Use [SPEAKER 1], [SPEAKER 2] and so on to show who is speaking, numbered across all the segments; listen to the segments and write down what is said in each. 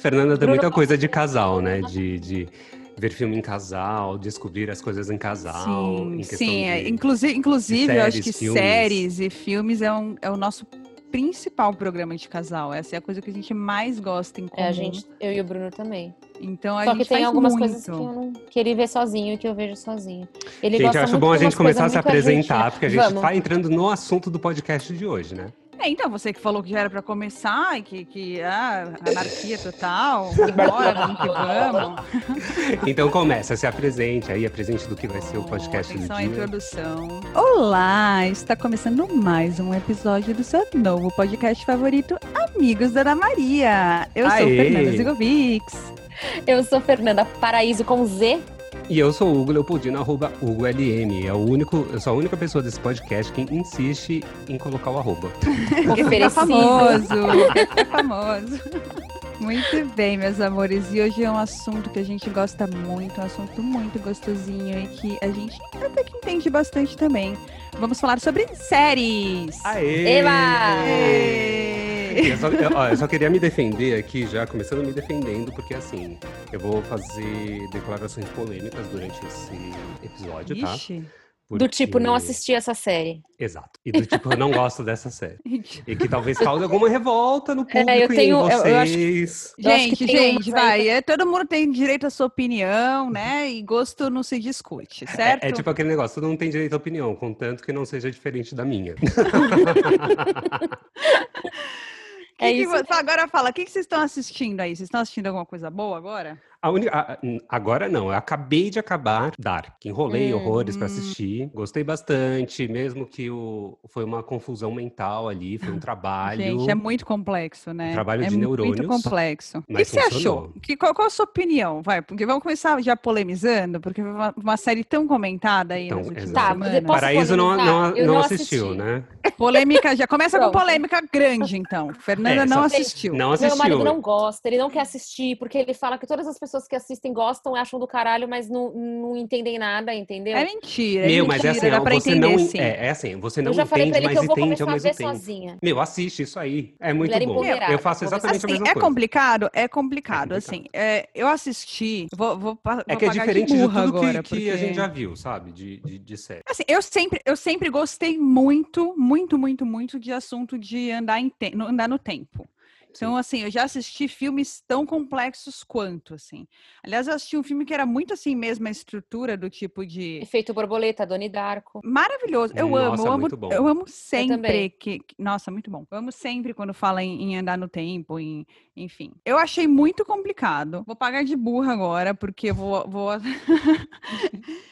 [SPEAKER 1] Fernanda tem
[SPEAKER 2] Bruno
[SPEAKER 1] muita coisa de casal, né? De, de ver filme em casal, descobrir as coisas em casal. em
[SPEAKER 2] Sim,
[SPEAKER 1] questão
[SPEAKER 2] sim. é.
[SPEAKER 1] de-
[SPEAKER 2] Inclusive, inclusive eu acho
[SPEAKER 1] séries,
[SPEAKER 2] que
[SPEAKER 1] filmes.
[SPEAKER 2] séries e filmes é, um, é o nosso principal programa de casal. Essa é a coisa que a gente mais gosta em comum.
[SPEAKER 3] É, a gente, eu e o Bruno também.
[SPEAKER 2] Então Uhum. a
[SPEAKER 3] Só
[SPEAKER 2] gente
[SPEAKER 3] que tem
[SPEAKER 2] faz
[SPEAKER 3] algumas
[SPEAKER 2] muito.
[SPEAKER 3] coisas que eu não queria ver sozinho e que eu vejo sozinho. Ele
[SPEAKER 1] Gente,
[SPEAKER 3] gosta
[SPEAKER 1] eu acho
[SPEAKER 3] muito
[SPEAKER 1] bom a
[SPEAKER 3] de
[SPEAKER 1] gente
[SPEAKER 3] umas
[SPEAKER 1] começar a
[SPEAKER 3] coisas
[SPEAKER 1] se
[SPEAKER 3] muito
[SPEAKER 1] apresentar,
[SPEAKER 3] argentina.
[SPEAKER 1] porque a gente
[SPEAKER 3] Vamos.
[SPEAKER 1] tá entrando no assunto do podcast de hoje, né?
[SPEAKER 2] É, então, você que falou que já era pra começar e que, que ah, anarquia total, bora, vamos que vamos.
[SPEAKER 1] Então começa, se apresente aí, apresente do que vai ser o podcast do
[SPEAKER 2] Atenção à
[SPEAKER 1] dia.
[SPEAKER 2] introdução. Olá, está começando mais um episódio do seu novo podcast favorito, Amigos da Ana Maria. Eu sou
[SPEAKER 1] Aê!
[SPEAKER 2] Fernanda Zigovics.
[SPEAKER 3] Eu sou Fernanda Paraíso com Z.
[SPEAKER 1] E eu sou o Hugo Leopoldino, arroba Hugo LM. É o único, eu sou a única pessoa desse podcast que insiste em colocar o arroba.
[SPEAKER 2] Ficou
[SPEAKER 3] Oferecido.
[SPEAKER 2] tá famoso, ficou famoso. Muito bem, meus amores. E hoje é um assunto que a gente gosta muito, um assunto muito gostosinho e que a gente até que entende bastante também. Vamos falar sobre séries.
[SPEAKER 1] Aê!
[SPEAKER 3] Eba!
[SPEAKER 2] Ê!
[SPEAKER 1] Eu só, eu- ó, eu só queria me defender aqui, já começando me defendendo, porque assim, eu vou fazer declarações polêmicas durante esse episódio, tá?
[SPEAKER 2] Ixi.
[SPEAKER 3] Do tipo, não
[SPEAKER 1] Porque-
[SPEAKER 3] assisti essa série.
[SPEAKER 1] Exato. E do tipo, eu não gosto dessa série. E que talvez cause alguma revolta no público
[SPEAKER 3] É, eu tenho-
[SPEAKER 1] e em
[SPEAKER 3] eu- eu acho
[SPEAKER 1] vocês.
[SPEAKER 3] Eu acho
[SPEAKER 2] Gente,
[SPEAKER 3] que tem
[SPEAKER 2] gente,
[SPEAKER 3] umas aí
[SPEAKER 2] vai. é, todo mundo tem direito à sua opinião, né? E gosto não se discute, certo?
[SPEAKER 1] É, é tipo aquele negócio, todo mundo tem direito à opinião, contanto que não seja diferente da minha.
[SPEAKER 2] Que
[SPEAKER 3] É
[SPEAKER 2] que
[SPEAKER 3] isso.
[SPEAKER 2] vo- Fala- Agora fala, o que, que vocês estão assistindo aí? Vocês estão assistindo alguma coisa boa agora?
[SPEAKER 1] A única- a- a- agora não, eu acabei de acabar Dark. Enrolei
[SPEAKER 3] Hum.
[SPEAKER 1] horrores pra assistir, gostei bastante, mesmo que o, foi uma confusão mental ali, foi um trabalho. um
[SPEAKER 2] Gente, é muito complexo, né?
[SPEAKER 1] trabalho
[SPEAKER 2] é
[SPEAKER 1] de
[SPEAKER 2] Muito
[SPEAKER 1] neurônios,
[SPEAKER 2] complexo. O que
[SPEAKER 1] mas
[SPEAKER 2] que você achou?
[SPEAKER 1] funcionou.
[SPEAKER 2] Que, qual, qual a sua opinião? Vai, porque vamos começar já polemizando, porque foi uma, uma série tão comentada aí
[SPEAKER 1] Então,
[SPEAKER 2] nas últimas
[SPEAKER 1] exato.
[SPEAKER 3] Tá,
[SPEAKER 2] semanas.
[SPEAKER 3] depois- Posso
[SPEAKER 1] Paraíso não, não,
[SPEAKER 3] polemizar? Eu
[SPEAKER 1] não
[SPEAKER 3] não
[SPEAKER 1] assistiu,
[SPEAKER 3] assisti.
[SPEAKER 1] né?
[SPEAKER 2] Polêmica, já começa com
[SPEAKER 3] Pronto.
[SPEAKER 2] polêmica grande, então. Fernanda
[SPEAKER 1] É,
[SPEAKER 2] não
[SPEAKER 1] só-
[SPEAKER 2] assistiu.
[SPEAKER 1] Não
[SPEAKER 3] Meu
[SPEAKER 1] assistiu.
[SPEAKER 3] marido não gosta, ele não quer assistir, porque ele fala que todas as pessoas que assistem gostam, acham do caralho, mas não, não entendem nada, entendeu?
[SPEAKER 2] É mentira, é
[SPEAKER 1] Meu,
[SPEAKER 2] mentira,
[SPEAKER 1] mas é assim,
[SPEAKER 2] dá
[SPEAKER 1] ó,
[SPEAKER 2] pra
[SPEAKER 1] você
[SPEAKER 2] entender
[SPEAKER 1] não,
[SPEAKER 2] sim.
[SPEAKER 1] é, é assim, você não
[SPEAKER 3] eu já falei
[SPEAKER 1] entende,
[SPEAKER 3] pra ele
[SPEAKER 1] mas
[SPEAKER 3] que eu vou
[SPEAKER 1] entende
[SPEAKER 3] começar
[SPEAKER 1] ao
[SPEAKER 3] a ver
[SPEAKER 1] mesmo tempo.
[SPEAKER 3] sozinha.
[SPEAKER 1] Meu, assiste isso aí. É muito
[SPEAKER 3] Mulher
[SPEAKER 1] bom.
[SPEAKER 3] empoderada.
[SPEAKER 1] Eu faço
[SPEAKER 3] Vou ver se-
[SPEAKER 1] exatamente a
[SPEAKER 2] Assim,
[SPEAKER 1] mesma
[SPEAKER 2] é
[SPEAKER 1] coisa.
[SPEAKER 2] complicado, é complicado,
[SPEAKER 1] É complicado.
[SPEAKER 2] assim, é, eu assisti, vou, vou, pa-
[SPEAKER 1] É
[SPEAKER 2] vou
[SPEAKER 1] que é
[SPEAKER 2] pagar
[SPEAKER 1] diferente
[SPEAKER 2] de
[SPEAKER 1] de,
[SPEAKER 2] burra
[SPEAKER 1] tudo que,
[SPEAKER 2] agora,
[SPEAKER 1] que a
[SPEAKER 2] porque-
[SPEAKER 1] gente já viu, sabe? De, de, de série.
[SPEAKER 2] Assim, eu sempre, eu sempre gostei muito, muito, muito, muito de assunto de andar, em te- no, andar no tempo. Então, assim, eu já assisti filmes tão complexos quanto, assim. Aliás, eu assisti um filme que era muito assim mesmo a estrutura do tipo de
[SPEAKER 3] Efeito borboleta, Doni Darko.
[SPEAKER 2] Maravilhoso. Eu
[SPEAKER 1] Nossa,
[SPEAKER 2] amo, eu amo,
[SPEAKER 1] muito bom.
[SPEAKER 2] eu amo
[SPEAKER 3] também.
[SPEAKER 2] sempre que, que- Nossa, muito bom. Eu amo sempre quando fala em, em andar no tempo, em, enfim. Eu achei muito complicado. Vou pagar de burra agora, porque eu vou. Vou,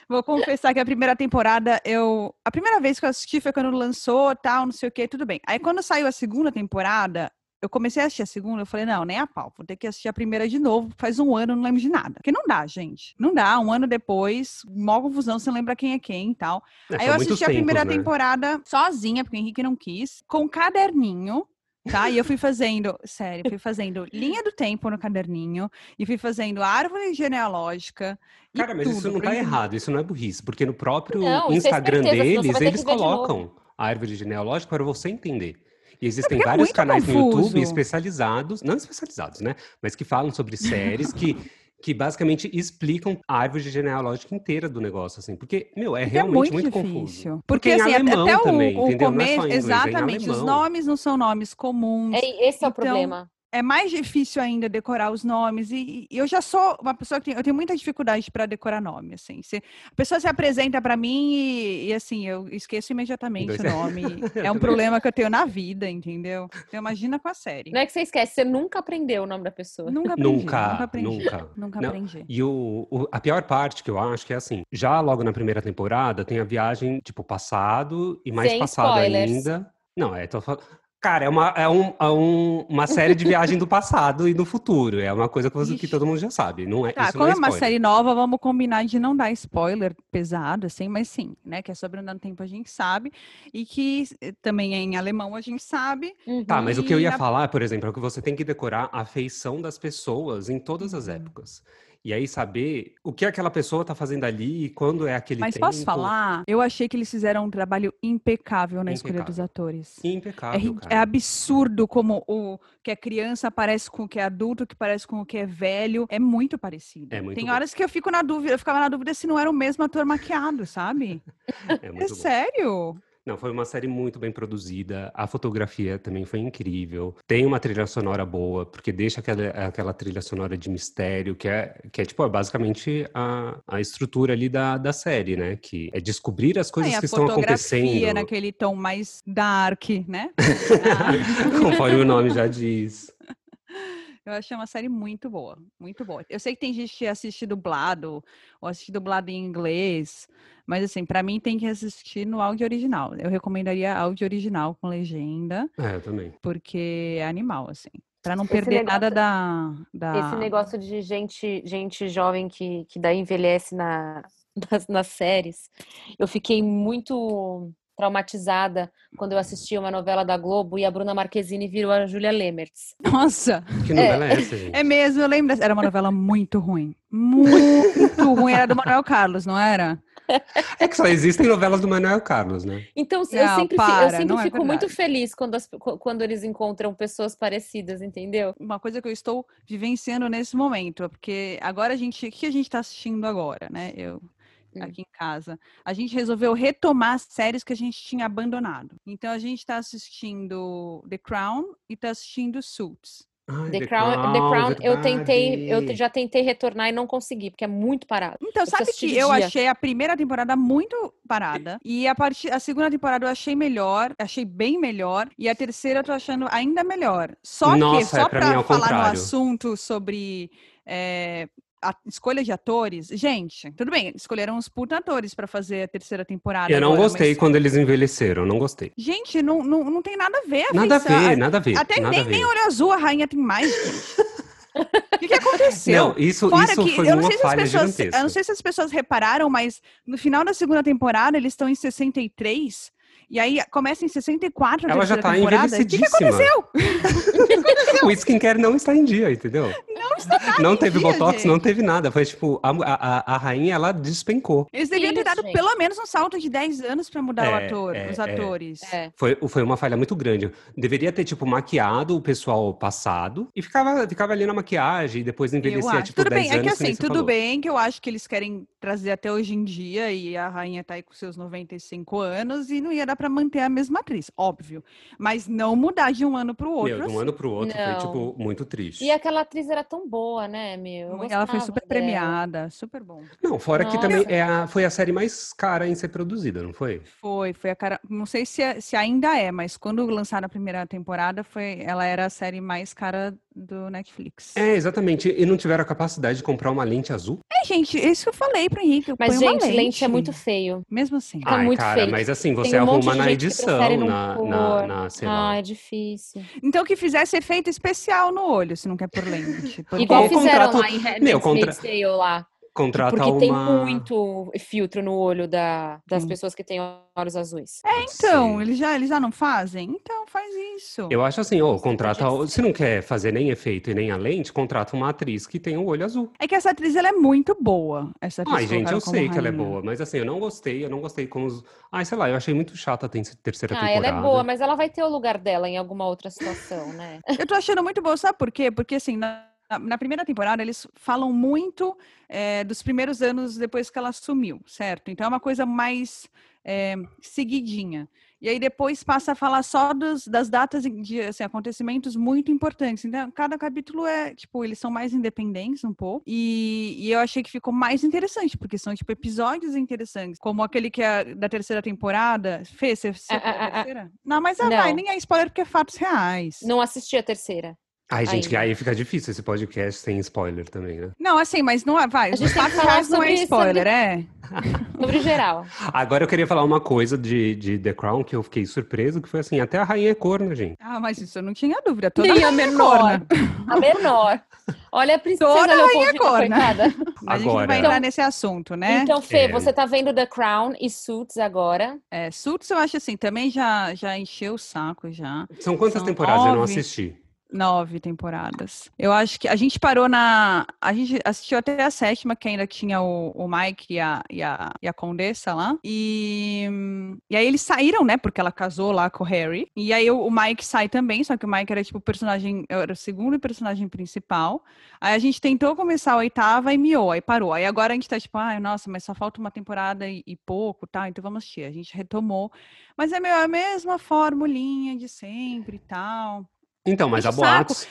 [SPEAKER 2] vou confessar que a primeira temporada eu. A primeira vez que eu assisti foi quando lançou, tal, não sei o quê, tudo bem. Aí quando saiu a segunda temporada. Eu comecei a assistir a segunda, eu falei, não, nem a pau, vou ter que assistir a primeira de novo, faz um ano, eu não lembro de nada. Porque não dá, gente. Não dá, um ano depois, mó confusão, você não lembra quem é quem e tal.
[SPEAKER 1] É,
[SPEAKER 2] Aí
[SPEAKER 1] são
[SPEAKER 2] eu
[SPEAKER 1] muitos
[SPEAKER 2] assisti a
[SPEAKER 1] tempos,
[SPEAKER 2] primeira
[SPEAKER 1] né?
[SPEAKER 2] temporada sozinha, porque o Henrique não quis, com um caderninho, tá? E eu fui fazendo, sério, fui fazendo linha do tempo no caderninho e fui fazendo árvore genealógica. e
[SPEAKER 1] Cara, mas isso
[SPEAKER 2] tudo
[SPEAKER 1] não
[SPEAKER 2] pra
[SPEAKER 1] tá
[SPEAKER 2] entender.
[SPEAKER 1] errado, isso não é burrice, porque no próprio
[SPEAKER 3] Não, isso é
[SPEAKER 1] Instagram
[SPEAKER 3] esperteza, senão você
[SPEAKER 1] deles,
[SPEAKER 3] vai ter
[SPEAKER 1] eles
[SPEAKER 3] que ver de
[SPEAKER 1] colocam a árvore genealógica para você entender. E existem
[SPEAKER 2] porque é
[SPEAKER 1] vários
[SPEAKER 2] muito
[SPEAKER 1] canais no
[SPEAKER 2] confuso.
[SPEAKER 1] YouTube especializados, não especializados, né? Mas que falam sobre séries que, que basicamente explicam a árvore genealógica inteira do negócio, assim. Porque, meu, é
[SPEAKER 2] Fica
[SPEAKER 1] realmente muito,
[SPEAKER 2] difícil.
[SPEAKER 1] confuso.
[SPEAKER 2] Porque,
[SPEAKER 1] em
[SPEAKER 2] assim, até-
[SPEAKER 1] alemão
[SPEAKER 2] até o,
[SPEAKER 1] também,
[SPEAKER 2] o
[SPEAKER 1] entendeu? Não é só
[SPEAKER 2] começo,
[SPEAKER 1] em inglês, é em
[SPEAKER 2] exatamente, os
[SPEAKER 1] alemão.
[SPEAKER 2] nomes não são nomes comuns.
[SPEAKER 3] É, esse é
[SPEAKER 2] Então,
[SPEAKER 3] o problema.
[SPEAKER 2] é mais difícil ainda decorar os nomes e, e eu já sou uma pessoa que tem, eu tenho muita dificuldade para decorar nome, assim. Se, a pessoa se apresenta para mim e, e, assim eu esqueço imediatamente
[SPEAKER 1] Dois-
[SPEAKER 2] o nome.
[SPEAKER 1] Eu
[SPEAKER 2] é um
[SPEAKER 1] também.
[SPEAKER 2] problema que eu tenho na vida, entendeu? Então imagina com a série.
[SPEAKER 3] Não é que você esquece, você nunca aprendeu o nome da pessoa.
[SPEAKER 2] Nunca aprendi. Nunca
[SPEAKER 1] Nunca,
[SPEAKER 2] aprendi.
[SPEAKER 1] nunca.
[SPEAKER 2] Nunca
[SPEAKER 1] Não,
[SPEAKER 2] aprendi.
[SPEAKER 1] E o, o- a pior parte que eu acho que é assim, já logo na primeira temporada tem a viagem, tipo, passado e mais
[SPEAKER 3] Sem
[SPEAKER 1] passado
[SPEAKER 3] spoilers.
[SPEAKER 1] ainda. Não, é, tô falando... Cara, é, uma, é, um, é um- uma série de viagem do passado e do futuro. É uma coisa que, você- que
[SPEAKER 2] Ixi.
[SPEAKER 1] todo mundo já sabe. Não é,
[SPEAKER 2] Tá,
[SPEAKER 1] isso não
[SPEAKER 2] como
[SPEAKER 1] é
[SPEAKER 2] é uma
[SPEAKER 1] spoiler.
[SPEAKER 2] série nova, vamos combinar de não dar spoiler pesado, assim, mas sim, né? Que é sobre andar no tempo, a gente sabe. E que eh, também é em alemão, a gente sabe.
[SPEAKER 3] Uhum.
[SPEAKER 1] Tá, mas o que eu
[SPEAKER 2] E
[SPEAKER 1] ia
[SPEAKER 2] na- Uhum.
[SPEAKER 1] falar, por exemplo, é que você tem que decorar a feição das pessoas em todas as épocas. E aí saber o que aquela pessoa tá fazendo ali e quando é aquele
[SPEAKER 2] Mas
[SPEAKER 1] tempo.
[SPEAKER 2] posso falar? Eu achei que eles fizeram um trabalho impecável na escolha
[SPEAKER 1] Impecável.
[SPEAKER 2] dos atores. É,
[SPEAKER 1] Impecável,
[SPEAKER 2] ri- é
[SPEAKER 1] cara.
[SPEAKER 2] absurdo como o que é criança parece com o que é adulto, que parece com o que é velho. É muito parecido.
[SPEAKER 1] É muito
[SPEAKER 2] Tem
[SPEAKER 1] bom.
[SPEAKER 2] horas que eu fico na dúvida, eu ficava na dúvida se não era o mesmo ator maquiado, sabe?
[SPEAKER 1] É
[SPEAKER 2] É
[SPEAKER 1] muito bom.
[SPEAKER 2] sério?
[SPEAKER 1] Não, foi uma série muito bem produzida. A fotografia também foi incrível. Tem uma trilha sonora boa, porque deixa aquela, aquela trilha sonora de mistério, que é, que é tipo, basicamente a, a estrutura ali da, da série, né? Que é descobrir as coisas
[SPEAKER 2] Aí a
[SPEAKER 1] que estão
[SPEAKER 2] fotografia
[SPEAKER 1] acontecendo,
[SPEAKER 2] naquele tom mais dark, né?
[SPEAKER 1] conforme o nome já diz.
[SPEAKER 2] Eu achei uma série muito boa, muito boa. Eu sei que tem gente que assiste dublado, ou assiste dublado em inglês, mas assim, pra mim tem que assistir no áudio original. Eu recomendaria áudio original com legenda,
[SPEAKER 1] É, eu também.
[SPEAKER 2] porque é animal, assim. Pra não
[SPEAKER 3] Esse
[SPEAKER 2] perder
[SPEAKER 3] negócio-
[SPEAKER 2] nada da, da.
[SPEAKER 3] Esse negócio de gente, gente jovem que, que daí envelhece na, nas, nas séries. Eu fiquei muito traumatizada quando eu assisti uma novela da Globo e a Bruna Marquezine virou a Julia Lemertz.
[SPEAKER 2] Nossa!
[SPEAKER 1] Que novela é, essa, gente?
[SPEAKER 2] É mesmo, eu lembro. dessa- Era uma novela muito ruim. Muito ruim. Era do Manuel Carlos, não era?
[SPEAKER 1] É que só existem novelas do Manuel Carlos, né?
[SPEAKER 3] Então eu
[SPEAKER 2] Não,
[SPEAKER 3] sempre, fi-
[SPEAKER 2] para,
[SPEAKER 3] eu sempre
[SPEAKER 2] não é
[SPEAKER 3] fico muito
[SPEAKER 2] verdade.
[SPEAKER 3] feliz quando, as- quando eles encontram pessoas parecidas, entendeu?
[SPEAKER 2] uma coisa que eu estou vivenciando nesse momento, porque agora a gente, o que a gente está assistindo agora, né? Eu
[SPEAKER 3] Hum.
[SPEAKER 2] aqui em casa, a gente resolveu retomar séries que a gente tinha abandonado. Então a gente está assistindo The Crown e está assistindo Suits.
[SPEAKER 1] Ai,
[SPEAKER 3] The Crown, The Crown eu tentei, eu te-
[SPEAKER 1] verdade.
[SPEAKER 3] já tentei retornar e não consegui, porque é muito parado.
[SPEAKER 2] Então
[SPEAKER 3] Eu
[SPEAKER 2] sabe
[SPEAKER 3] assisti
[SPEAKER 2] que
[SPEAKER 3] de
[SPEAKER 2] eu
[SPEAKER 3] dia.
[SPEAKER 2] achei a primeira temporada muito parada e a partir a segunda temporada eu achei melhor, achei bem melhor e a terceira eu tô achando ainda melhor. Só que
[SPEAKER 1] Nossa, é
[SPEAKER 2] só
[SPEAKER 1] pra mim
[SPEAKER 2] para
[SPEAKER 1] ao
[SPEAKER 2] falar no
[SPEAKER 1] contrário.
[SPEAKER 2] assunto sobre é, a escolha de atores, gente, tudo bem, escolheram uns puta atores pra fazer a terceira temporada.
[SPEAKER 1] Eu não
[SPEAKER 2] agora, mas-
[SPEAKER 1] gostei quando eles envelheceram, eu não gostei.
[SPEAKER 2] Gente, não, não, não tem nada a ver.
[SPEAKER 1] Nada a
[SPEAKER 2] feição-
[SPEAKER 1] ver, nada a ver.
[SPEAKER 2] É, Até
[SPEAKER 1] nada a
[SPEAKER 2] nem,
[SPEAKER 1] ver.
[SPEAKER 2] nem olho azul a rainha tem mais. gente. O que, que aconteceu?
[SPEAKER 1] Não, isso,
[SPEAKER 2] Fora
[SPEAKER 1] isso
[SPEAKER 2] que
[SPEAKER 1] foi
[SPEAKER 2] eu não
[SPEAKER 1] uma
[SPEAKER 2] sei se as
[SPEAKER 1] falha
[SPEAKER 2] pessoas, eu não
[SPEAKER 1] gigantesca.
[SPEAKER 2] sei se as pessoas repararam, mas no final da segunda temporada eles estão em 63 e aí começa em 64 a
[SPEAKER 1] Ela já
[SPEAKER 2] terceira
[SPEAKER 1] tá
[SPEAKER 2] temporada. O que, que
[SPEAKER 1] envelhecidíssima.
[SPEAKER 2] aconteceu?
[SPEAKER 1] O skincare não está em dia, entendeu?
[SPEAKER 2] Não está nada
[SPEAKER 1] Não
[SPEAKER 2] em
[SPEAKER 1] teve
[SPEAKER 2] dia,
[SPEAKER 1] botox,
[SPEAKER 2] gente.
[SPEAKER 1] não teve nada. Foi tipo, a, a, a- a rainha, ela despencou.
[SPEAKER 2] Eles deviam ter
[SPEAKER 3] Isso,
[SPEAKER 2] dado
[SPEAKER 3] gente.
[SPEAKER 2] pelo menos um salto de 10 anos pra mudar o
[SPEAKER 1] É,
[SPEAKER 2] ator,
[SPEAKER 1] é,
[SPEAKER 2] os
[SPEAKER 1] é.
[SPEAKER 2] atores.
[SPEAKER 3] É.
[SPEAKER 1] Foi, foi uma falha muito grande. Deveria ter, tipo, maquiado o pessoal passado e ficava, ficava ali na maquiagem e depois
[SPEAKER 2] Eu
[SPEAKER 1] envelhecia,
[SPEAKER 2] acho.
[SPEAKER 1] tipo,
[SPEAKER 2] tudo
[SPEAKER 1] 10
[SPEAKER 2] bem,
[SPEAKER 1] anos.
[SPEAKER 2] é que
[SPEAKER 1] nem
[SPEAKER 2] assim,
[SPEAKER 1] você
[SPEAKER 2] tudo
[SPEAKER 1] falou.
[SPEAKER 2] bem que eu acho que eles querem trazer até hoje em dia e a rainha tá aí com seus 95 anos e não ia dar pra manter a mesma atriz, óbvio. Mas não mudar de um ano pro outro.
[SPEAKER 1] Meu, de
[SPEAKER 2] assim.
[SPEAKER 1] um ano pro outro
[SPEAKER 3] Não.
[SPEAKER 1] foi, tipo, muito triste.
[SPEAKER 3] E aquela atriz era tão boa, né, meu? Eu
[SPEAKER 2] Muito- Ela foi
[SPEAKER 3] gostava
[SPEAKER 2] super
[SPEAKER 3] dela.
[SPEAKER 2] premiada, super bom.
[SPEAKER 1] Não, fora que
[SPEAKER 3] Nossa.
[SPEAKER 1] também é a, foi a série mais cara em ser produzida, não foi?
[SPEAKER 2] Foi, foi a cara. Não sei se, é- se ainda é, mas quando lançaram a primeira temporada, foi... ela era a série mais cara do Netflix. É,
[SPEAKER 1] É, exatamente. E não tiveram a capacidade de comprar uma lente azul?
[SPEAKER 2] gente, isso que eu falei pro Henrique. eu
[SPEAKER 3] Mas,
[SPEAKER 2] ponho uma
[SPEAKER 3] gente, lente. é muito feio.
[SPEAKER 2] Mesmo assim.
[SPEAKER 3] Tá muito
[SPEAKER 1] cara,
[SPEAKER 3] feio.
[SPEAKER 1] mas assim, você
[SPEAKER 3] Tem um monte
[SPEAKER 1] arruma
[SPEAKER 3] de
[SPEAKER 1] na
[SPEAKER 3] gente que prefere
[SPEAKER 1] edição,
[SPEAKER 3] não
[SPEAKER 1] na,
[SPEAKER 3] pôr.
[SPEAKER 1] na, na, sei lá.
[SPEAKER 3] Ah, é difícil.
[SPEAKER 2] Então que fizesse efeito especial no olho, se não quer por lente. porque-
[SPEAKER 3] Igual
[SPEAKER 1] o
[SPEAKER 3] fizeram
[SPEAKER 1] contrato-
[SPEAKER 3] lá em Handmaid's
[SPEAKER 1] Meu, contra-
[SPEAKER 3] Tale lá. que
[SPEAKER 1] Contrata
[SPEAKER 3] Porque
[SPEAKER 1] uma...
[SPEAKER 3] tem muito filtro no olho da, das
[SPEAKER 2] Hum.
[SPEAKER 3] pessoas que têm olhos azuis.
[SPEAKER 1] É,
[SPEAKER 2] Então, eles já, eles já não fazem? Então faz isso.
[SPEAKER 1] Eu acho assim, ô,
[SPEAKER 3] Você
[SPEAKER 1] contrata...
[SPEAKER 3] podia-
[SPEAKER 1] Se não quer fazer nem efeito e nem a lente, contrata uma atriz que tem o olho azul.
[SPEAKER 2] É que essa atriz ela é muito boa. Essa atriz
[SPEAKER 1] Ai,
[SPEAKER 2] que
[SPEAKER 1] gente,
[SPEAKER 2] colocaram
[SPEAKER 1] eu
[SPEAKER 2] como
[SPEAKER 1] sei que ela é
[SPEAKER 2] rainha.
[SPEAKER 1] boa, mas assim, eu não gostei, eu não gostei com os... Ai, sei lá, eu achei muito chata a ten- terceira
[SPEAKER 3] Ah,
[SPEAKER 1] temporada.
[SPEAKER 3] ela é boa, mas ela vai ter o lugar dela em alguma outra situação, né?
[SPEAKER 2] É, Eu tô achando muito bom, sabe por quê? Porque assim, na, na- na primeira temporada eles falam muito eh, dos primeiros anos depois que ela sumiu, certo? Então é uma coisa mais eh, seguidinha. E aí depois passa a falar só dos- das datas em- de assim, acontecimentos muito importantes. Então, cada capítulo é, tipo, eles são mais independentes um pouco. E, e eu achei que ficou mais interessante, porque são, tipo, episódios interessantes. Como aquele que é da terceira temporada. Fê, você, você
[SPEAKER 3] Ah,
[SPEAKER 2] pegou a
[SPEAKER 3] ah, ah, ah.
[SPEAKER 2] terceira? Não, mas ah, vai,
[SPEAKER 3] Não.
[SPEAKER 2] nem é spoiler porque é fatos reais.
[SPEAKER 3] Não assisti a terceira.
[SPEAKER 1] Ai, gente,
[SPEAKER 3] Ainda.
[SPEAKER 1] aí fica difícil esse podcast sem spoiler também, né?
[SPEAKER 2] Não, assim, mas não é. Vai,
[SPEAKER 3] A
[SPEAKER 2] os
[SPEAKER 3] gente tem que
[SPEAKER 2] fatos
[SPEAKER 3] falar
[SPEAKER 2] reais não é
[SPEAKER 3] sobre- né?
[SPEAKER 2] spoiler, é?
[SPEAKER 3] Sobre geral.
[SPEAKER 1] Agora eu queria falar uma coisa de, de The Crown que eu fiquei surpreso, que foi assim, até a rainha é corna, gente.
[SPEAKER 2] Ah, mas isso eu não tinha dúvida. Toda
[SPEAKER 3] Nem a
[SPEAKER 2] rainha é
[SPEAKER 3] menor.
[SPEAKER 2] corna.
[SPEAKER 3] A menor. Olha a princesa
[SPEAKER 2] Toda rainha
[SPEAKER 3] Leopoldina,
[SPEAKER 2] corna.
[SPEAKER 3] coitada.
[SPEAKER 2] A gente não
[SPEAKER 1] Agora.
[SPEAKER 2] vai entrar nesse assunto, né?
[SPEAKER 3] Então, Fê,
[SPEAKER 1] É.
[SPEAKER 3] você tá vendo The Crown e Suits agora.
[SPEAKER 2] É, Suits, eu acho assim, também já, já encheu o saco já.
[SPEAKER 1] São quantas
[SPEAKER 2] São
[SPEAKER 1] temporadas eu não
[SPEAKER 2] nove.
[SPEAKER 1] assisti?
[SPEAKER 2] Nove temporadas. Eu acho que a gente parou na. A gente assistiu até a sétima, que ainda tinha o, o Mike e a, e, a, e a Condessa lá. E, e aí eles saíram, né? Porque ela casou lá com o Harry. E aí o, o Mike sai também, só que o Mike era tipo o personagem. Era o segundo personagem principal. Aí a gente tentou começar a oitava e miou, aí parou. Aí agora a gente tá tipo, ai, nossa, mas só falta uma temporada e, e pouco, tá? Então vamos assistir. A gente retomou. Mas é meio a mesma formulinha de sempre e tal.
[SPEAKER 1] Então, mas
[SPEAKER 2] Puxa
[SPEAKER 1] há
[SPEAKER 2] o saco.
[SPEAKER 1] boatos.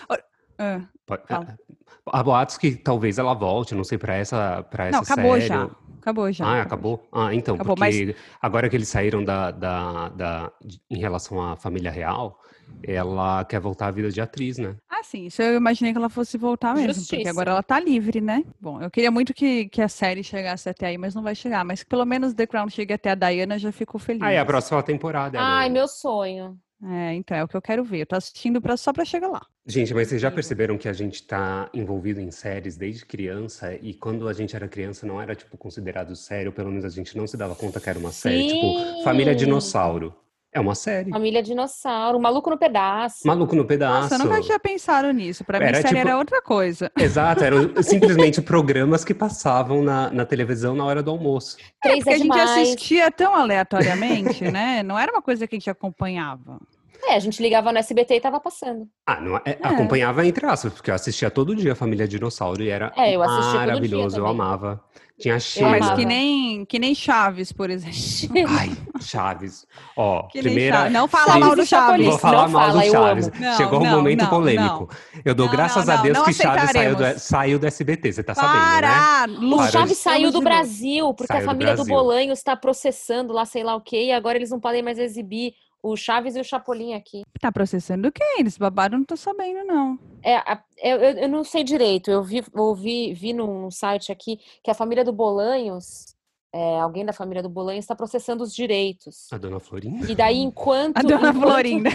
[SPEAKER 2] Ah,
[SPEAKER 1] Pode- é,
[SPEAKER 2] fala.
[SPEAKER 1] Há boatos que talvez ela volte, não sei, pra essa, pra essa
[SPEAKER 2] Não, acabou
[SPEAKER 1] série.
[SPEAKER 2] já. Acabou já.
[SPEAKER 1] Ah, acabou? Ah, então,
[SPEAKER 2] Acabou,
[SPEAKER 1] porque agora que eles saíram da, da, da- de- em relação à família real, ela quer voltar à vida de atriz, né?
[SPEAKER 2] Ah, sim, isso eu imaginei que ela fosse voltar mesmo, porque
[SPEAKER 3] Justiça.
[SPEAKER 2] agora ela tá livre, né? Bom, eu queria muito que, que a série chegasse até aí, mas não vai chegar. Mas que pelo menos The Crown chegue até a Diana, eu já fico feliz.
[SPEAKER 1] Ah, é a próxima temporada. é a
[SPEAKER 3] Ai,
[SPEAKER 1] do-
[SPEAKER 3] meu sonho.
[SPEAKER 2] É, então é o que eu quero ver. Eu tô assistindo pra, só pra chegar lá.
[SPEAKER 1] Gente, mas vocês já
[SPEAKER 3] Incrível.
[SPEAKER 1] perceberam que a gente tá envolvido em séries desde criança e quando a gente era criança não era, tipo, considerado sério, pelo menos a gente não se dava conta que era uma série. Tipo, Família
[SPEAKER 3] Sim.
[SPEAKER 1] Dinossauro. É uma série.
[SPEAKER 3] Família Dinossauro, um Maluco no Pedaço.
[SPEAKER 1] Maluco no pedaço.
[SPEAKER 2] Nossa, eu nunca tinha pensado nisso. Pra mim,
[SPEAKER 1] Era
[SPEAKER 2] série
[SPEAKER 1] tipo-
[SPEAKER 2] era outra coisa.
[SPEAKER 1] Exato, eram simplesmente programas que passavam na, na televisão na hora do almoço.
[SPEAKER 3] Três
[SPEAKER 2] Porque
[SPEAKER 3] é
[SPEAKER 2] a gente
[SPEAKER 3] demais.
[SPEAKER 2] assistia tão aleatoriamente, né? Não era uma coisa que a gente acompanhava.
[SPEAKER 3] É, a gente ligava no SBT e tava passando.
[SPEAKER 1] Ah, não, é- acompanhava entre aspas, porque eu assistia todo dia a Família Dinossauro e era
[SPEAKER 3] É, eu assistia todo dia
[SPEAKER 1] maravilhoso, eu
[SPEAKER 3] também.
[SPEAKER 1] amava. Tinha
[SPEAKER 3] Eu
[SPEAKER 1] Sheila.
[SPEAKER 2] Mas que
[SPEAKER 3] amava.
[SPEAKER 2] nem, que nem Chaves, por exemplo.
[SPEAKER 1] Ai, Chaves. Ó,
[SPEAKER 2] Que nem
[SPEAKER 1] primeira.
[SPEAKER 2] Chaves. Não fala
[SPEAKER 1] Sim,
[SPEAKER 2] mal do Chaves.
[SPEAKER 1] Vou falar
[SPEAKER 3] não
[SPEAKER 1] mal
[SPEAKER 3] fala,
[SPEAKER 1] do
[SPEAKER 3] eu
[SPEAKER 1] Chaves.
[SPEAKER 3] amo.
[SPEAKER 2] Não,
[SPEAKER 1] Chegou o
[SPEAKER 2] não,
[SPEAKER 1] momento
[SPEAKER 2] não,
[SPEAKER 1] polêmico. Eu dou
[SPEAKER 2] Não,
[SPEAKER 1] graças
[SPEAKER 2] não,
[SPEAKER 1] a
[SPEAKER 2] não,
[SPEAKER 1] Deus
[SPEAKER 2] não
[SPEAKER 1] que Chaves saiu do,
[SPEAKER 2] aceitaremos.
[SPEAKER 1] saiu do SBT, você tá sabendo, né?
[SPEAKER 2] Para!
[SPEAKER 3] O
[SPEAKER 1] Para,
[SPEAKER 3] Chaves saiu do
[SPEAKER 2] Brasil.
[SPEAKER 3] Brasil, porque
[SPEAKER 1] Saiu
[SPEAKER 3] a
[SPEAKER 1] do
[SPEAKER 3] família do,
[SPEAKER 1] Brasil.
[SPEAKER 3] Bolanho está processando lá sei lá o quê, e agora eles não podem mais exibir o Chaves e o Chapolin aqui.
[SPEAKER 2] Tá processando quem? Eles babaram, não tô sabendo, não.
[SPEAKER 3] É, a- é, eu, eu não sei direito, eu vi, ouvi, vi num, num site aqui que a família do Bolanhos, é, alguém da família do Bolanhos, está processando os direitos.
[SPEAKER 1] A dona Florinda.
[SPEAKER 3] E daí, enquanto.
[SPEAKER 2] A dona
[SPEAKER 3] enquanto-
[SPEAKER 2] Florinda.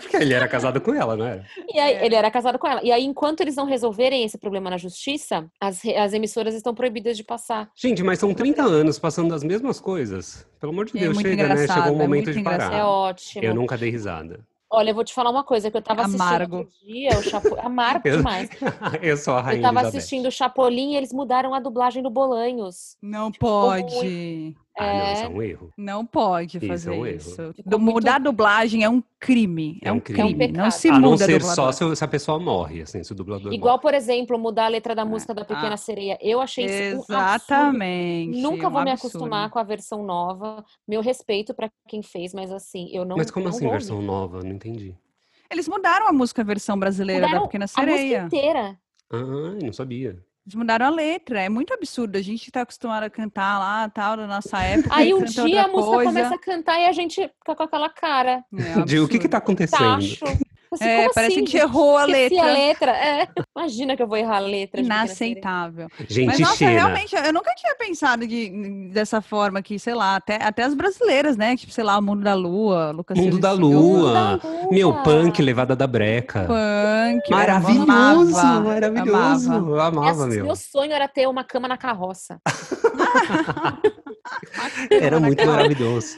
[SPEAKER 1] Porque ele era casado com ela, não era?
[SPEAKER 3] E aí,
[SPEAKER 2] É.
[SPEAKER 3] ele era casado com ela. E aí, enquanto eles não resolverem esse problema na justiça, as, re- as emissoras estão proibidas de passar.
[SPEAKER 1] Gente, mas são 30 anos passando as mesmas coisas. Pelo amor de
[SPEAKER 2] É
[SPEAKER 1] Deus,
[SPEAKER 2] muito
[SPEAKER 1] chega, né?
[SPEAKER 2] engraçado,
[SPEAKER 1] Chegou
[SPEAKER 2] é
[SPEAKER 1] o momento
[SPEAKER 2] muito
[SPEAKER 1] de parar.
[SPEAKER 2] engraçado.
[SPEAKER 3] É ótimo.
[SPEAKER 1] Ah, Eu nunca dei risada.
[SPEAKER 3] Olha, eu vou te falar uma coisa que eu tava assistindo
[SPEAKER 2] Amargo.
[SPEAKER 3] outro dia, o Chapo... Amargo
[SPEAKER 1] Eu-
[SPEAKER 3] demais.
[SPEAKER 1] Eu sou a
[SPEAKER 3] Eu
[SPEAKER 1] rainha
[SPEAKER 3] tava
[SPEAKER 1] Elizabeth.
[SPEAKER 3] assistindo o Chapolin e eles mudaram a dublagem do Bolanhos.
[SPEAKER 2] Não pode.
[SPEAKER 1] Ah, não, isso
[SPEAKER 3] É.
[SPEAKER 1] é um erro.
[SPEAKER 2] Não pode
[SPEAKER 1] Isso é
[SPEAKER 2] fazer
[SPEAKER 1] um erro.
[SPEAKER 2] isso.
[SPEAKER 3] Ficou muito-
[SPEAKER 2] Mudar a dublagem é um crime. É, um crime. Não
[SPEAKER 3] pecado.
[SPEAKER 2] se
[SPEAKER 1] a não
[SPEAKER 2] muda
[SPEAKER 1] ser
[SPEAKER 2] dublador.
[SPEAKER 1] só se, se a pessoa morre, assim, se o dublador
[SPEAKER 3] Igual, por exemplo, mudar a letra da música da Pequena
[SPEAKER 2] ah.
[SPEAKER 3] Sereia. Eu achei isso um absurdo.
[SPEAKER 2] Exatamente.
[SPEAKER 3] Nunca
[SPEAKER 2] um
[SPEAKER 3] vou me
[SPEAKER 2] absurdo.
[SPEAKER 3] acostumar com a versão nova. Meu respeito pra quem fez, mas assim, eu não
[SPEAKER 1] morre. Mas como
[SPEAKER 3] não
[SPEAKER 1] assim,
[SPEAKER 3] vou
[SPEAKER 1] versão
[SPEAKER 3] ouvir.
[SPEAKER 1] nova? Não entendi.
[SPEAKER 2] Eles mudaram a música versão brasileira
[SPEAKER 3] Mudaram
[SPEAKER 2] da Pequena
[SPEAKER 3] A música
[SPEAKER 2] Sereia.
[SPEAKER 3] inteira.
[SPEAKER 1] Ah, não sabia.
[SPEAKER 2] Eles mudaram a letra. É muito absurdo. A gente tá acostumado a cantar lá, tal, da nossa época.
[SPEAKER 3] Aí um
[SPEAKER 2] canta
[SPEAKER 3] dia
[SPEAKER 2] outra
[SPEAKER 3] a música
[SPEAKER 2] coisa.
[SPEAKER 3] começa a cantar e a gente fica com aquela cara.
[SPEAKER 2] É um
[SPEAKER 1] De o que que
[SPEAKER 2] absurdo.
[SPEAKER 1] tá acontecendo?
[SPEAKER 3] Tacho. Assim,
[SPEAKER 2] É,
[SPEAKER 3] como
[SPEAKER 2] parece
[SPEAKER 3] assim,
[SPEAKER 2] que errou a
[SPEAKER 3] Esqueci
[SPEAKER 2] letra.
[SPEAKER 3] a letra. É. Imagina que eu vou errar a letra. de Pequena Sereia.
[SPEAKER 2] Inaceitável. Tá. Mas
[SPEAKER 1] Gente,
[SPEAKER 2] nossa,
[SPEAKER 1] Xena.
[SPEAKER 2] realmente, eu nunca tinha pensado de- dessa forma que, sei lá, até, até as brasileiras, né? Tipo, sei lá, o Mundo da Lua, Lucas
[SPEAKER 1] Mundo da
[SPEAKER 2] Silva e Silva,
[SPEAKER 1] Lua.
[SPEAKER 3] Mundo da
[SPEAKER 1] Ah, Meu
[SPEAKER 3] Lua.
[SPEAKER 1] punk, levada da breca.
[SPEAKER 2] Punk.
[SPEAKER 1] maravilhoso,
[SPEAKER 2] amava,
[SPEAKER 1] maravilhoso.
[SPEAKER 2] amava.
[SPEAKER 1] Eu amava,
[SPEAKER 3] Minha-
[SPEAKER 1] meu.
[SPEAKER 3] Meu sonho era ter uma cama na carroça.
[SPEAKER 1] Era muito maravilhoso.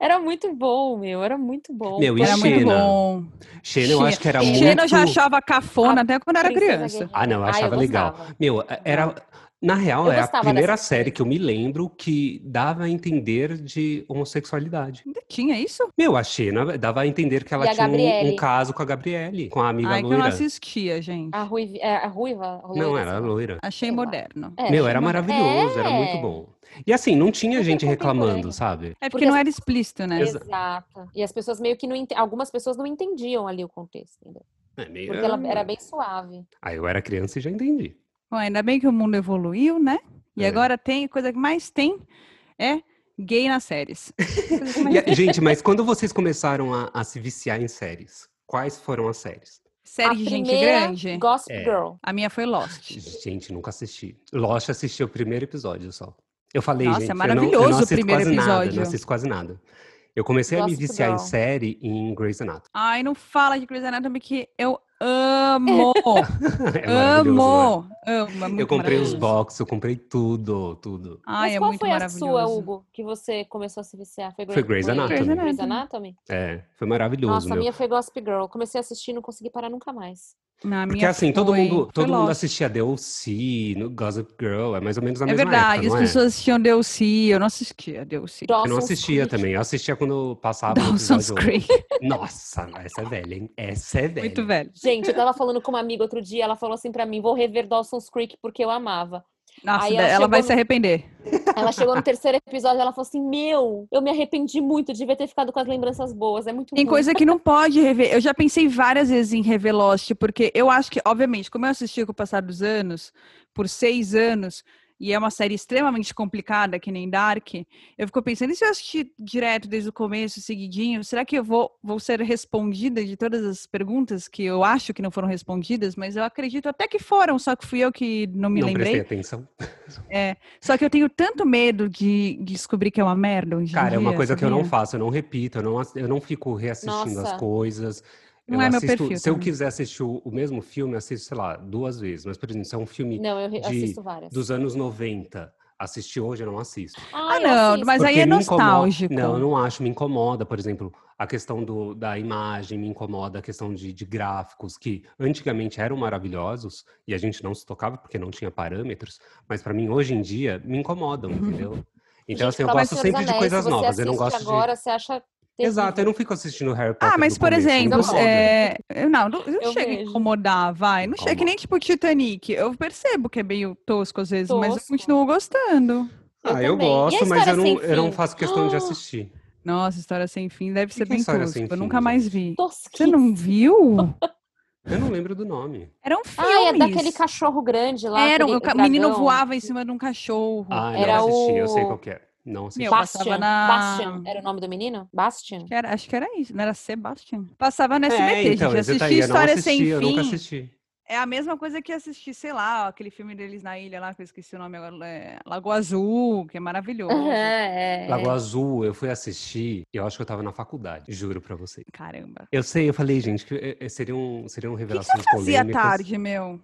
[SPEAKER 3] Era muito bom, meu. Era muito bom.
[SPEAKER 1] Meu, e
[SPEAKER 2] Era muito
[SPEAKER 1] Xena?
[SPEAKER 2] bom.
[SPEAKER 1] Xena, eu acho que era tá muito.
[SPEAKER 2] Xena eu já achava cafona
[SPEAKER 3] A
[SPEAKER 2] até quando era
[SPEAKER 3] Princesa
[SPEAKER 2] criança.
[SPEAKER 3] Guerreira.
[SPEAKER 1] Ah, não, eu
[SPEAKER 3] Ah, eu
[SPEAKER 1] achava legal.
[SPEAKER 3] gostava.
[SPEAKER 1] Meu, era. Na real,
[SPEAKER 3] Eu
[SPEAKER 1] é a
[SPEAKER 3] gostava
[SPEAKER 1] primeira
[SPEAKER 3] dessas
[SPEAKER 1] série
[SPEAKER 3] coisas.
[SPEAKER 1] que eu me lembro que dava a entender de homossexualidade.
[SPEAKER 2] Ainda tinha isso?
[SPEAKER 1] Meu, a Xena dava a entender que ela
[SPEAKER 3] E a
[SPEAKER 1] tinha um- um,
[SPEAKER 3] Gabriele.
[SPEAKER 1] caso com a Gabriele, com a amiga
[SPEAKER 2] Ai, que eu
[SPEAKER 1] loira.
[SPEAKER 2] não assistia, gente.
[SPEAKER 3] A, ruiva, é, a ruiva. a
[SPEAKER 1] Não,
[SPEAKER 3] loira,
[SPEAKER 1] era
[SPEAKER 3] sei lá.
[SPEAKER 1] loira.
[SPEAKER 2] Achei
[SPEAKER 3] sei lá.
[SPEAKER 2] moderno.
[SPEAKER 3] É,
[SPEAKER 1] Meu, era
[SPEAKER 3] chama-
[SPEAKER 1] maravilhoso, era muito
[SPEAKER 3] É.
[SPEAKER 1] bom. E assim, não tinha
[SPEAKER 3] Super
[SPEAKER 1] gente reclamando,
[SPEAKER 3] contemporâneo.
[SPEAKER 1] sabe?
[SPEAKER 2] É porque
[SPEAKER 3] Porque
[SPEAKER 2] não
[SPEAKER 3] as-
[SPEAKER 2] era explícito, né?
[SPEAKER 1] Exa-
[SPEAKER 3] Exato. E as pessoas meio que não ente- algumas pessoas não entendiam ali o contexto, entendeu?
[SPEAKER 1] É meio...
[SPEAKER 3] Porque ela era bem suave.
[SPEAKER 1] Ah, eu era criança e já entendi.
[SPEAKER 2] Bom, ainda bem que o mundo evoluiu, né? E
[SPEAKER 1] É.
[SPEAKER 2] agora tem, coisa que mais tem é gay nas séries. Coisa que mais
[SPEAKER 1] E a- gente, mas quando vocês começaram a, a se viciar em séries? Quais foram as séries?
[SPEAKER 2] Série
[SPEAKER 3] a
[SPEAKER 2] de gente
[SPEAKER 3] primeira
[SPEAKER 2] grande.
[SPEAKER 3] Gossip
[SPEAKER 1] É.
[SPEAKER 3] Girl.
[SPEAKER 2] A minha foi Lost.
[SPEAKER 1] Gente, nunca assisti. Lost assisti o primeiro episódio só. Eu falei,
[SPEAKER 2] Nossa, é
[SPEAKER 1] gente, eu não- eu não
[SPEAKER 2] maravilhoso o
[SPEAKER 1] assisto
[SPEAKER 2] primeiro
[SPEAKER 1] quase nada,
[SPEAKER 2] episódio.
[SPEAKER 1] não assisto quase nada. Eu comecei a me
[SPEAKER 3] Gossip
[SPEAKER 1] viciar em
[SPEAKER 3] Girl.
[SPEAKER 1] série e em Grey's Anatomy.
[SPEAKER 2] Ai, não fala de Grey's Anatomy que eu amo,
[SPEAKER 1] É maravilhoso, né?
[SPEAKER 2] amo, Ama, muito
[SPEAKER 1] Eu comprei os
[SPEAKER 2] maravilhoso.
[SPEAKER 1] box, eu comprei tudo, tudo.
[SPEAKER 2] Ai,
[SPEAKER 3] Mas
[SPEAKER 2] é
[SPEAKER 3] qual
[SPEAKER 2] muito
[SPEAKER 3] foi a sua,
[SPEAKER 2] maravilhoso.
[SPEAKER 3] Hugo, que você começou a se viciar?
[SPEAKER 1] Foi Grey's
[SPEAKER 2] Anatomy.
[SPEAKER 3] Grey's Anatomy?
[SPEAKER 1] É, foi maravilhoso,
[SPEAKER 3] Nossa, a
[SPEAKER 1] meu.
[SPEAKER 3] minha foi Gossip Girl. Comecei a assistir e não consegui parar nunca mais.
[SPEAKER 2] Na
[SPEAKER 1] Porque
[SPEAKER 2] minha
[SPEAKER 1] assim, todo
[SPEAKER 2] foi-
[SPEAKER 1] mundo,
[SPEAKER 2] foi
[SPEAKER 1] todo mundo
[SPEAKER 2] Lost.
[SPEAKER 1] assistia DLC, no Gossip Girl, é mais ou menos a
[SPEAKER 2] É
[SPEAKER 1] mesma
[SPEAKER 2] verdade,
[SPEAKER 1] época, não
[SPEAKER 2] as
[SPEAKER 1] é?
[SPEAKER 2] pessoas assistiam DLC, eu não assistia DLC.
[SPEAKER 1] Eu não
[SPEAKER 3] Dawson's
[SPEAKER 1] assistia
[SPEAKER 3] Creek.
[SPEAKER 1] também, eu assistia quando passava o
[SPEAKER 2] Dawson's
[SPEAKER 1] episódio.
[SPEAKER 2] Creek,
[SPEAKER 1] Nossa, essa é velha, hein? Essa é velha.
[SPEAKER 2] muito velho.
[SPEAKER 3] Gente, eu tava falando com uma amiga outro dia, ela falou assim pra mim, vou rever Dawson's Creek porque eu amava.
[SPEAKER 2] Nossa,
[SPEAKER 3] Aí ela
[SPEAKER 2] ela, vai
[SPEAKER 3] chegou
[SPEAKER 2] se
[SPEAKER 3] no-
[SPEAKER 2] arrepender.
[SPEAKER 3] Ela chegou no terceiro episódio e ela falou assim: Meu, eu me arrependi muito, devia ter ficado com as lembranças boas. É muito
[SPEAKER 2] Tem
[SPEAKER 3] ruim."
[SPEAKER 2] coisa que não pode rever. Eu já pensei várias vezes em rever Lost, porque eu acho que, obviamente, como eu assisti com o passar dos anos, por seis anos, e é uma série extremamente complicada, que nem Dark, eu fico pensando, e se eu assistir direto desde o começo, seguidinho, será que eu vou, vou ser respondida de todas as perguntas que eu acho que não foram respondidas, mas eu acredito até que foram, só que fui eu que não me
[SPEAKER 1] não prestei
[SPEAKER 2] lembrei.
[SPEAKER 1] atenção.
[SPEAKER 2] Só que eu tenho tanto medo de de descobrir que é uma merda um dia.
[SPEAKER 1] Cara, é uma coisa que eu não
[SPEAKER 2] sabia?
[SPEAKER 1] faço, eu não repito, eu não, ass- eu não fico reassistindo
[SPEAKER 3] Nossa.
[SPEAKER 1] as coisas.
[SPEAKER 2] Não
[SPEAKER 1] eu
[SPEAKER 2] é meu
[SPEAKER 1] assisto,
[SPEAKER 2] perfil
[SPEAKER 1] se eu
[SPEAKER 2] também.
[SPEAKER 1] quiser assistir o, o mesmo filme, eu assisto, sei lá, duas vezes. Mas, por exemplo, se é um filme
[SPEAKER 3] Não, eu re-
[SPEAKER 1] de-
[SPEAKER 3] assisto várias.
[SPEAKER 1] dos anos 90, assistir hoje, eu não assisto.
[SPEAKER 2] Ah,
[SPEAKER 3] eu
[SPEAKER 2] não,
[SPEAKER 3] assisto.
[SPEAKER 2] mas aí
[SPEAKER 1] Porque
[SPEAKER 2] é
[SPEAKER 1] me incomoda-
[SPEAKER 2] nostálgico.
[SPEAKER 1] Não, eu não acho, me incomoda, por exemplo, a questão do, da imagem, me incomoda a questão de, de gráficos, que antigamente eram maravilhosos e a gente não se tocava porque não tinha parâmetros, mas pra mim, hoje em dia, me incomodam, entendeu? Então,
[SPEAKER 3] Gente,
[SPEAKER 1] assim, eu
[SPEAKER 3] fala
[SPEAKER 1] gosto
[SPEAKER 3] Senhor dos
[SPEAKER 1] sempre de
[SPEAKER 3] Anéis,
[SPEAKER 1] coisas
[SPEAKER 3] se você
[SPEAKER 1] novas, eu não
[SPEAKER 3] assiste
[SPEAKER 1] gosto de.
[SPEAKER 3] agora, você acha terrível.
[SPEAKER 1] Exato, eu não fico assistindo Harry Potter.
[SPEAKER 2] Ah, mas
[SPEAKER 1] do
[SPEAKER 2] por
[SPEAKER 1] começo, me
[SPEAKER 2] exemplo,
[SPEAKER 3] incomoda.
[SPEAKER 2] é, eu não, não, não
[SPEAKER 3] Eu
[SPEAKER 2] chega a
[SPEAKER 3] vejo.
[SPEAKER 2] incomodar, vai. Não chega é que
[SPEAKER 1] Incomoda.
[SPEAKER 2] nem tipo Titanic. Eu percebo que é meio tosco às vezes, mas eu
[SPEAKER 3] Tosco.
[SPEAKER 2] continuo gostando.
[SPEAKER 3] eu
[SPEAKER 1] Ah, eu
[SPEAKER 3] também. E a
[SPEAKER 1] gosto, mas
[SPEAKER 3] História
[SPEAKER 1] eu não,
[SPEAKER 3] Sem
[SPEAKER 1] eu não
[SPEAKER 3] Fim?
[SPEAKER 1] faço questão de
[SPEAKER 3] Ah!
[SPEAKER 1] assistir.
[SPEAKER 2] Nossa, história sem fim deve
[SPEAKER 1] Que que
[SPEAKER 2] ser
[SPEAKER 1] é
[SPEAKER 2] bem
[SPEAKER 1] História
[SPEAKER 2] tosca.
[SPEAKER 1] Sem
[SPEAKER 2] Eu
[SPEAKER 1] Fim,
[SPEAKER 2] nunca mais
[SPEAKER 1] gente?
[SPEAKER 2] vi. Você
[SPEAKER 3] Tosquíssimo.
[SPEAKER 2] não viu?
[SPEAKER 1] Eu não lembro do nome.
[SPEAKER 2] Era um filme.
[SPEAKER 3] Ah, é daquele cachorro grande lá.
[SPEAKER 2] Era,
[SPEAKER 3] aquele-
[SPEAKER 2] o ca- menino
[SPEAKER 3] dragão.
[SPEAKER 2] voava em cima de um cachorro.
[SPEAKER 1] Ah,
[SPEAKER 3] Era
[SPEAKER 1] não assisti, eu sei
[SPEAKER 3] o-
[SPEAKER 1] qual que é. Não assisti.
[SPEAKER 2] Meu,
[SPEAKER 3] Bastian.
[SPEAKER 2] passava na-
[SPEAKER 3] Bastian. Era o nome do menino? Bastian?
[SPEAKER 2] Acho que era, acho que era isso, não era Sebastian. Passava no SBT,
[SPEAKER 1] é, então,
[SPEAKER 2] gente.
[SPEAKER 1] esse
[SPEAKER 2] Assistir
[SPEAKER 1] daí eu não
[SPEAKER 2] História
[SPEAKER 1] assisti,
[SPEAKER 2] Sem
[SPEAKER 1] eu
[SPEAKER 2] Fim
[SPEAKER 1] nunca assisti.
[SPEAKER 2] é a mesma coisa que assistir, sei lá, aquele filme deles na ilha lá, que eu esqueci o nome agora, é Lagoa Azul, que é maravilhoso.
[SPEAKER 3] Aham, é.
[SPEAKER 1] Lagoa Azul, eu fui assistir, eu acho que eu tava na faculdade, juro pra vocês.
[SPEAKER 2] Caramba.
[SPEAKER 1] Eu sei, eu falei, gente, que eh, eh, seriam, seriam
[SPEAKER 2] O que, que
[SPEAKER 1] revelações
[SPEAKER 2] você fazia à
[SPEAKER 1] polêmicas.
[SPEAKER 2] tarde, meu?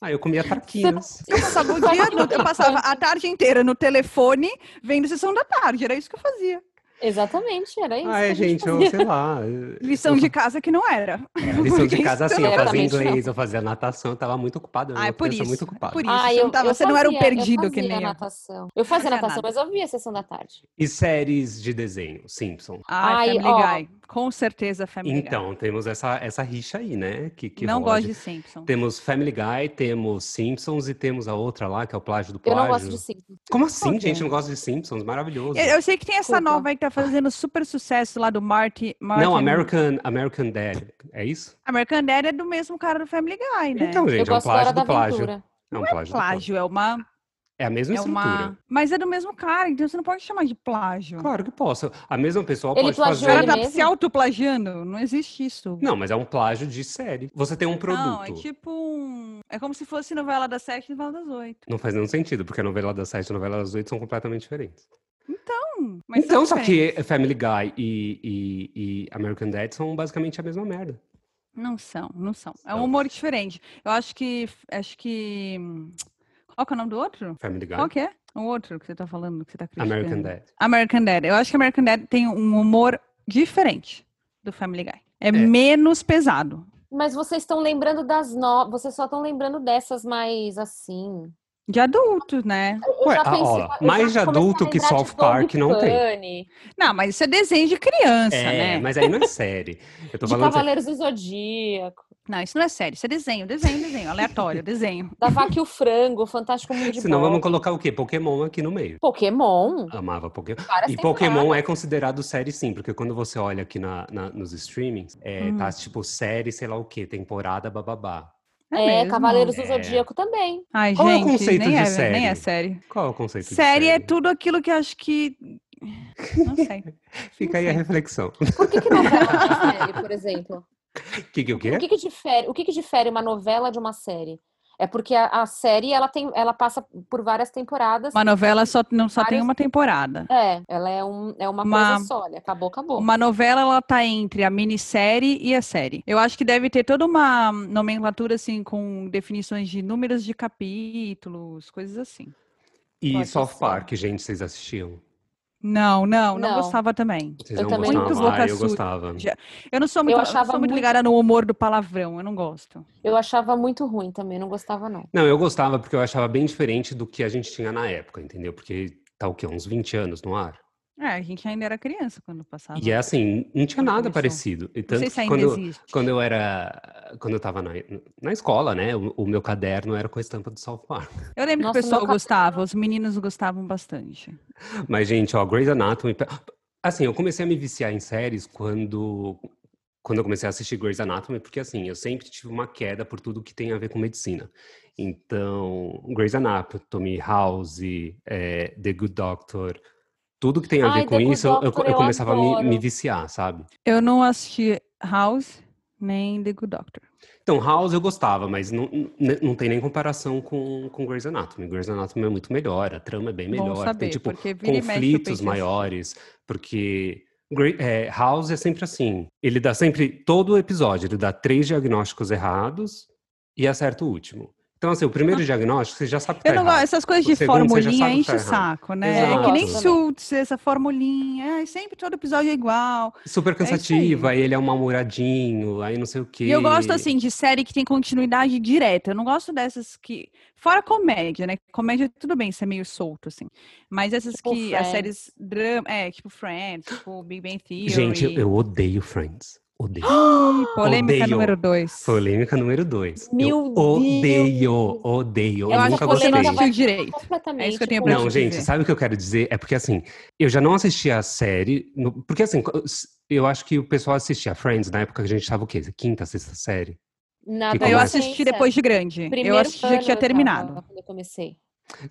[SPEAKER 1] Ah, eu comia taquinhas.
[SPEAKER 2] Eu passava, o dia no- eu passava a tarde inteira no telefone vendo Sessão da Tarde, era isso que eu fazia.
[SPEAKER 3] Exatamente, era isso.
[SPEAKER 1] Ah,
[SPEAKER 3] que a
[SPEAKER 1] é, gente, eu sei lá. eh,
[SPEAKER 2] Lição
[SPEAKER 1] eu-
[SPEAKER 2] de casa que não era.
[SPEAKER 1] Lição de
[SPEAKER 2] Porque
[SPEAKER 1] casa,
[SPEAKER 2] isso
[SPEAKER 1] assim, eu fazia
[SPEAKER 3] Certamente não.
[SPEAKER 1] inglês, eu fazia natação, eu tava muito ocupada, eu
[SPEAKER 2] Ah,
[SPEAKER 1] era
[SPEAKER 2] é
[SPEAKER 1] uma
[SPEAKER 2] por
[SPEAKER 1] criança
[SPEAKER 2] isso,
[SPEAKER 1] muito
[SPEAKER 2] é
[SPEAKER 1] ocupada.
[SPEAKER 2] por isso.
[SPEAKER 3] Ah,
[SPEAKER 2] Você
[SPEAKER 3] eu,
[SPEAKER 2] não tava-
[SPEAKER 3] eu
[SPEAKER 2] você não era um
[SPEAKER 3] fazia- eu
[SPEAKER 2] perdido que
[SPEAKER 3] fazia
[SPEAKER 2] nem eu.
[SPEAKER 3] natação. Eu fazia
[SPEAKER 2] Não fazia
[SPEAKER 3] natação,
[SPEAKER 2] nada.
[SPEAKER 3] mas eu via a sessão da tarde.
[SPEAKER 1] E séries de desenho, Simpson.
[SPEAKER 2] Ai,
[SPEAKER 3] Ai,
[SPEAKER 2] Family
[SPEAKER 3] ó.
[SPEAKER 2] Guy. Com certeza,
[SPEAKER 3] Ah,
[SPEAKER 2] Family Guy.
[SPEAKER 1] Então, temos essa, essa rixa aí, né? Que, que
[SPEAKER 2] não
[SPEAKER 1] rola
[SPEAKER 2] gosto
[SPEAKER 1] de-
[SPEAKER 2] de Simpson.
[SPEAKER 1] Temos Family Guy, temos Simpsons e temos a outra lá, que é o plágio do
[SPEAKER 3] Eu
[SPEAKER 1] plágio.
[SPEAKER 3] não gosto de Simpsons.
[SPEAKER 1] Como assim,
[SPEAKER 3] Por quê?
[SPEAKER 1] gente? Não gosta de Simpsons? Maravilhoso.
[SPEAKER 2] Eu, eu sei que tem essa
[SPEAKER 3] Desculpa.
[SPEAKER 2] nova aí que tá fazendo super sucesso lá do Marty. Martin
[SPEAKER 1] Não, American, American Dad. É isso?
[SPEAKER 2] American Dad é do mesmo cara do Family Guy, né?
[SPEAKER 1] Então,
[SPEAKER 3] Eu
[SPEAKER 1] gente, é um
[SPEAKER 3] gosto da Hora
[SPEAKER 1] plágio
[SPEAKER 3] da
[SPEAKER 1] do plágio.
[SPEAKER 3] Aventura.
[SPEAKER 1] É um
[SPEAKER 2] não é
[SPEAKER 1] plágio. do plágio.
[SPEAKER 2] plágio, é uma,
[SPEAKER 1] É a mesma
[SPEAKER 2] é uma.
[SPEAKER 1] estrutura.
[SPEAKER 2] Mas é do mesmo cara, então você não pode chamar de plágio.
[SPEAKER 1] Claro que posso. A mesma pessoa
[SPEAKER 3] Ele
[SPEAKER 1] pode
[SPEAKER 2] O
[SPEAKER 3] plagiou
[SPEAKER 1] fazer.
[SPEAKER 2] cara
[SPEAKER 3] ele
[SPEAKER 2] tá
[SPEAKER 3] mesmo?
[SPEAKER 2] se autoplagiando, não existe isso.
[SPEAKER 1] Não, mas é um plágio de série. Você tem um produto.
[SPEAKER 2] Não,
[SPEAKER 1] Não,
[SPEAKER 2] é tipo um. É como se fosse novela das sete e novela das oito.
[SPEAKER 1] faz nenhum sentido, porque a novela das sete e a novela das oito são completamente diferentes.
[SPEAKER 2] Hum, mas são
[SPEAKER 1] então, só
[SPEAKER 2] diferentes.
[SPEAKER 1] que Family Guy e, e- e American Dad são basicamente a mesma merda.
[SPEAKER 2] Não são, não são. É um
[SPEAKER 1] São.
[SPEAKER 2] humor diferente. Eu acho que. Acho que. hum, Qual que é o nome do outro?
[SPEAKER 1] Family Guy,
[SPEAKER 2] Qual que é? O outro que você tá falando, que você tá criticando.
[SPEAKER 1] American Dad.
[SPEAKER 2] American Dad. Eu acho que American Dad tem um humor diferente do Family Guy. É, menos pesado.
[SPEAKER 3] Mas vocês estão lembrando das novas. Vocês só estão lembrando dessas mais assim.
[SPEAKER 2] De adultos, né?
[SPEAKER 3] Eu
[SPEAKER 1] Ué,
[SPEAKER 3] já
[SPEAKER 1] ah, ó,
[SPEAKER 3] eu já
[SPEAKER 1] mais de
[SPEAKER 3] comecei a
[SPEAKER 1] adulto que
[SPEAKER 3] lembrar de
[SPEAKER 1] South Park
[SPEAKER 3] Dog
[SPEAKER 1] não tem.
[SPEAKER 3] Funny,
[SPEAKER 2] Não, mas isso é desenho de criança,
[SPEAKER 1] É,
[SPEAKER 2] né?
[SPEAKER 1] mas aí não é série. Eu tô falando. assim.
[SPEAKER 3] De
[SPEAKER 1] sério.
[SPEAKER 3] Cavaleiros do Zodíaco,
[SPEAKER 2] Não, isso não é sério. Isso é desenho, desenho, desenho. Aleatório, desenho.
[SPEAKER 3] da Vaca e o Frango, Fantástico Mundo de
[SPEAKER 1] Senão
[SPEAKER 3] Bob.
[SPEAKER 1] vamos colocar o quê? Pokémon aqui no meio.
[SPEAKER 3] Pokémon.
[SPEAKER 1] Amava Pokémon.
[SPEAKER 3] várias
[SPEAKER 1] E Pokémon
[SPEAKER 3] temporadas.
[SPEAKER 1] é considerado série sim, porque quando você olha aqui na, na- nos streamings, é,
[SPEAKER 2] Hum.
[SPEAKER 1] tá tipo série, sei lá o quê, temporada, bababá.
[SPEAKER 3] É,
[SPEAKER 2] mesmo?
[SPEAKER 3] Cavaleiros do
[SPEAKER 1] É.
[SPEAKER 3] Zodíaco também.
[SPEAKER 2] Ai,
[SPEAKER 1] Qual é o
[SPEAKER 2] gente,
[SPEAKER 1] conceito
[SPEAKER 2] nem
[SPEAKER 1] de
[SPEAKER 2] é, Nem é
[SPEAKER 1] série?
[SPEAKER 2] sério.
[SPEAKER 1] Qual é o conceito de
[SPEAKER 2] Série é
[SPEAKER 1] série?
[SPEAKER 2] tudo aquilo que eu acho que. Não sei.
[SPEAKER 1] Fica aí a reflexão.
[SPEAKER 3] Por que, que novela difere, por exemplo?
[SPEAKER 1] O que, que o
[SPEAKER 3] O
[SPEAKER 1] quê?
[SPEAKER 3] que, que difere? O que, que difere uma novela de uma série? É porque a, a série ela tem, ela passa por várias temporadas.
[SPEAKER 2] Uma novela só, não, só tem
[SPEAKER 3] Várias-
[SPEAKER 2] uma temporada.
[SPEAKER 3] É, ela é, um, é uma,
[SPEAKER 2] Uma-
[SPEAKER 3] coisa só, olha, acabou, acabou.
[SPEAKER 2] Uma novela, ela tá entre a minissérie e a série. Eu acho que deve ter toda uma hum, nomenclatura, assim, com definições de números de capítulos, coisas assim.
[SPEAKER 1] E
[SPEAKER 3] Pode
[SPEAKER 1] South
[SPEAKER 3] ser.
[SPEAKER 1] Park, gente, vocês assistiam?
[SPEAKER 2] Não, não, não,
[SPEAKER 3] Não.
[SPEAKER 2] gostava também.
[SPEAKER 1] Vocês
[SPEAKER 3] Eu
[SPEAKER 1] não
[SPEAKER 3] também não.
[SPEAKER 1] gostavam?
[SPEAKER 2] Muito
[SPEAKER 1] ah,
[SPEAKER 2] boca
[SPEAKER 1] eu
[SPEAKER 2] suja.
[SPEAKER 1] gostava.
[SPEAKER 2] Já- Eu não sou muito, eu não sou
[SPEAKER 3] achava
[SPEAKER 2] muito
[SPEAKER 3] muito-
[SPEAKER 2] ligada no humor do palavrão, eu não gosto.
[SPEAKER 3] Eu achava muito ruim também, não gostava não.
[SPEAKER 1] Não, eu gostava porque eu achava bem diferente do que a gente tinha na época, entendeu? Porque tá o quê? Uns 20 anos no ar?
[SPEAKER 2] É, a gente ainda era criança quando passava.
[SPEAKER 1] E é assim, não tinha
[SPEAKER 2] Quando
[SPEAKER 1] nada
[SPEAKER 2] começou.
[SPEAKER 1] parecido. E
[SPEAKER 2] Não
[SPEAKER 1] tanto
[SPEAKER 2] sei
[SPEAKER 1] que
[SPEAKER 2] se ainda
[SPEAKER 1] quando,
[SPEAKER 2] existe.
[SPEAKER 1] quando eu era. Quando eu tava na, na escola, né? O, o meu caderno era com a estampa do South Park.
[SPEAKER 2] Eu lembro
[SPEAKER 3] Nossa,
[SPEAKER 2] que o
[SPEAKER 3] o
[SPEAKER 2] pessoal
[SPEAKER 3] meu cabelo-
[SPEAKER 2] gostava, os meninos gostavam bastante.
[SPEAKER 1] Mas, gente, ó, Grey's Anatomy. Assim, eu comecei a me viciar em séries quando. Quando eu comecei a assistir Grey's Anatomy, porque assim, eu sempre tive uma queda por tudo que tem a ver com medicina. Então, Grey's Anatomy, House, eh, The Good Doctor, tudo que tem a ver
[SPEAKER 3] Ai,
[SPEAKER 1] com
[SPEAKER 3] The Good
[SPEAKER 1] isso, eu- eu,
[SPEAKER 3] Doctor
[SPEAKER 1] eu
[SPEAKER 3] eu
[SPEAKER 1] começava a me, me
[SPEAKER 3] adoro.
[SPEAKER 1] viciar, sabe?
[SPEAKER 2] Eu não assisti House nem The Good Doctor.
[SPEAKER 1] Então, House eu gostava, mas não, n- não tem nem comparação com, com Grey's Anatomy. Grey's Anatomy é muito melhor, a trama é bem melhor.
[SPEAKER 2] Bom saber,
[SPEAKER 1] tem, tipo,
[SPEAKER 2] porque vira e mexe eu
[SPEAKER 1] conflitos
[SPEAKER 2] penso assim.
[SPEAKER 1] maiores, porque Grey- é, House é sempre assim. Ele dá sempre, todo episódio, ele dá três diagnósticos errados e acerta o último. Então, assim, o primeiro diagnóstico, você já sabe que tá
[SPEAKER 2] Ah. Eu não
[SPEAKER 1] errado.
[SPEAKER 2] gosto, essas coisas de
[SPEAKER 1] O segundo, você já
[SPEAKER 2] formulinha
[SPEAKER 1] sabe que
[SPEAKER 2] enche
[SPEAKER 1] tá
[SPEAKER 2] o
[SPEAKER 1] errado.
[SPEAKER 2] saco, né? É
[SPEAKER 3] Exato.
[SPEAKER 2] que nem
[SPEAKER 3] Gosto.
[SPEAKER 2] Suits, essa formulinha, é sempre todo episódio é igual.
[SPEAKER 1] Super
[SPEAKER 2] isso aí.
[SPEAKER 1] cansativa, aí ele é um mal-humoradinho, aí não sei o quê.
[SPEAKER 2] E eu gosto, assim, de série que tem continuidade direta. Eu não gosto dessas que. Fora comédia, né? Comédia, tudo bem, ser meio solto, assim. Mas essas
[SPEAKER 3] Tipo
[SPEAKER 2] que. As
[SPEAKER 3] Friends.
[SPEAKER 2] séries drama. É, tipo Friends, tipo Big Bang Theory. Hum,
[SPEAKER 1] Gente, eu, eu odeio Friends. Odeio.
[SPEAKER 2] Polêmica
[SPEAKER 1] odeio.
[SPEAKER 2] número dois.
[SPEAKER 1] Polêmica número 2.
[SPEAKER 3] Meu
[SPEAKER 1] eu odeio, odeio.
[SPEAKER 2] Eu
[SPEAKER 1] Eu
[SPEAKER 2] acho
[SPEAKER 1] nunca
[SPEAKER 2] que você não
[SPEAKER 1] gostei.
[SPEAKER 2] assistiu direito.
[SPEAKER 3] Completamente.
[SPEAKER 2] É isso que eu tenho pra
[SPEAKER 1] Não,
[SPEAKER 2] te
[SPEAKER 1] gente,
[SPEAKER 2] dizer.
[SPEAKER 1] sabe o que eu quero dizer? É porque assim, eu já não assistia a série. no- Porque assim, eu acho que o pessoal assistia Friends na época que a gente tava o quê? Quinta, sexta série?
[SPEAKER 3] Nada
[SPEAKER 1] que
[SPEAKER 2] Então, Eu
[SPEAKER 1] começa.
[SPEAKER 2] assisti depois de grande. eu assisti já
[SPEAKER 3] ano tá
[SPEAKER 2] que tinha
[SPEAKER 3] eu
[SPEAKER 2] terminado.
[SPEAKER 3] tava Quando eu comecei.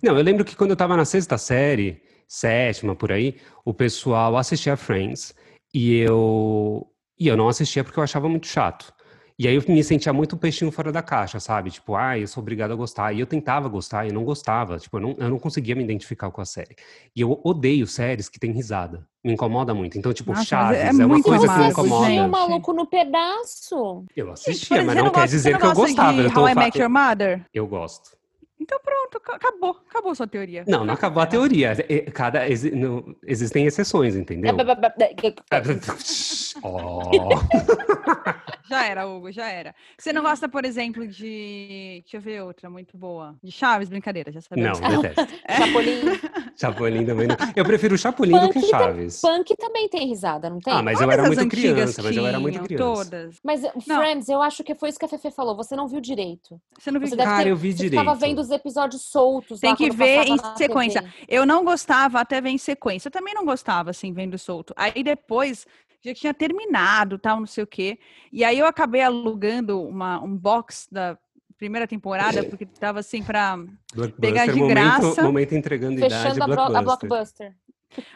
[SPEAKER 1] Não, eu lembro que quando eu tava na sexta série, sétima por aí, o pessoal assistia Friends e eu e eu não assistia porque eu achava muito chato. E aí eu me sentia muito peixinho fora da caixa, sabe? Tipo, ah, eu sou obrigado a gostar. E eu tentava gostar e eu não gostava. Tipo, eu não, eu não conseguia me identificar com a série. E eu odeio séries que têm risada. Me incomoda muito. Então, tipo,
[SPEAKER 2] Nossa, mas
[SPEAKER 1] Chaves
[SPEAKER 2] é
[SPEAKER 1] é, uma
[SPEAKER 2] muito
[SPEAKER 1] coisa que me
[SPEAKER 2] amargo,
[SPEAKER 1] incomoda.
[SPEAKER 2] gente.
[SPEAKER 3] o um maluco no pedaço.
[SPEAKER 1] Eu
[SPEAKER 2] por
[SPEAKER 1] assistia,
[SPEAKER 2] exemplo,
[SPEAKER 1] mas não,
[SPEAKER 2] você
[SPEAKER 1] quer
[SPEAKER 2] gosta- você
[SPEAKER 1] dizer
[SPEAKER 2] não
[SPEAKER 1] que eu
[SPEAKER 2] gosta
[SPEAKER 1] gostava.
[SPEAKER 2] De
[SPEAKER 1] Eu, tô
[SPEAKER 2] How I
[SPEAKER 1] fa-
[SPEAKER 2] Met Your Mother?
[SPEAKER 1] eu gosto.
[SPEAKER 2] Então pronto, ca- acabou. Acabou sua teoria.
[SPEAKER 1] Não, não acabou a teoria. É, Cada, exi- não- existem exceções, entendeu? Ó.
[SPEAKER 2] Tá Já era, Hugo, já era. Você não gosta, por exemplo, de. Deixa eu ver outra muito boa. De Chaves, brincadeira, já sabemos.
[SPEAKER 1] Não, detesto.
[SPEAKER 2] É.
[SPEAKER 3] Chapolin.
[SPEAKER 1] Chapolin também não. Eu prefiro Chapolin do que
[SPEAKER 3] Punk tam-
[SPEAKER 1] Chaves.
[SPEAKER 3] Punk também tem risada, não tem?
[SPEAKER 1] Ah, mas eu
[SPEAKER 2] Todas
[SPEAKER 1] era
[SPEAKER 2] as
[SPEAKER 1] muito
[SPEAKER 2] antigas
[SPEAKER 1] criança, mas eu era muito
[SPEAKER 2] tinham,
[SPEAKER 1] criança.
[SPEAKER 2] Todas.
[SPEAKER 3] Mas eh, Friends, eu acho que foi isso que a Fefe falou. Você não viu direito.
[SPEAKER 2] Você não viu
[SPEAKER 3] Você
[SPEAKER 2] que-
[SPEAKER 3] deve
[SPEAKER 1] Cara,
[SPEAKER 3] ter-
[SPEAKER 1] eu vi
[SPEAKER 3] você
[SPEAKER 1] direito.
[SPEAKER 3] estava vendo os episódios soltos.
[SPEAKER 2] Tem
[SPEAKER 3] lá
[SPEAKER 2] que
[SPEAKER 3] quando
[SPEAKER 2] ver
[SPEAKER 3] passava
[SPEAKER 2] em
[SPEAKER 3] na
[SPEAKER 2] sequência.
[SPEAKER 3] TV.
[SPEAKER 2] Eu não gostava até ver em sequência. Eu também não gostava, assim, vendo solto. Aí depois já tinha terminado, tal, não sei o quê. E aí eu acabei alugando uma, um box da primeira temporada, porque tava assim pra.
[SPEAKER 1] Blockbuster,
[SPEAKER 2] Pegar de
[SPEAKER 1] momento,
[SPEAKER 2] graça.
[SPEAKER 1] momento entregando idade,
[SPEAKER 3] Fechando a, bro- a
[SPEAKER 1] Blockbuster.
[SPEAKER 3] Blockbuster.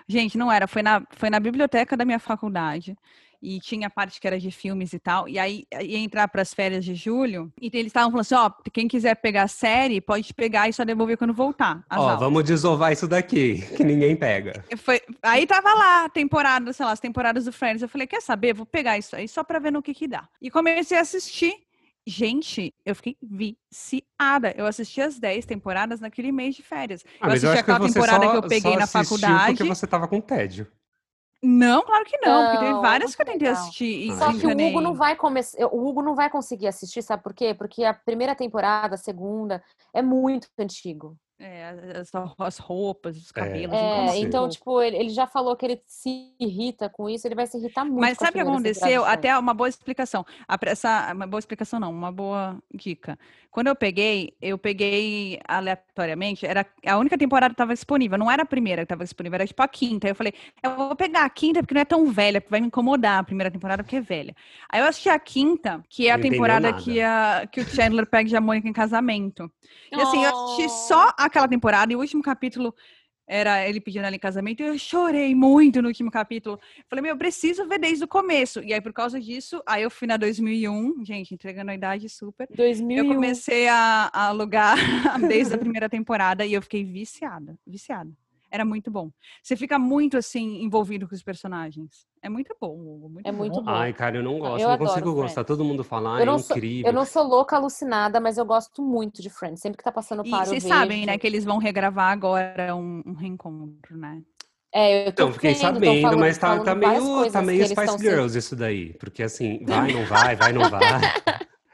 [SPEAKER 2] Gente, não era, foi na, foi na biblioteca da minha faculdade. E tinha a parte que era de filmes e tal. E aí eh, ia entrar para as férias de julho. E eles estavam falando assim: ó, quem quiser pegar a série, pode pegar e só devolver quando voltar. às
[SPEAKER 1] Ó,
[SPEAKER 2] aulas."
[SPEAKER 1] vamos desovar isso daqui, que ninguém pega.
[SPEAKER 2] Foi- aí tava lá, a temporada, sei lá, as temporadas do Friends. Eu falei, quer saber? Vou pegar isso aí só pra ver no que que dá. E comecei a assistir. Gente, eu fiquei viciada. Eu assisti as 10 temporadas naquele mês de férias.
[SPEAKER 1] Ah, mas eu
[SPEAKER 2] assisti
[SPEAKER 1] acho que
[SPEAKER 2] aquela
[SPEAKER 1] você
[SPEAKER 2] temporada
[SPEAKER 1] só,
[SPEAKER 2] que eu peguei
[SPEAKER 1] só
[SPEAKER 2] na
[SPEAKER 1] assistiu
[SPEAKER 2] faculdade.
[SPEAKER 1] porque você tava com tédio.
[SPEAKER 2] Não, claro que não, porque teve
[SPEAKER 3] Não,
[SPEAKER 2] várias
[SPEAKER 3] não
[SPEAKER 2] que eu tentei
[SPEAKER 3] legal.
[SPEAKER 2] assistir. E
[SPEAKER 1] Ah,
[SPEAKER 3] Só
[SPEAKER 1] sim.
[SPEAKER 3] que o Hugo não
[SPEAKER 2] desencanei.
[SPEAKER 3] vai começar, o Hugo não vai conseguir assistir, sabe por quê? Porque a primeira temporada, a segunda, é muito antigo.
[SPEAKER 2] É, as, as- as roupas, os
[SPEAKER 1] É.
[SPEAKER 2] cabelos.
[SPEAKER 3] É,
[SPEAKER 2] incomoda um
[SPEAKER 3] então,
[SPEAKER 2] pouco.
[SPEAKER 3] tipo, ele, ele já falou que ele se irrita com isso, ele vai se irritar muito. assim
[SPEAKER 2] Mas
[SPEAKER 3] com a
[SPEAKER 2] sabe o que
[SPEAKER 3] primeira
[SPEAKER 2] aconteceu?
[SPEAKER 3] temporada de
[SPEAKER 2] Até uma boa explicação. A pre- Essa, uma boa explicação não, uma boa dica. Quando eu peguei, eu peguei aleatoriamente, era a única temporada que estava disponível, não era a primeira que estava disponível, era tipo a quinta. Aí eu falei, eu vou pegar a quinta porque não é tão velha, porque vai me incomodar a primeira temporada porque é velha. Aí eu assisti a quinta, que é a
[SPEAKER 1] Não entendeu
[SPEAKER 2] temporada
[SPEAKER 1] nada.
[SPEAKER 2] que, a, que o Chandler pega a Mônica em casamento. E
[SPEAKER 3] Friends.
[SPEAKER 2] assim, eu assisti só aquela temporada e o último capítulo era ele pedindo ela em casamento, e eu chorei muito no último capítulo. Falei, meu, eu preciso ver desde o começo. E aí, por causa disso, aí eu fui na 2001, gente, entregando a idade super.
[SPEAKER 3] 2001.
[SPEAKER 2] Eu comecei a, a alugar desde a primeira temporada e eu fiquei viciada, viciada. Era muito bom. Você fica muito, assim, envolvido com os personagens. É muito bom, Hugo. Muito
[SPEAKER 3] É
[SPEAKER 2] bom.
[SPEAKER 3] muito bom.
[SPEAKER 1] Ai, cara, eu não gosto,
[SPEAKER 3] Eu
[SPEAKER 1] não
[SPEAKER 3] adoro
[SPEAKER 1] consigo
[SPEAKER 3] Friends.
[SPEAKER 1] gostar. Todo mundo fala,
[SPEAKER 3] Eu
[SPEAKER 1] "Ai,
[SPEAKER 3] não
[SPEAKER 1] é
[SPEAKER 3] sou-
[SPEAKER 1] incrível.
[SPEAKER 3] Eu não sou louca, alucinada, mas eu gosto muito de Friends. Sempre que tá passando
[SPEAKER 2] E
[SPEAKER 3] para
[SPEAKER 2] vocês
[SPEAKER 3] eu
[SPEAKER 2] sabem,
[SPEAKER 3] vejo.
[SPEAKER 2] né, que eles vão regravar agora um, um reencontro, né?
[SPEAKER 3] É, eu tô
[SPEAKER 1] Então, fiquei
[SPEAKER 3] vendo, tão
[SPEAKER 1] sabendo,
[SPEAKER 3] falando-
[SPEAKER 1] mas tá,
[SPEAKER 3] falando
[SPEAKER 1] tá
[SPEAKER 3] várias
[SPEAKER 1] meio,
[SPEAKER 3] coisas
[SPEAKER 1] tá meio
[SPEAKER 3] que eles
[SPEAKER 1] Spice
[SPEAKER 3] tão se-
[SPEAKER 1] Girls isso daí. Porque assim, vai, não vai, vai, não vai.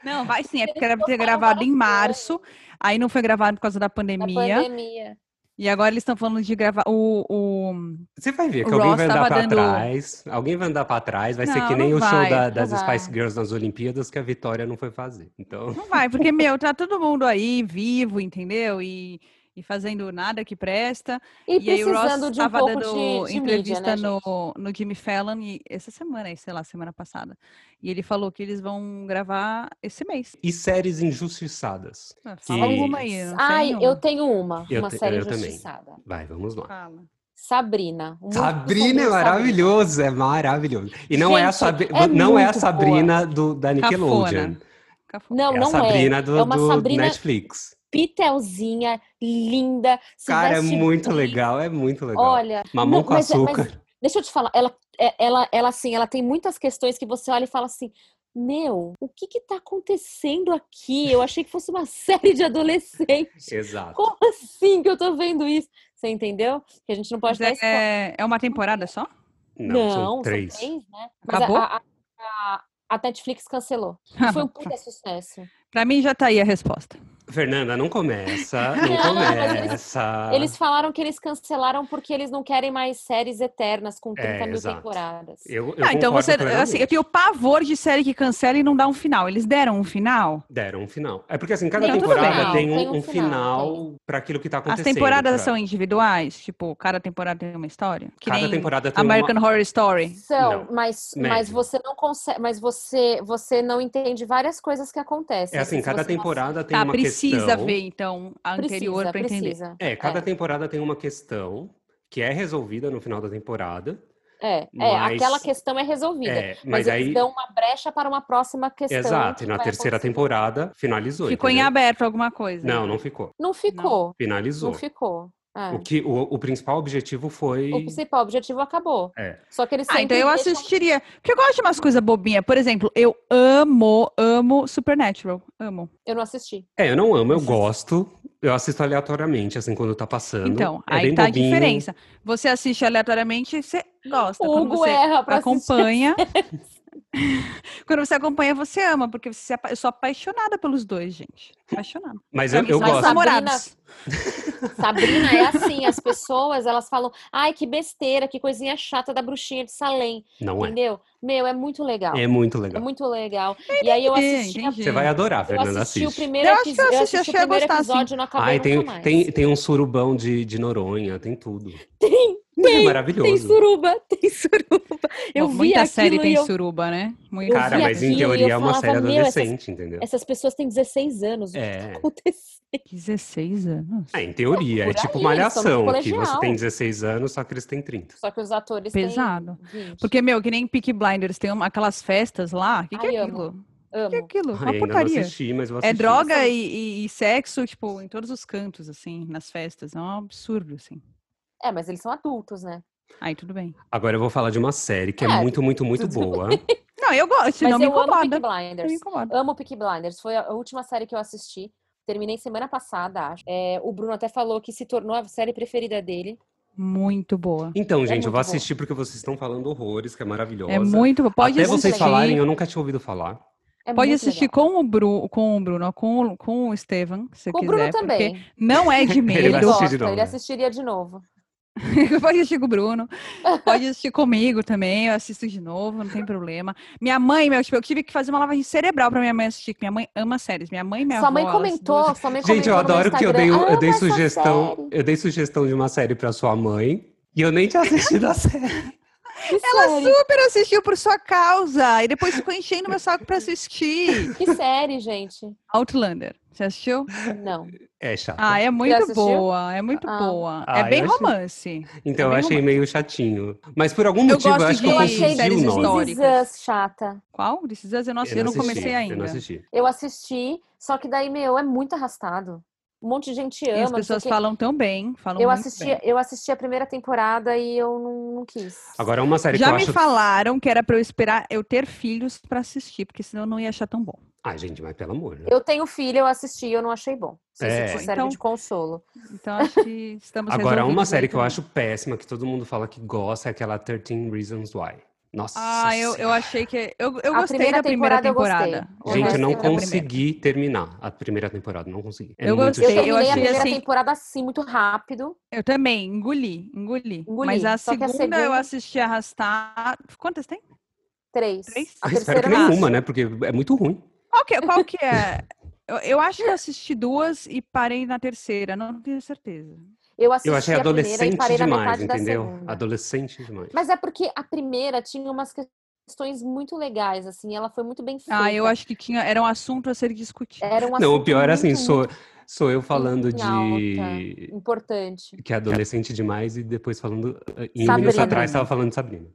[SPEAKER 2] Não, vai sim, é porque era pra ter
[SPEAKER 3] tocaram
[SPEAKER 2] gravado em
[SPEAKER 3] várias
[SPEAKER 2] março, aí não foi gravado por causa da
[SPEAKER 3] Na
[SPEAKER 2] pandemia,
[SPEAKER 3] pandemia.
[SPEAKER 2] e agora eles estão falando de gravar o... o...
[SPEAKER 1] Você vai ver que
[SPEAKER 2] O
[SPEAKER 1] alguém
[SPEAKER 2] Ross
[SPEAKER 1] vai andar
[SPEAKER 2] tava
[SPEAKER 1] pra
[SPEAKER 2] dando-
[SPEAKER 1] trás, alguém vai andar pra trás, vai ser
[SPEAKER 2] Não,
[SPEAKER 1] que nem
[SPEAKER 2] não
[SPEAKER 1] o show
[SPEAKER 2] vai,
[SPEAKER 1] da-
[SPEAKER 2] não
[SPEAKER 1] das
[SPEAKER 3] vai.
[SPEAKER 1] Spice Girls nas Olimpíadas que a Vitória não foi fazer. Então,
[SPEAKER 2] Não vai, porque, meu, tá todo mundo aí, vivo, entendeu? E, e fazendo nada que presta.
[SPEAKER 3] E,
[SPEAKER 2] E, aí o
[SPEAKER 3] precisando
[SPEAKER 2] Ross
[SPEAKER 3] de um
[SPEAKER 2] estava
[SPEAKER 3] pouco de,
[SPEAKER 2] dando
[SPEAKER 3] de mídia,
[SPEAKER 2] entrevista
[SPEAKER 3] né, gente?
[SPEAKER 2] no, no Jimmy Fallon e- essa semana, aí, sei lá, semana passada. E ele falou que eles vão gravar esse mês.
[SPEAKER 1] e séries injustiçadas.
[SPEAKER 2] Ah,
[SPEAKER 1] Que-
[SPEAKER 2] Fala alguma aí, não sei
[SPEAKER 3] Ai,
[SPEAKER 2] nenhuma.
[SPEAKER 3] eu tenho uma.
[SPEAKER 1] Eu
[SPEAKER 3] uma
[SPEAKER 1] te-
[SPEAKER 3] série
[SPEAKER 1] eu também.
[SPEAKER 3] injustiçada.
[SPEAKER 1] Vai, vamos lá.
[SPEAKER 2] Fala.
[SPEAKER 3] Sabrina. Muito
[SPEAKER 1] Sabrina é
[SPEAKER 3] sobre
[SPEAKER 1] maravilhoso, é maravilhoso. E não é a,
[SPEAKER 3] Gente,
[SPEAKER 1] Sabri-
[SPEAKER 3] é
[SPEAKER 1] não é a
[SPEAKER 3] muito
[SPEAKER 1] Sabrina do, da Nickelodeon.
[SPEAKER 2] Cafona. Cafona.
[SPEAKER 3] Não,
[SPEAKER 1] é a
[SPEAKER 3] não
[SPEAKER 1] Sabrina
[SPEAKER 3] é.
[SPEAKER 1] do,
[SPEAKER 3] é uma
[SPEAKER 1] do
[SPEAKER 3] Sabrina
[SPEAKER 1] Netflix.
[SPEAKER 3] pitelzinha, linda. se
[SPEAKER 1] Cara, é
[SPEAKER 3] veste
[SPEAKER 1] muito
[SPEAKER 3] bem.
[SPEAKER 1] legal, é muito legal.
[SPEAKER 3] Olha,
[SPEAKER 1] Mamão
[SPEAKER 3] não,
[SPEAKER 1] com
[SPEAKER 3] mas é- mas-
[SPEAKER 1] açúcar.
[SPEAKER 3] deixa eu te falar, ela, é- ela, ela, assim, ela tem muitas questões que você olha e fala assim, meu, o que que tá acontecendo aqui? Eu achei que fosse uma série de adolescentes.
[SPEAKER 1] Exato.
[SPEAKER 3] Como assim que eu tô vendo isso? Você entendeu? Que a gente não pode dar
[SPEAKER 2] Mas
[SPEAKER 3] spoiler.
[SPEAKER 2] é, é uma temporada só?
[SPEAKER 1] Não, são três.
[SPEAKER 3] né? Mas
[SPEAKER 2] Acabou?
[SPEAKER 3] a, a- a- a Netflix cancelou. Foi um puta sucesso.
[SPEAKER 2] Pra mim já tá aí a resposta.
[SPEAKER 1] Fernanda, não começa,
[SPEAKER 3] Não,
[SPEAKER 1] não
[SPEAKER 3] mas eles-
[SPEAKER 1] começa.
[SPEAKER 3] Eles falaram que eles cancelaram porque eles não querem mais séries eternas com
[SPEAKER 1] É,
[SPEAKER 3] 30 mil
[SPEAKER 1] exato.
[SPEAKER 3] temporadas.
[SPEAKER 1] Eu, eu
[SPEAKER 2] Ah, então
[SPEAKER 1] concordo
[SPEAKER 2] você.
[SPEAKER 1] plenamente.
[SPEAKER 2] Assim, eu tenho pavor de série que cancela e não dá um final. Eles deram um final?
[SPEAKER 1] Deram um final. É porque assim, cada
[SPEAKER 2] Não, tudo
[SPEAKER 1] temporada
[SPEAKER 2] bem.
[SPEAKER 1] tem um,
[SPEAKER 3] Tem um
[SPEAKER 1] um
[SPEAKER 3] final,
[SPEAKER 1] final pra aquilo que tá
[SPEAKER 2] As
[SPEAKER 1] acontecendo.
[SPEAKER 2] temporadas
[SPEAKER 1] pra-
[SPEAKER 2] são individuais? Tipo, cada temporada tem uma história? Que
[SPEAKER 1] Cada
[SPEAKER 2] nem
[SPEAKER 1] temporada tem
[SPEAKER 2] American Horror Story.
[SPEAKER 3] São,
[SPEAKER 1] Não,
[SPEAKER 3] mas, mas
[SPEAKER 1] médio.
[SPEAKER 3] você não consegue, mas você, você não entende várias coisas que
[SPEAKER 1] uma.
[SPEAKER 3] acontecem.
[SPEAKER 1] É assim,
[SPEAKER 3] Se
[SPEAKER 1] cada
[SPEAKER 3] você não
[SPEAKER 1] temporada tem
[SPEAKER 2] Tá,
[SPEAKER 1] uma
[SPEAKER 2] precisa
[SPEAKER 1] questão.
[SPEAKER 2] ver então a
[SPEAKER 3] assiste.
[SPEAKER 2] anterior
[SPEAKER 3] Precisa,
[SPEAKER 2] pra entender.
[SPEAKER 3] precisa.
[SPEAKER 1] É, cada
[SPEAKER 3] É.
[SPEAKER 1] temporada tem uma questão que é resolvida no final da temporada.
[SPEAKER 3] É, é,
[SPEAKER 1] Mas-
[SPEAKER 3] aquela questão é resolvida.
[SPEAKER 1] É,
[SPEAKER 3] mas
[SPEAKER 1] mas
[SPEAKER 3] eles
[SPEAKER 1] aí.
[SPEAKER 3] dão uma brecha para uma próxima questão.
[SPEAKER 1] Exato,
[SPEAKER 3] que
[SPEAKER 1] e na
[SPEAKER 3] vai
[SPEAKER 1] terceira
[SPEAKER 3] acontecer.
[SPEAKER 1] temporada finalizou.
[SPEAKER 2] Ficou em
[SPEAKER 1] entendeu?
[SPEAKER 2] aberto alguma coisa?
[SPEAKER 1] Não, não ficou.
[SPEAKER 3] Não ficou. Não,
[SPEAKER 1] Finalizou.
[SPEAKER 3] ficou. É.
[SPEAKER 1] O, que, o, o principal objetivo foi.
[SPEAKER 3] O principal objetivo acabou.
[SPEAKER 1] É.
[SPEAKER 3] Só que eles
[SPEAKER 2] Ah, então
[SPEAKER 3] sempre
[SPEAKER 2] eu
[SPEAKER 3] deixam-
[SPEAKER 2] assistiria. Porque eu gosto de umas coisas bobinhas. Por exemplo, eu amo, amo Supernatural. Amo.
[SPEAKER 3] Eu não assisti.
[SPEAKER 1] É, eu não amo, eu
[SPEAKER 2] Assisto.
[SPEAKER 1] gosto. Eu assisto aleatoriamente, assim, quando tá passando.
[SPEAKER 2] Então,
[SPEAKER 1] é
[SPEAKER 2] aí
[SPEAKER 1] bem
[SPEAKER 2] tá
[SPEAKER 1] bobinho.
[SPEAKER 2] a diferença. Você assiste aleatoriamente e você gosta.
[SPEAKER 3] O
[SPEAKER 2] Quando
[SPEAKER 3] Hugo é
[SPEAKER 2] você
[SPEAKER 3] erra pra
[SPEAKER 2] acompanha. Quando você acompanha, você ama, porque você, se apa- eu sou apaixonada pelos dois, gente. Apaixonada.
[SPEAKER 1] Mas
[SPEAKER 2] Pra
[SPEAKER 1] eu,
[SPEAKER 2] mim,
[SPEAKER 1] eu
[SPEAKER 2] são meus
[SPEAKER 1] gosto.
[SPEAKER 3] Sabrina-
[SPEAKER 2] namorados.
[SPEAKER 3] Sabrina é assim, as pessoas, elas falam, ai, que besteira, que coisinha chata da bruxinha de Salem,
[SPEAKER 1] Não é.
[SPEAKER 3] entendeu? Meu, é muito legal.
[SPEAKER 1] É muito
[SPEAKER 3] É
[SPEAKER 1] legal.
[SPEAKER 3] muito legal. E aí eu
[SPEAKER 2] entendi,
[SPEAKER 3] assisti, a-
[SPEAKER 2] entendi.
[SPEAKER 1] Você vai adorar,
[SPEAKER 3] eu
[SPEAKER 1] Fernanda.
[SPEAKER 3] assisti o
[SPEAKER 1] Assiste.
[SPEAKER 3] primeiro
[SPEAKER 2] Eu acho que eu
[SPEAKER 3] episódio.
[SPEAKER 2] assisti,
[SPEAKER 3] o
[SPEAKER 2] achei a
[SPEAKER 3] primeiro
[SPEAKER 2] gostar, sim.
[SPEAKER 3] episódio e não acabei
[SPEAKER 1] Ai, tem,
[SPEAKER 3] nunca mais.
[SPEAKER 1] tem, tem um surubão de, de Noronha, tem tudo.
[SPEAKER 3] tem,
[SPEAKER 1] é
[SPEAKER 3] tem
[SPEAKER 1] maravilhoso.
[SPEAKER 3] suruba, tem suruba. Eu
[SPEAKER 2] Bom,
[SPEAKER 3] vi
[SPEAKER 2] Muita
[SPEAKER 3] aquilo
[SPEAKER 2] série
[SPEAKER 3] e
[SPEAKER 2] tem
[SPEAKER 3] eu-
[SPEAKER 2] suruba, né? Muita
[SPEAKER 1] Cara,
[SPEAKER 3] vi
[SPEAKER 1] mas em
[SPEAKER 3] aquilo e eu
[SPEAKER 1] teoria é uma
[SPEAKER 3] falava,
[SPEAKER 1] série
[SPEAKER 3] "Meu, essas-
[SPEAKER 1] adolescente, entendeu?
[SPEAKER 3] Essas pessoas têm 16 anos, o que
[SPEAKER 1] É.
[SPEAKER 3] tá acontecendo?
[SPEAKER 2] 16 anos.
[SPEAKER 1] É, em teoria. É
[SPEAKER 3] Por
[SPEAKER 1] tipo
[SPEAKER 3] aí,
[SPEAKER 1] uma
[SPEAKER 3] eles são no
[SPEAKER 1] malhação, que você
[SPEAKER 3] colegial.
[SPEAKER 1] tem 16 anos, só que eles têm 30.
[SPEAKER 3] Só que os atores
[SPEAKER 2] Pesado.
[SPEAKER 3] têm 20.
[SPEAKER 2] Porque, meu, que nem Peaky Blinders, tem uma- aquelas festas lá. O que, que
[SPEAKER 3] Ai,
[SPEAKER 2] é
[SPEAKER 3] amo.
[SPEAKER 2] aquilo? O que
[SPEAKER 3] Amo.
[SPEAKER 2] é aquilo? Uma
[SPEAKER 1] Ai, ainda não
[SPEAKER 2] porcaria.
[SPEAKER 1] assisti, mas vou
[SPEAKER 2] É
[SPEAKER 1] assistir.
[SPEAKER 2] droga e, e- e sexo, tipo, em todos os cantos, assim, nas festas. É um absurdo, assim.
[SPEAKER 3] É, mas eles são adultos, né?
[SPEAKER 2] Aí tudo bem.
[SPEAKER 1] Agora eu vou falar de uma série que é,
[SPEAKER 3] É,
[SPEAKER 1] muito, muito, muito
[SPEAKER 3] tudo
[SPEAKER 1] boa.
[SPEAKER 2] Não, eu gosto,
[SPEAKER 3] Mas
[SPEAKER 2] Ah, senão me
[SPEAKER 3] eu amo Peaky
[SPEAKER 2] incomoda. Não
[SPEAKER 3] Blinders.
[SPEAKER 2] me incomoda.
[SPEAKER 3] Amo Peaky Blinders. Foi a a última série que eu assisti. Terminei semana passada, acho. É, o Bruno até falou que se tornou a série preferida dele.
[SPEAKER 2] Muito boa.
[SPEAKER 1] Então, gente, eu
[SPEAKER 3] muito
[SPEAKER 1] vou
[SPEAKER 3] boa.
[SPEAKER 1] assistir porque vocês estão falando horrores, que é maravilhosa.
[SPEAKER 2] É muito boa. Pode
[SPEAKER 1] Até
[SPEAKER 2] assistir.
[SPEAKER 1] vocês
[SPEAKER 3] legal.
[SPEAKER 1] falarem, eu nunca tinha ouvido falar.
[SPEAKER 3] É
[SPEAKER 2] Pode
[SPEAKER 3] muito
[SPEAKER 2] assistir
[SPEAKER 3] legal.
[SPEAKER 2] com o, Bru, com o Bruno, com, o- com o Estevam, se
[SPEAKER 3] com o
[SPEAKER 2] quiser.
[SPEAKER 3] Bruno
[SPEAKER 2] porque
[SPEAKER 3] também.
[SPEAKER 2] Não é de
[SPEAKER 1] Ele
[SPEAKER 3] Ele,
[SPEAKER 1] vai
[SPEAKER 2] medo.
[SPEAKER 1] assistir
[SPEAKER 3] gosta,
[SPEAKER 1] de novo,
[SPEAKER 3] ele
[SPEAKER 1] né?
[SPEAKER 3] assistiria de novo.
[SPEAKER 2] Pode assistir com o Bruno. Pode assistir comigo também. Eu assisto de novo, não tem problema. Minha mãe, meu, tipo, eu tive que fazer uma lavagem cerebral pra minha mãe assistir, porque minha mãe ama séries. Minha mãe e minha
[SPEAKER 3] sua
[SPEAKER 2] avó,
[SPEAKER 3] mãe
[SPEAKER 2] elas
[SPEAKER 3] comentou,
[SPEAKER 2] duas-
[SPEAKER 3] sua mãe
[SPEAKER 1] Gente,
[SPEAKER 3] comentou
[SPEAKER 1] eu
[SPEAKER 3] no
[SPEAKER 1] adoro
[SPEAKER 3] meu
[SPEAKER 1] que eu dei,
[SPEAKER 3] Instagram,
[SPEAKER 1] eu dei
[SPEAKER 2] "Ah,
[SPEAKER 3] "Amo essa
[SPEAKER 1] sugestão,
[SPEAKER 3] série".
[SPEAKER 1] eu dei sugestão de uma série pra sua mãe e eu nem tinha assistido a série.
[SPEAKER 3] Que
[SPEAKER 2] Ela
[SPEAKER 3] série,
[SPEAKER 2] super assistiu por sua causa e depois ficou enchendo meu saco pra assistir.
[SPEAKER 3] que série, gente.
[SPEAKER 2] Outlander. Você assistiu?
[SPEAKER 3] Não.
[SPEAKER 1] É chato.
[SPEAKER 2] Ah, é muito
[SPEAKER 3] assistiu?
[SPEAKER 2] boa, é muito
[SPEAKER 3] Ah.
[SPEAKER 2] boa.
[SPEAKER 1] Ah,
[SPEAKER 2] é bem
[SPEAKER 1] eu achei-
[SPEAKER 2] romance.
[SPEAKER 1] Então eu
[SPEAKER 2] É bem
[SPEAKER 1] achei meio chatinho. Mas por algum
[SPEAKER 2] Eu
[SPEAKER 1] motivo eu
[SPEAKER 2] gosto
[SPEAKER 1] acho que
[SPEAKER 2] de
[SPEAKER 1] eu
[SPEAKER 2] achei
[SPEAKER 1] confundi
[SPEAKER 2] séries
[SPEAKER 1] o nome.
[SPEAKER 2] históricas.
[SPEAKER 3] This Is Us chata.
[SPEAKER 2] Qual? Decisões eu não, assi- eu não
[SPEAKER 1] assisti,
[SPEAKER 2] comecei ainda.
[SPEAKER 1] Eu não assisti.
[SPEAKER 3] Eu assisti, só que daí, meu, é muito arrastado. Um monte de gente ama.
[SPEAKER 2] e as
[SPEAKER 3] não sei
[SPEAKER 2] pessoas
[SPEAKER 3] o quê.
[SPEAKER 2] falam tão bem, falam
[SPEAKER 3] Eu
[SPEAKER 2] muito
[SPEAKER 3] assisti,
[SPEAKER 2] bem.
[SPEAKER 3] eu assisti a primeira temporada e eu não, não quis.
[SPEAKER 1] Agora, uma série que
[SPEAKER 2] Já
[SPEAKER 1] eu
[SPEAKER 2] me
[SPEAKER 1] acho...
[SPEAKER 2] falaram que era pra eu esperar eu ter filhos pra assistir, porque senão eu não ia achar tão bom.
[SPEAKER 1] Ah, gente, mas pelo amor, né?
[SPEAKER 3] Eu tenho filho, eu assisti e eu não achei bom. Se
[SPEAKER 1] É.
[SPEAKER 3] isso te serve
[SPEAKER 2] Então-
[SPEAKER 3] de consolo.
[SPEAKER 2] Então acho que estamos
[SPEAKER 1] Agora, uma
[SPEAKER 2] resolvidos
[SPEAKER 1] série
[SPEAKER 2] aí
[SPEAKER 1] que eu
[SPEAKER 2] também.
[SPEAKER 1] acho péssima, que todo mundo fala que gosta, é aquela 13 Reasons Why. Nossa
[SPEAKER 2] Ah, eu, eu achei que. Eu, eu
[SPEAKER 3] A
[SPEAKER 2] gostei
[SPEAKER 3] primeira
[SPEAKER 2] da primeira
[SPEAKER 3] temporada eu gostei.
[SPEAKER 2] temporada.
[SPEAKER 3] O
[SPEAKER 1] Gente, eu não
[SPEAKER 3] resto é a
[SPEAKER 1] consegui terminar a primeira temporada, não consegui. É
[SPEAKER 2] Eu
[SPEAKER 1] muito
[SPEAKER 2] gostei,
[SPEAKER 3] eu
[SPEAKER 1] chato.
[SPEAKER 3] terminei
[SPEAKER 2] achei
[SPEAKER 3] a primeira
[SPEAKER 2] assim-
[SPEAKER 3] temporada assim, muito rápido.
[SPEAKER 2] Eu também, engoli, engoli.
[SPEAKER 3] Engoli,
[SPEAKER 2] Mas a
[SPEAKER 3] só que a
[SPEAKER 2] segunda, eu
[SPEAKER 3] segunda-
[SPEAKER 2] assisti arrastar. Quantas tem?
[SPEAKER 3] Três.
[SPEAKER 2] Três?
[SPEAKER 3] A
[SPEAKER 1] Ah,
[SPEAKER 3] terceira
[SPEAKER 1] espero que
[SPEAKER 2] não.
[SPEAKER 1] nenhuma, né? Porque é muito ruim.
[SPEAKER 2] Qual que, qual que é? Eu, eu acho que eu assisti duas e parei na terceira, não tenho certeza.
[SPEAKER 3] eu assisti
[SPEAKER 1] Eu achei
[SPEAKER 3] a primeira e
[SPEAKER 1] adolescente
[SPEAKER 3] parei na
[SPEAKER 1] demais,
[SPEAKER 3] metade da
[SPEAKER 1] entendeu?
[SPEAKER 3] segunda.
[SPEAKER 1] Adolescente demais.
[SPEAKER 3] Mas é porque a primeira tinha umas questões muito legais, assim, ela foi muito bem feita.
[SPEAKER 2] Ah, eu acho que tinha, era um assunto a ser discutido.
[SPEAKER 3] Era um
[SPEAKER 1] Não, o
[SPEAKER 3] assunto
[SPEAKER 1] pior é assim,
[SPEAKER 3] muito,
[SPEAKER 1] sou,
[SPEAKER 3] muito
[SPEAKER 1] sou eu falando
[SPEAKER 3] em
[SPEAKER 1] de
[SPEAKER 3] alta. importante.
[SPEAKER 1] que é adolescente demais e depois falando. Em um
[SPEAKER 3] Sabrina.
[SPEAKER 1] minuto atrás tava falando de Sabrina.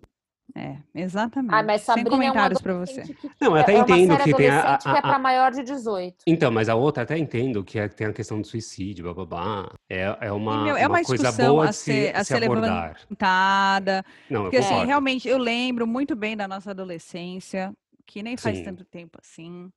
[SPEAKER 2] É, exatamente.
[SPEAKER 3] Ah, mas
[SPEAKER 2] Sem
[SPEAKER 3] Sabrina é uma
[SPEAKER 2] comentários pra você.
[SPEAKER 3] adolescente que-
[SPEAKER 1] Não, eu até
[SPEAKER 3] é
[SPEAKER 1] entendo
[SPEAKER 3] uma série
[SPEAKER 1] que tem a-
[SPEAKER 3] adolescente
[SPEAKER 1] a-
[SPEAKER 3] que é
[SPEAKER 1] a-
[SPEAKER 3] pra maior de 18.
[SPEAKER 1] Então, mas a outra até entendo que é- tem a questão do suicídio, blá blá blá. É, é, uma,
[SPEAKER 2] meu, é uma
[SPEAKER 1] coisa
[SPEAKER 2] discussão
[SPEAKER 1] boa
[SPEAKER 2] a
[SPEAKER 1] de se,
[SPEAKER 2] ser- a
[SPEAKER 1] se
[SPEAKER 2] ser levan-
[SPEAKER 1] abordar.
[SPEAKER 2] Pintada,
[SPEAKER 1] Não, eu
[SPEAKER 2] Porque assim,
[SPEAKER 1] concordo.
[SPEAKER 2] realmente, eu lembro muito bem da nossa adolescência, que nem faz
[SPEAKER 1] Sim.
[SPEAKER 2] tanto tempo assim.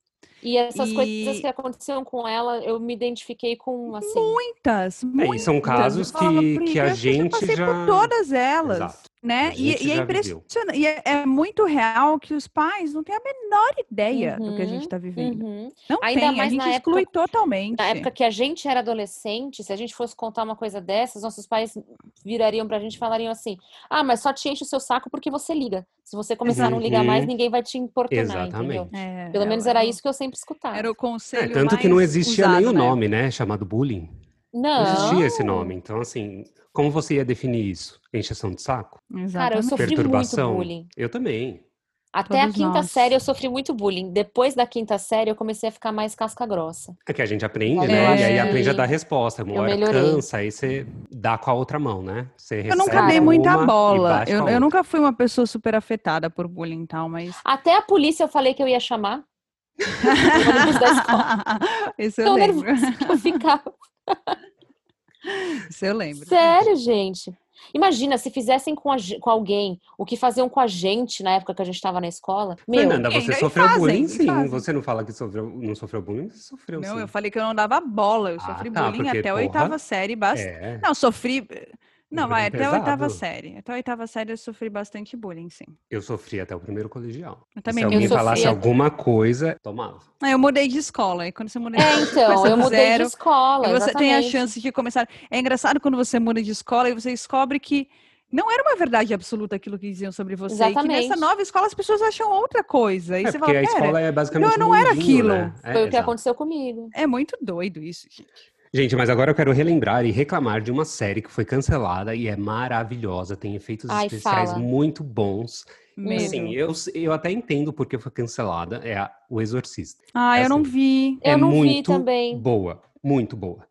[SPEAKER 3] E essas
[SPEAKER 2] E-
[SPEAKER 3] coisas que aconteceram com ela, eu me identifiquei com, assim...
[SPEAKER 2] Muitas,
[SPEAKER 1] É, e
[SPEAKER 2] muitas.
[SPEAKER 1] são casos
[SPEAKER 2] Eu falava,
[SPEAKER 1] que,
[SPEAKER 2] "Pri,
[SPEAKER 1] que a
[SPEAKER 2] eu já
[SPEAKER 1] gente
[SPEAKER 2] passei
[SPEAKER 1] já.
[SPEAKER 2] por todas elas,
[SPEAKER 1] Exato.
[SPEAKER 2] né?
[SPEAKER 1] A
[SPEAKER 2] E,
[SPEAKER 1] gente
[SPEAKER 2] e é
[SPEAKER 1] já viveu.
[SPEAKER 2] impressionante, e é, é muito real que os pais não têm a menor ideia do que a gente
[SPEAKER 3] Uhum,
[SPEAKER 2] está vivendo.
[SPEAKER 3] Uhum.
[SPEAKER 2] Não
[SPEAKER 3] Ainda
[SPEAKER 2] tem, a
[SPEAKER 3] mais
[SPEAKER 2] gente
[SPEAKER 3] na
[SPEAKER 2] exclui
[SPEAKER 3] época-
[SPEAKER 2] totalmente.
[SPEAKER 3] Na época que a gente era adolescente, se a gente fosse contar uma coisa dessas, nossos pais virariam pra gente e falariam assim: Ah, mas só te enche o seu saco porque você liga. Se você começar a não ligar mais,
[SPEAKER 1] Uhum.
[SPEAKER 3] ninguém vai te
[SPEAKER 2] né,
[SPEAKER 3] importunar, entendeu?
[SPEAKER 1] Exatamente.
[SPEAKER 2] É,
[SPEAKER 3] Pelo
[SPEAKER 2] é,
[SPEAKER 3] menos
[SPEAKER 2] é
[SPEAKER 3] era
[SPEAKER 2] o-
[SPEAKER 3] isso que eu sempre escutava.
[SPEAKER 2] Era o
[SPEAKER 1] É,
[SPEAKER 2] conselho
[SPEAKER 1] tanto que não
[SPEAKER 2] mais
[SPEAKER 1] existia
[SPEAKER 2] usado
[SPEAKER 1] nem o
[SPEAKER 2] na
[SPEAKER 1] nome, né? Chamado bullying. Não
[SPEAKER 3] Não.
[SPEAKER 1] existia esse nome. Então, assim, como você ia definir isso? Encheção de saco?
[SPEAKER 2] época.
[SPEAKER 3] Cara, eu
[SPEAKER 2] Exatamente.
[SPEAKER 3] sofri muito
[SPEAKER 1] Perturbação?
[SPEAKER 3] bullying.
[SPEAKER 1] Eu também.
[SPEAKER 3] Até
[SPEAKER 2] Todos
[SPEAKER 3] a quinta
[SPEAKER 2] nós.
[SPEAKER 3] série eu sofri muito bullying. Depois da quinta série eu comecei a ficar mais casca grossa.
[SPEAKER 1] É que a gente aprende,
[SPEAKER 3] É.
[SPEAKER 1] né? E aí aprende a dar resposta. Uma
[SPEAKER 3] Eu
[SPEAKER 1] hora
[SPEAKER 3] melhorei.
[SPEAKER 1] cansa, aí você dá com a outra mão, né? Você
[SPEAKER 2] Eu nunca
[SPEAKER 1] recebe
[SPEAKER 2] dei muita
[SPEAKER 1] uma e
[SPEAKER 2] bola.
[SPEAKER 1] bate com a
[SPEAKER 2] Eu, eu
[SPEAKER 1] outra.
[SPEAKER 2] nunca fui uma pessoa super afetada por bullying e tal, mas.
[SPEAKER 3] Até a polícia eu falei que eu ia chamar. ônibus da escola.
[SPEAKER 2] Isso eu
[SPEAKER 3] Tão
[SPEAKER 2] lembro.
[SPEAKER 3] nervosa que eu ficava.
[SPEAKER 2] Isso eu lembro.
[SPEAKER 3] Sério, gente. Imagina se fizessem com, a ge- com alguém o que faziam com a gente na época que a gente estava na escola. Meu,
[SPEAKER 1] Fernanda,
[SPEAKER 2] e
[SPEAKER 1] você
[SPEAKER 2] ainda- e
[SPEAKER 1] sofreu
[SPEAKER 2] fazem,
[SPEAKER 1] bullying,
[SPEAKER 2] e
[SPEAKER 1] sim.
[SPEAKER 2] fazem.
[SPEAKER 1] Você não fala que sofreu, não sofreu bullying? Você sofreu,
[SPEAKER 2] Não,
[SPEAKER 1] sim.
[SPEAKER 2] eu falei que eu não dava bola. Eu
[SPEAKER 1] Ah,
[SPEAKER 2] sofri
[SPEAKER 1] tá,
[SPEAKER 2] bullying
[SPEAKER 1] porque,
[SPEAKER 2] até a
[SPEAKER 1] porra,
[SPEAKER 2] oitava série bastante.
[SPEAKER 1] É.
[SPEAKER 2] Não, sofri. Não,
[SPEAKER 1] Bullying
[SPEAKER 2] vai, até a oitava
[SPEAKER 1] pesado.
[SPEAKER 2] série. Até a oitava série eu sofri bastante bullying, sim.
[SPEAKER 1] Eu sofri até o primeiro colegial.
[SPEAKER 2] Eu
[SPEAKER 1] Se
[SPEAKER 2] também
[SPEAKER 1] alguém
[SPEAKER 3] sofri
[SPEAKER 1] falasse
[SPEAKER 3] até-
[SPEAKER 1] alguma coisa, tomava.
[SPEAKER 2] Ah, Eu mudei de escola. E quando você muda de
[SPEAKER 3] É,
[SPEAKER 2] escola, você
[SPEAKER 3] então,
[SPEAKER 2] começa
[SPEAKER 3] eu
[SPEAKER 2] do
[SPEAKER 3] mudei
[SPEAKER 2] zero.
[SPEAKER 3] de escola.
[SPEAKER 2] E você tem a
[SPEAKER 3] É, exatamente.
[SPEAKER 2] chance de começar. É engraçado quando você muda de escola e você descobre que não era uma verdade absoluta aquilo que diziam sobre você. E que nessa
[SPEAKER 3] Exatamente.
[SPEAKER 2] nova escola as pessoas acham outra coisa. E
[SPEAKER 1] é
[SPEAKER 2] você
[SPEAKER 1] porque
[SPEAKER 2] fala,
[SPEAKER 1] a escola
[SPEAKER 2] "Pera,
[SPEAKER 1] é basicamente
[SPEAKER 2] não- não era
[SPEAKER 1] mundinho, né? É,
[SPEAKER 3] Foi o que
[SPEAKER 1] exato.
[SPEAKER 3] aconteceu comigo.
[SPEAKER 2] é muito doido isso, gente.
[SPEAKER 1] Gente, mas agora eu quero relembrar e reclamar de uma série que foi cancelada e é maravilhosa, tem efeitos
[SPEAKER 3] Ai,
[SPEAKER 1] especiais
[SPEAKER 3] fala.
[SPEAKER 1] muito bons.
[SPEAKER 2] Medo.
[SPEAKER 1] Assim, eu, eu até entendo porque foi cancelada, é a- O Exorcista.
[SPEAKER 2] ah, eu não
[SPEAKER 1] assim,
[SPEAKER 2] vi,
[SPEAKER 1] É
[SPEAKER 3] eu não vi
[SPEAKER 1] muito
[SPEAKER 3] também.
[SPEAKER 1] Boa, muito boa.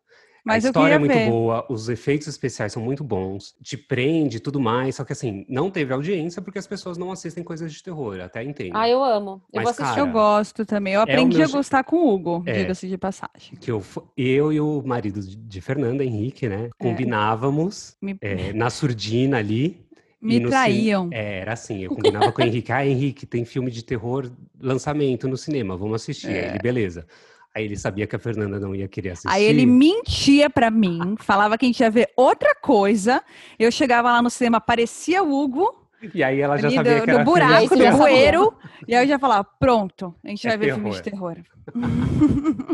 [SPEAKER 2] mas
[SPEAKER 1] a
[SPEAKER 2] eu
[SPEAKER 1] história
[SPEAKER 2] queria
[SPEAKER 1] é muito
[SPEAKER 2] ver.
[SPEAKER 1] boa, os efeitos especiais são muito bons, te prende e tudo mais, só que assim, não teve audiência porque as pessoas não assistem coisas de terror, até entendo.
[SPEAKER 3] Ah, eu amo. Eu
[SPEAKER 1] Mas,
[SPEAKER 3] vou assistir.
[SPEAKER 1] cara,
[SPEAKER 2] Eu gosto também. Eu
[SPEAKER 1] o
[SPEAKER 2] aprendi
[SPEAKER 1] meu
[SPEAKER 2] a
[SPEAKER 1] je-
[SPEAKER 2] gostar com o Hugo,
[SPEAKER 1] É.
[SPEAKER 2] diga-se de passagem.
[SPEAKER 1] Que eu, fo- eu e o marido de- de Fernanda, Henrique, né, combinávamos
[SPEAKER 2] É. Me,
[SPEAKER 1] é, na surdina ali.
[SPEAKER 2] me
[SPEAKER 1] no cin-
[SPEAKER 2] traíam.
[SPEAKER 1] É, era assim, eu combinava com o Henrique. Ah, Henrique, tem filme de terror lançamento no cinema, vamos assistir. Aí ele, beleza. Aí ele sabia que a Fernanda não ia querer assistir.
[SPEAKER 2] É. Aí ele mentia pra mim, falava que a gente ia ver outra coisa. Eu chegava lá no cinema, aparecia o Hugo.
[SPEAKER 1] E aí ela já
[SPEAKER 2] ali
[SPEAKER 1] sabia
[SPEAKER 2] do,
[SPEAKER 1] que
[SPEAKER 2] do
[SPEAKER 1] era filme de
[SPEAKER 2] buraco,
[SPEAKER 3] E aí
[SPEAKER 2] do
[SPEAKER 3] você já
[SPEAKER 2] bueiro. E aí eu já falava, pronto, a gente
[SPEAKER 1] É
[SPEAKER 2] vai ver filme de terror.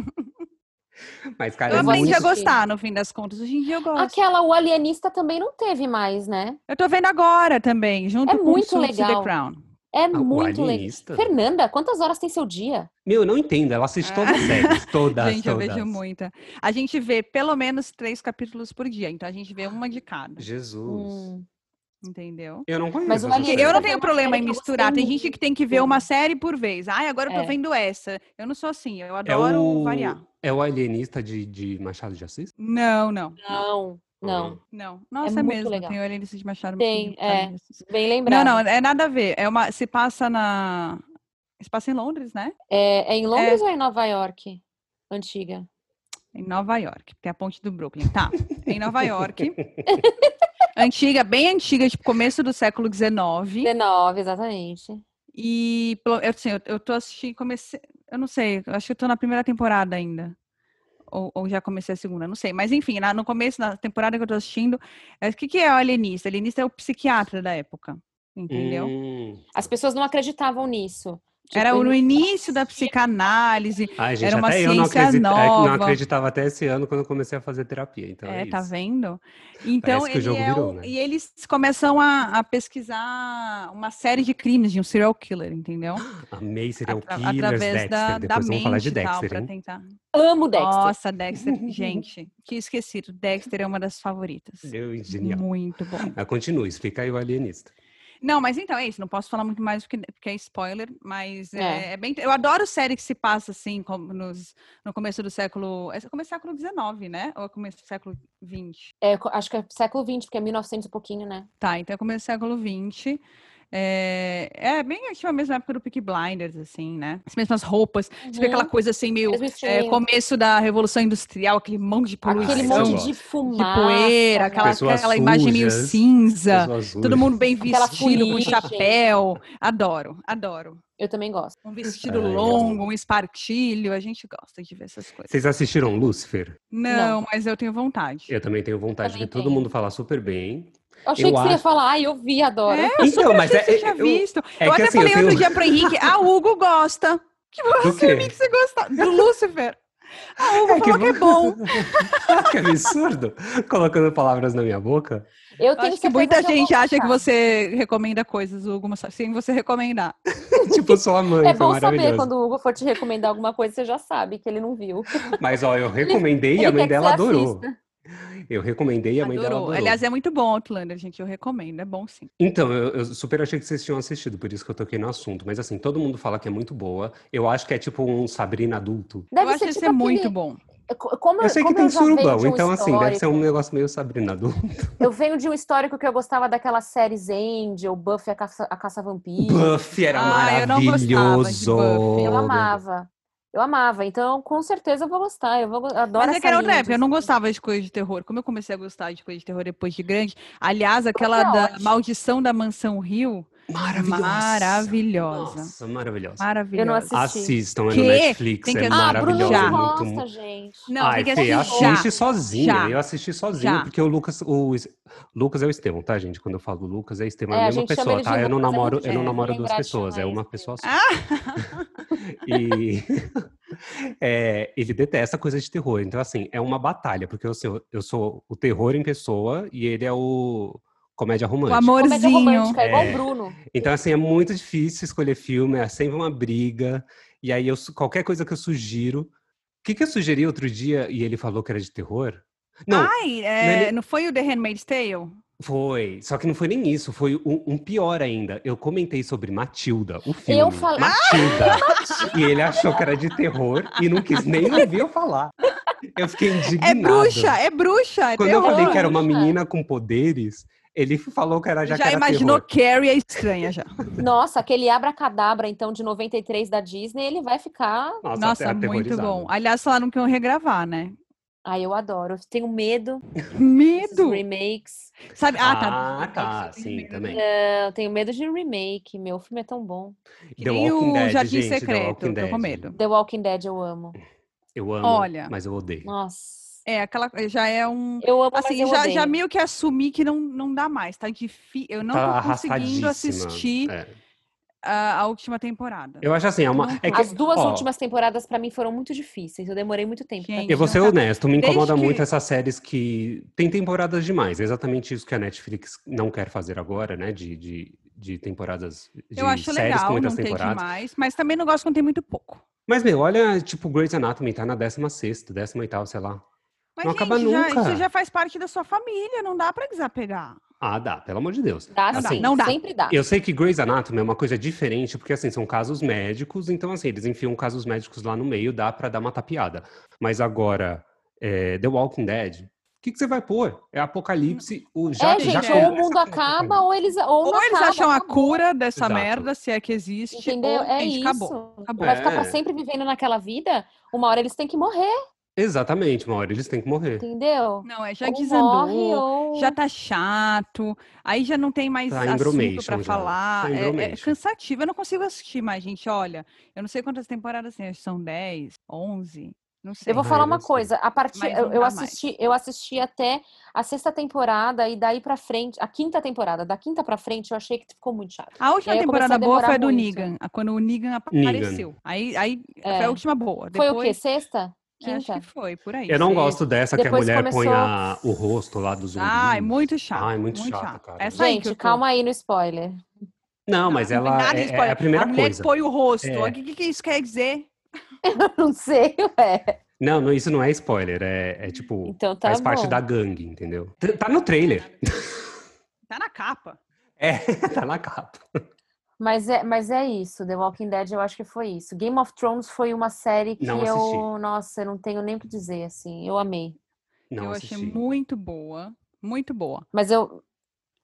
[SPEAKER 1] terror. Mas, cara,
[SPEAKER 2] eu
[SPEAKER 1] é
[SPEAKER 3] vou
[SPEAKER 2] aprendi
[SPEAKER 1] muito...
[SPEAKER 2] a
[SPEAKER 3] assistir.
[SPEAKER 2] gostar, no fim das contas. Hoje em dia eu gosto.
[SPEAKER 3] Aquela, o Alienista também não teve mais, né?
[SPEAKER 2] Eu tô vendo agora também, junto
[SPEAKER 3] É
[SPEAKER 2] com
[SPEAKER 3] muito
[SPEAKER 2] Suits e The
[SPEAKER 3] legal.
[SPEAKER 2] Crown.
[SPEAKER 3] É
[SPEAKER 1] Ah, o
[SPEAKER 3] muito legal.
[SPEAKER 1] Alienista?
[SPEAKER 3] Fernanda, quantas horas tem seu dia?
[SPEAKER 1] Meu, eu não entendo. Ela assiste
[SPEAKER 2] Ah.
[SPEAKER 1] todas as séries. Todas,
[SPEAKER 2] gente,
[SPEAKER 1] todas.
[SPEAKER 2] eu vejo muita. A gente vê pelo menos três capítulos por dia, então a gente vê uma de cada.
[SPEAKER 1] Jesus.
[SPEAKER 3] Hum.
[SPEAKER 2] Entendeu?
[SPEAKER 1] Eu não conheço.
[SPEAKER 3] Mas o
[SPEAKER 1] essa
[SPEAKER 3] Ali-
[SPEAKER 1] série.
[SPEAKER 2] Eu não
[SPEAKER 3] Mas é
[SPEAKER 2] tenho
[SPEAKER 3] uma
[SPEAKER 2] problema em
[SPEAKER 3] série que eu gostei
[SPEAKER 2] misturar. Tem
[SPEAKER 3] muito.
[SPEAKER 2] gente que tem que ver uma série por vez. Ai, agora eu tô
[SPEAKER 3] É.
[SPEAKER 2] vendo essa. Eu não sou assim, eu adoro
[SPEAKER 1] É o-
[SPEAKER 2] variar.
[SPEAKER 1] É o alienista de, de Machado de Assis?
[SPEAKER 2] Não, não,
[SPEAKER 3] Não, não.
[SPEAKER 2] não. Nossa, é,
[SPEAKER 3] muito
[SPEAKER 2] mesmo.
[SPEAKER 3] legal.
[SPEAKER 2] Tem o Helenice de Machado.
[SPEAKER 3] Tem,
[SPEAKER 2] de Machado
[SPEAKER 3] é.
[SPEAKER 2] de Assis.
[SPEAKER 3] Bem
[SPEAKER 2] Não,
[SPEAKER 3] lembrado.
[SPEAKER 2] não, é nada a ver. É uma, se passa na. Se passa em Londres, né?
[SPEAKER 3] É, é em Londres ou em Nova York? Antiga.
[SPEAKER 2] Em Nova York, porque é a ponte do Brooklyn. Tá, é em Nova York. antiga, bem antiga, tipo começo do século
[SPEAKER 3] É.
[SPEAKER 2] XIX.
[SPEAKER 3] 19, exatamente.
[SPEAKER 2] E pelo- eu, assim, eu, eu tô assistindo, comecei, eu não sei, eu acho que eu tô na primeira temporada ainda. Ou, ou já comecei a segunda, não sei. Mas enfim, lá no começo, na temporada que eu tô assistindo, é, o que, que é o alienista? O alienista é o psiquiatra da época, entendeu?
[SPEAKER 1] Hum.
[SPEAKER 3] As pessoas não acreditavam nisso. Tipo,
[SPEAKER 2] Era o- no
[SPEAKER 3] eles-
[SPEAKER 2] início da psicanálise.
[SPEAKER 1] Ai, gente,
[SPEAKER 2] Era uma
[SPEAKER 1] até eu não,
[SPEAKER 2] ciência
[SPEAKER 1] acredita- é, não
[SPEAKER 2] nova.
[SPEAKER 1] acreditava até esse ano quando eu comecei a fazer terapia. Então é,
[SPEAKER 2] é, tá
[SPEAKER 1] isso.
[SPEAKER 2] vendo? Então,
[SPEAKER 1] Parece que o
[SPEAKER 2] ele
[SPEAKER 1] jogo
[SPEAKER 2] é
[SPEAKER 1] virou,
[SPEAKER 2] o-
[SPEAKER 1] né?
[SPEAKER 2] e eles começam a, a pesquisar uma série de crimes de um serial killer, entendeu?
[SPEAKER 1] Amei serial
[SPEAKER 2] Atra-
[SPEAKER 1] killers,
[SPEAKER 2] através
[SPEAKER 1] Dexter.
[SPEAKER 2] da, da
[SPEAKER 1] Depois vamos falar de
[SPEAKER 2] mente e tal,
[SPEAKER 1] Dexter,
[SPEAKER 2] pra
[SPEAKER 1] hein?
[SPEAKER 2] tentar.
[SPEAKER 3] Amo Dexter.
[SPEAKER 2] Nossa, Dexter, gente, que esquecido. Dexter é uma das favoritas.
[SPEAKER 1] Eu, genial.
[SPEAKER 2] Muito bom.
[SPEAKER 1] Mas continua, explica aí o alienista.
[SPEAKER 2] Não, mas então é isso. Não posso falar muito mais porque, porque é spoiler, mas é.
[SPEAKER 3] É.
[SPEAKER 2] é bem. Eu adoro série que se passa assim, como nos, no começo do século. É começo do século XIX, né? Ou é começo do século XX?
[SPEAKER 3] É, co- acho que é século XX, porque é 1900 e pouquinho, né?
[SPEAKER 2] Tá, então é começo do século XX. É, é bem acho que é a mesma época do Peaky Blinders, assim, né? As mesmas roupas, você vê aquela
[SPEAKER 3] Uhum.
[SPEAKER 2] coisa assim, meio
[SPEAKER 3] Mesmo
[SPEAKER 2] é,
[SPEAKER 3] estilinho.
[SPEAKER 2] começo da Revolução Industrial, aquele monte de poluição.
[SPEAKER 3] Aquele
[SPEAKER 1] Ai, eu
[SPEAKER 3] monte
[SPEAKER 1] gosto.
[SPEAKER 3] de
[SPEAKER 2] de
[SPEAKER 3] fumaça.
[SPEAKER 2] poeira, aquela,
[SPEAKER 1] Pessoas
[SPEAKER 2] aquela imagem meio
[SPEAKER 1] sujas,
[SPEAKER 2] cinza,
[SPEAKER 1] Pessoa azul.
[SPEAKER 2] todo mundo bem
[SPEAKER 3] Aquela
[SPEAKER 2] vestido, com um
[SPEAKER 3] fuligem.
[SPEAKER 2] chapéu. Adoro, adoro.
[SPEAKER 3] Eu também gosto.
[SPEAKER 2] Um vestido
[SPEAKER 1] Ai, eu
[SPEAKER 2] longo, um espartilho, a gente gosta de ver essas coisas.
[SPEAKER 1] Vocês assistiram Lúcifer?
[SPEAKER 2] Não, mas eu tenho vontade.
[SPEAKER 1] Eu também tenho vontade
[SPEAKER 3] Também
[SPEAKER 1] de todo
[SPEAKER 3] tenho.
[SPEAKER 1] mundo falar super bem.
[SPEAKER 3] Eu achei
[SPEAKER 1] Eu
[SPEAKER 3] que você ia
[SPEAKER 1] acho-
[SPEAKER 3] falar, ai, eu vi, adoro.
[SPEAKER 2] É,
[SPEAKER 1] Então,
[SPEAKER 2] eu super
[SPEAKER 1] mas
[SPEAKER 2] achei que
[SPEAKER 1] é-
[SPEAKER 2] você tinha
[SPEAKER 1] eu-
[SPEAKER 2] visto.
[SPEAKER 1] é
[SPEAKER 2] eu
[SPEAKER 1] que
[SPEAKER 2] até
[SPEAKER 1] assim, eu
[SPEAKER 2] falei
[SPEAKER 1] tenho-
[SPEAKER 2] outro dia pro Henrique, ah, o Hugo gosta. Que você
[SPEAKER 1] quê?
[SPEAKER 2] amigo que você gosta do Lúcifer. Ah, o Hugo falou que é bom.
[SPEAKER 1] que absurdo! Colocando palavras na minha boca.
[SPEAKER 3] Eu tenho
[SPEAKER 2] Acho que
[SPEAKER 3] certeza
[SPEAKER 2] muita
[SPEAKER 3] eu
[SPEAKER 2] gente
[SPEAKER 3] vou
[SPEAKER 2] acha que
[SPEAKER 3] gostar.
[SPEAKER 2] você recomenda coisas, Hugo, mas sem você recomendar.
[SPEAKER 1] tipo, sua mãe,
[SPEAKER 3] É
[SPEAKER 1] foi
[SPEAKER 3] bom saber
[SPEAKER 1] maravilhoso.
[SPEAKER 3] quando o Hugo for te recomendar alguma coisa, você já sabe que ele não viu.
[SPEAKER 1] Mas ó, eu recomendei e
[SPEAKER 3] ele
[SPEAKER 1] a mãe
[SPEAKER 3] quer que
[SPEAKER 1] dela
[SPEAKER 3] você
[SPEAKER 1] adorou. Eu recomendei e a mãe dela
[SPEAKER 2] Adorou.
[SPEAKER 1] adorou.
[SPEAKER 2] Aliás, é muito bom Outlander, gente. Eu recomendo, é bom sim.
[SPEAKER 1] Então, eu, eu super achei que vocês tinham assistido, por isso que eu toquei no assunto. Mas assim, todo mundo fala que é muito boa. Eu acho que é tipo um Sabrina adulto.
[SPEAKER 3] Deve
[SPEAKER 2] eu acho
[SPEAKER 3] ser
[SPEAKER 2] que isso
[SPEAKER 3] tipo
[SPEAKER 2] é
[SPEAKER 3] aquele-
[SPEAKER 2] muito bom.
[SPEAKER 3] Co- Como,
[SPEAKER 1] Eu sei que
[SPEAKER 3] como
[SPEAKER 1] tem
[SPEAKER 3] já venho
[SPEAKER 1] surubão,
[SPEAKER 3] de um
[SPEAKER 1] então assim, deve ser um
[SPEAKER 3] histórico-
[SPEAKER 1] negócio meio Sabrina adulto.
[SPEAKER 3] Eu venho de um histórico que eu gostava daquelas séries Angel, Buffy a Caça- a Caça-Vampiro.
[SPEAKER 1] Buffy era
[SPEAKER 2] Ah, eu não gostava de
[SPEAKER 1] maravilhoso.
[SPEAKER 2] Buffy.
[SPEAKER 3] eu amava. Eu amava, então com certeza eu vou gostar. Eu vou, go- eu adoro
[SPEAKER 2] Mas é
[SPEAKER 3] essa
[SPEAKER 2] que era outra
[SPEAKER 3] linha
[SPEAKER 2] época,
[SPEAKER 3] de-
[SPEAKER 2] eu não gostava de coisas de terror. Como eu comecei a gostar de coisas de terror depois de grande. Aliás, aquela
[SPEAKER 3] é
[SPEAKER 2] da
[SPEAKER 3] ótimo.
[SPEAKER 2] Maldição da Mansão Rio,
[SPEAKER 1] Maravilhosa.
[SPEAKER 2] maravilhosa.
[SPEAKER 1] Nossa, maravilhosa.
[SPEAKER 2] Maravilhosa.
[SPEAKER 3] Eu não assisti.
[SPEAKER 1] Assistam, é no
[SPEAKER 2] Que?
[SPEAKER 1] Netflix,
[SPEAKER 2] Tem que
[SPEAKER 1] é
[SPEAKER 2] assistir.
[SPEAKER 3] Ah, Bruno
[SPEAKER 1] maravilhosa.
[SPEAKER 2] já.
[SPEAKER 1] é
[SPEAKER 3] não
[SPEAKER 1] muito,
[SPEAKER 3] gosta,
[SPEAKER 1] muito...
[SPEAKER 3] gente.
[SPEAKER 2] Não,
[SPEAKER 1] Ai,
[SPEAKER 2] tem que
[SPEAKER 1] Fê,
[SPEAKER 2] assistir já.
[SPEAKER 1] assiste sozinha.
[SPEAKER 2] Já.
[SPEAKER 1] Eu assisti sozinho,
[SPEAKER 2] Já.
[SPEAKER 1] porque o Lucas, o Es- Lucas é o Estevão, tá, gente? Quando eu falo Lucas, é Estevão, é,
[SPEAKER 3] É,
[SPEAKER 1] a
[SPEAKER 3] a
[SPEAKER 1] mesma
[SPEAKER 3] gente chama
[SPEAKER 1] pessoa,
[SPEAKER 3] ele de
[SPEAKER 1] tá? Eu não
[SPEAKER 3] Lucas, é
[SPEAKER 1] namoro,
[SPEAKER 3] muito
[SPEAKER 1] eu não
[SPEAKER 3] difícil
[SPEAKER 1] namoro duas
[SPEAKER 3] lembrar de chamar
[SPEAKER 1] pessoas, é
[SPEAKER 3] isso
[SPEAKER 1] uma
[SPEAKER 3] mesmo.
[SPEAKER 1] pessoa só.
[SPEAKER 2] Ah!
[SPEAKER 1] E é, ele detesta coisa de terror. Então, assim, é uma batalha, porque eu sou, eu sou o terror em pessoa e ele é o comédia
[SPEAKER 2] O
[SPEAKER 1] romântica.
[SPEAKER 3] Comédia
[SPEAKER 2] amorzinho.
[SPEAKER 3] romântica, é. igual
[SPEAKER 1] É.
[SPEAKER 3] o Bruno.
[SPEAKER 1] Então, assim, é muito difícil escolher filme, é sempre uma briga. E aí, eu, su- qualquer coisa que eu sugiro. O que, que eu sugeri outro dia e ele falou que era de terror? Não,
[SPEAKER 2] Ai, é,
[SPEAKER 1] Nele-
[SPEAKER 2] não foi o The Handmaid's Tale?
[SPEAKER 1] foi. Só que não foi nem isso, foi um, um pior ainda. Eu comentei sobre Matilda, o filme.
[SPEAKER 3] Eu
[SPEAKER 2] Ah!
[SPEAKER 3] falei-
[SPEAKER 1] Matilda. e ele achou que era de terror e não quis nem ouvir eu falar. Eu fiquei indignado.
[SPEAKER 2] É bruxa, é bruxa, é
[SPEAKER 1] Quando eu
[SPEAKER 2] terror.
[SPEAKER 1] falei que era uma
[SPEAKER 3] Bruxa.
[SPEAKER 1] menina com poderes, ele falou que era já, que
[SPEAKER 2] já
[SPEAKER 1] era
[SPEAKER 2] imaginou
[SPEAKER 1] terror.
[SPEAKER 2] Carrie é estranha já.
[SPEAKER 3] Nossa, aquele abracadabra, então, de 93 da Disney, ele vai ficar.
[SPEAKER 2] Nossa,
[SPEAKER 1] até
[SPEAKER 2] muito
[SPEAKER 1] aterrorizado.
[SPEAKER 2] bom. Aliás, falaram que iam regravar, né?
[SPEAKER 3] Ai, eu adoro. Eu tenho medo desses
[SPEAKER 2] Medo.
[SPEAKER 3] remakes.
[SPEAKER 2] Sabe? Ah, tá.
[SPEAKER 1] Ah, tá,
[SPEAKER 2] Tem
[SPEAKER 1] sim,
[SPEAKER 2] medo.
[SPEAKER 1] também.
[SPEAKER 3] Eu tenho medo de remake. Meu filme é tão bom.
[SPEAKER 2] Que
[SPEAKER 1] The
[SPEAKER 2] nem
[SPEAKER 1] Walking
[SPEAKER 2] o
[SPEAKER 1] Dead,
[SPEAKER 2] Jardim
[SPEAKER 1] gente, The
[SPEAKER 2] Secreto,
[SPEAKER 1] Walking
[SPEAKER 2] tô
[SPEAKER 1] Dead.
[SPEAKER 2] com medo.
[SPEAKER 3] The Walking Dead eu amo.
[SPEAKER 1] Eu amo,
[SPEAKER 2] Olha.
[SPEAKER 1] mas eu odeio.
[SPEAKER 3] Nossa.
[SPEAKER 2] É, aquela já é um
[SPEAKER 3] Eu amo, mas
[SPEAKER 2] assim,
[SPEAKER 3] eu
[SPEAKER 2] já,
[SPEAKER 3] odeio.
[SPEAKER 2] já meio que assumi que não, não dá mais, tá difícil, eu não
[SPEAKER 1] tá
[SPEAKER 2] tô conseguindo
[SPEAKER 1] arrastadíssima.
[SPEAKER 2] assistir
[SPEAKER 1] É.
[SPEAKER 2] a, a última temporada.
[SPEAKER 1] Eu acho assim, é uma.
[SPEAKER 2] Não
[SPEAKER 1] é que-
[SPEAKER 3] As duas
[SPEAKER 1] ó,
[SPEAKER 3] últimas temporadas pra mim foram muito difíceis. Eu demorei muito tempo. pra
[SPEAKER 2] Gente,
[SPEAKER 1] Eu vou
[SPEAKER 2] não
[SPEAKER 1] ser
[SPEAKER 2] tá-
[SPEAKER 1] honesto, me
[SPEAKER 2] Desde
[SPEAKER 1] incomoda
[SPEAKER 2] que-
[SPEAKER 1] muito essas séries que tem temporadas demais. É exatamente isso que a Netflix não quer fazer agora, né? De, de, de temporadas. De
[SPEAKER 2] eu acho
[SPEAKER 1] séries
[SPEAKER 2] legal
[SPEAKER 1] com muitas
[SPEAKER 2] não ter
[SPEAKER 1] temporadas.
[SPEAKER 2] demais, mas também não gosto quando tem muito pouco.
[SPEAKER 1] Mas, meu, olha, tipo, Grey's Anatomy tá na 16, 18, sei lá.
[SPEAKER 2] Mas,
[SPEAKER 1] Não acaba
[SPEAKER 2] gente, já-
[SPEAKER 1] nunca.
[SPEAKER 2] isso já faz parte da sua família, não dá pra desapegar.
[SPEAKER 1] Ah, dá, pelo amor de Deus.
[SPEAKER 3] Dá
[SPEAKER 2] Não dá,
[SPEAKER 3] sim,
[SPEAKER 2] não dá.
[SPEAKER 3] sempre dá.
[SPEAKER 1] assim, Eu sei que Grey's Anatomy é uma coisa diferente, porque assim, são casos médicos, então assim, eles enfiam casos médicos lá no meio, dá pra dar uma tapeada. Mas agora, é, The Walking Dead, o que, que você vai pôr? É apocalipse, o já,
[SPEAKER 3] é,
[SPEAKER 1] já
[SPEAKER 3] gente,
[SPEAKER 1] começa
[SPEAKER 3] ou o mundo
[SPEAKER 1] com
[SPEAKER 3] acaba, ou eles, ou
[SPEAKER 2] Ou
[SPEAKER 3] não
[SPEAKER 2] eles
[SPEAKER 3] acaba,
[SPEAKER 2] acham a
[SPEAKER 3] acabou.
[SPEAKER 2] cura dessa
[SPEAKER 1] Exato.
[SPEAKER 2] merda, se é que existe,
[SPEAKER 3] Entendeu?
[SPEAKER 2] ou,
[SPEAKER 3] É
[SPEAKER 2] gente,
[SPEAKER 3] isso.
[SPEAKER 2] acabou. Acabou.
[SPEAKER 3] Vai ficar pra
[SPEAKER 1] É.
[SPEAKER 3] sempre vivendo naquela vida, uma hora eles têm que morrer,
[SPEAKER 1] Exatamente, uma hora eles têm que morrer.
[SPEAKER 3] entendeu?
[SPEAKER 2] Não, é já
[SPEAKER 3] ou morre,
[SPEAKER 2] desandou,
[SPEAKER 3] ou...
[SPEAKER 2] já tá chato, aí já não tem mais
[SPEAKER 1] Tá
[SPEAKER 2] assunto
[SPEAKER 1] embromation
[SPEAKER 2] pra
[SPEAKER 1] já,
[SPEAKER 2] falar.
[SPEAKER 1] tá
[SPEAKER 2] é- é,
[SPEAKER 1] embromation.
[SPEAKER 2] cansativo, eu não consigo assistir mais, gente. Olha, eu não sei quantas temporadas tem, acho que são 10, 11, não sei.
[SPEAKER 3] Eu vou
[SPEAKER 1] Ah,
[SPEAKER 3] falar
[SPEAKER 1] eu
[SPEAKER 3] uma
[SPEAKER 1] sei.
[SPEAKER 3] coisa, a partir
[SPEAKER 2] Mas
[SPEAKER 3] eu,
[SPEAKER 2] não
[SPEAKER 3] eu
[SPEAKER 2] dá mais.
[SPEAKER 3] assisti, eu assisti até a sexta temporada e daí pra frente, a quinta temporada, da quinta pra frente eu achei que ficou muito chato.
[SPEAKER 2] A última
[SPEAKER 3] E aí eu comecei
[SPEAKER 2] temporada
[SPEAKER 3] a
[SPEAKER 2] boa foi a do
[SPEAKER 3] demorar muito.
[SPEAKER 2] Negan, a- quando o Negan apareceu. Aí, aí
[SPEAKER 3] É.
[SPEAKER 2] foi a última boa.
[SPEAKER 3] Foi o quê?
[SPEAKER 2] Depois-
[SPEAKER 3] Sexta?
[SPEAKER 2] é, Acho
[SPEAKER 3] Quinta?
[SPEAKER 2] que foi, por aí.
[SPEAKER 1] Eu não
[SPEAKER 2] Sei.
[SPEAKER 1] gosto dessa que a
[SPEAKER 3] Depois
[SPEAKER 1] mulher põe
[SPEAKER 3] começou-
[SPEAKER 1] a- o rosto lá dos zumbis.
[SPEAKER 2] Ah, é muito chato.
[SPEAKER 1] Ai, muito chato, cara.
[SPEAKER 2] Essa aí que eu
[SPEAKER 3] Gente,
[SPEAKER 2] tô.
[SPEAKER 3] calma aí no spoiler.
[SPEAKER 1] Não, mas
[SPEAKER 2] Não tem
[SPEAKER 1] ela
[SPEAKER 2] nada de
[SPEAKER 1] é- é,
[SPEAKER 2] spoiler.
[SPEAKER 1] a primeira
[SPEAKER 2] mulher
[SPEAKER 1] coisa.
[SPEAKER 2] põe o rosto.
[SPEAKER 1] É.
[SPEAKER 2] O que, que- que isso quer dizer?
[SPEAKER 3] Não sei, ué.
[SPEAKER 1] Não, não, isso não é spoiler, é, é tipo,
[SPEAKER 3] Então tá
[SPEAKER 1] faz
[SPEAKER 3] bom.
[SPEAKER 1] parte da gangue, entendeu? Tá- Tá no trailer.
[SPEAKER 2] Tá na capa.
[SPEAKER 1] É, tá na capa.
[SPEAKER 3] Mas é, mas é isso, The Walking Dead eu acho que foi isso. Game of Thrones foi uma série que
[SPEAKER 1] Não
[SPEAKER 3] eu,
[SPEAKER 1] assisti.
[SPEAKER 3] nossa, eu não tenho nem o que dizer, assim, eu amei.
[SPEAKER 1] Não
[SPEAKER 2] eu
[SPEAKER 1] assisti.
[SPEAKER 2] achei muito boa. Muito boa.
[SPEAKER 3] Mas eu,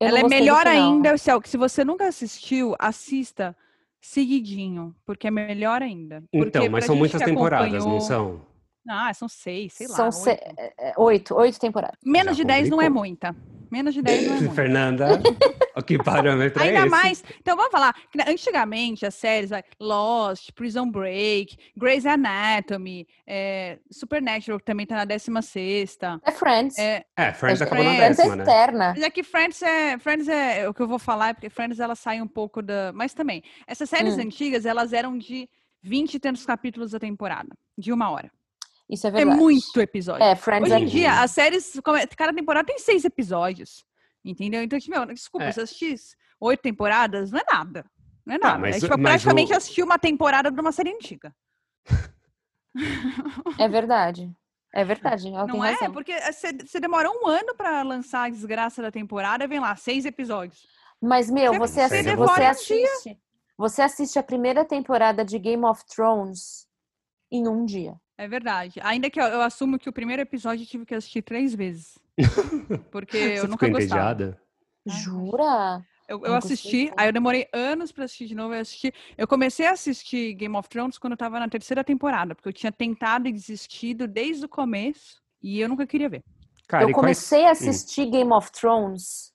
[SPEAKER 3] eu não
[SPEAKER 2] Ela é
[SPEAKER 3] gostei do
[SPEAKER 2] melhor
[SPEAKER 3] final.
[SPEAKER 2] ainda, Céu, que se você nunca assistiu, assista seguidinho, porque é melhor ainda.
[SPEAKER 1] Então,
[SPEAKER 2] Porque
[SPEAKER 1] mas
[SPEAKER 2] pra
[SPEAKER 1] são
[SPEAKER 2] gente
[SPEAKER 1] muitas
[SPEAKER 2] que
[SPEAKER 1] temporadas, não
[SPEAKER 2] acompanhou-
[SPEAKER 1] são?
[SPEAKER 2] Ah, são seis, sei lá.
[SPEAKER 3] São
[SPEAKER 2] oito.
[SPEAKER 3] se- é, oito, oito temporadas.
[SPEAKER 2] Menos
[SPEAKER 1] Já
[SPEAKER 2] de 10 não é
[SPEAKER 1] complicou.
[SPEAKER 2] muita. Menos de 10 não é muita.
[SPEAKER 1] Fernanda, o que parâmetro é
[SPEAKER 2] Ainda
[SPEAKER 1] esse?
[SPEAKER 2] mais, então vamos falar, que na- antigamente as séries, vai, Lost, Prison Break, Grey's Anatomy, é, Supernatural, que também tá na 16ª.
[SPEAKER 3] É Friends.
[SPEAKER 2] É,
[SPEAKER 1] É, Friends
[SPEAKER 3] É
[SPEAKER 1] acabou na
[SPEAKER 2] Friends,
[SPEAKER 3] Friends
[SPEAKER 1] décima,
[SPEAKER 3] é
[SPEAKER 1] né?
[SPEAKER 3] externa.
[SPEAKER 2] mas é que Friends é, Friends é, o que eu vou falar é porque Friends ela sai um pouco da, mas também, essas séries
[SPEAKER 3] Hum.
[SPEAKER 2] antigas, elas eram de 20 e tantos capítulos da temporada, de uma hora.
[SPEAKER 3] Isso é
[SPEAKER 2] É
[SPEAKER 3] verdade.
[SPEAKER 2] muito episódio.
[SPEAKER 3] É, Friends
[SPEAKER 2] Hoje
[SPEAKER 3] é
[SPEAKER 2] em dia, as séries, come- cada temporada tem seis episódios. Entendeu? Então, tipo, meu, desculpa,
[SPEAKER 1] É.
[SPEAKER 2] se assistir oito temporadas, não é nada. Não é
[SPEAKER 1] Tá,
[SPEAKER 2] nada.
[SPEAKER 1] mas-
[SPEAKER 2] é tipo,
[SPEAKER 1] mas
[SPEAKER 2] praticamente
[SPEAKER 1] o-
[SPEAKER 2] assistir uma temporada de uma série antiga.
[SPEAKER 3] É verdade. É verdade. Ela tem
[SPEAKER 2] não é?
[SPEAKER 3] razão.
[SPEAKER 2] Porque você você demora um ano pra lançar a desgraça da temporada, vem lá, seis episódios.
[SPEAKER 3] Mas, meu,
[SPEAKER 2] Você-
[SPEAKER 3] você,
[SPEAKER 1] você
[SPEAKER 3] assi-
[SPEAKER 1] devora
[SPEAKER 3] você
[SPEAKER 1] um
[SPEAKER 3] assiste. Você assiste a primeira temporada de Game of Thrones em um dia.
[SPEAKER 2] É verdade. Ainda que eu, eu assumo que o primeiro episódio eu tive que assistir três vezes. Porque eu
[SPEAKER 1] Você
[SPEAKER 2] nunca
[SPEAKER 1] ficou
[SPEAKER 2] gostava.
[SPEAKER 1] entediada?
[SPEAKER 2] Ai,
[SPEAKER 3] Jura?
[SPEAKER 2] Eu, eu
[SPEAKER 3] Nunca
[SPEAKER 2] assisti,
[SPEAKER 3] assisti.
[SPEAKER 2] aí eu demorei anos pra assistir de novo. Eu assisti. Eu comecei a assistir Game of Thrones quando eu tava na terceira temporada, porque eu tinha tentado e desistido desde o começo e eu nunca queria ver.
[SPEAKER 1] Cara,
[SPEAKER 3] eu
[SPEAKER 1] e quais-
[SPEAKER 3] comecei a assistir Game of Thrones.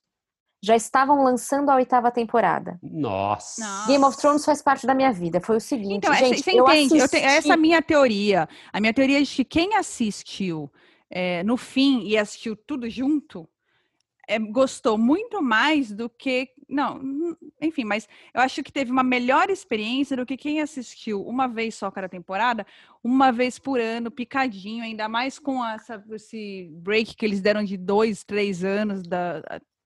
[SPEAKER 3] Já estavam lançando a oitava temporada.
[SPEAKER 1] Hum, Nossa.
[SPEAKER 2] Não.
[SPEAKER 3] Game of Thrones faz parte da minha vida. Foi o seguinte,
[SPEAKER 2] Então,
[SPEAKER 3] gente,
[SPEAKER 2] você
[SPEAKER 3] eu
[SPEAKER 2] entende? Eu te-
[SPEAKER 3] assisti...
[SPEAKER 2] essa é a minha teoria. A minha teoria é de que quem assistiu eh, no fim e assistiu tudo junto eh, gostou muito mais do que. Não, hum, enfim, mas eu acho que teve uma melhor experiência do que quem assistiu uma vez só cada temporada, uma vez por ano, picadinho, ainda mais com essa- esse break que eles deram de dois, três anos da-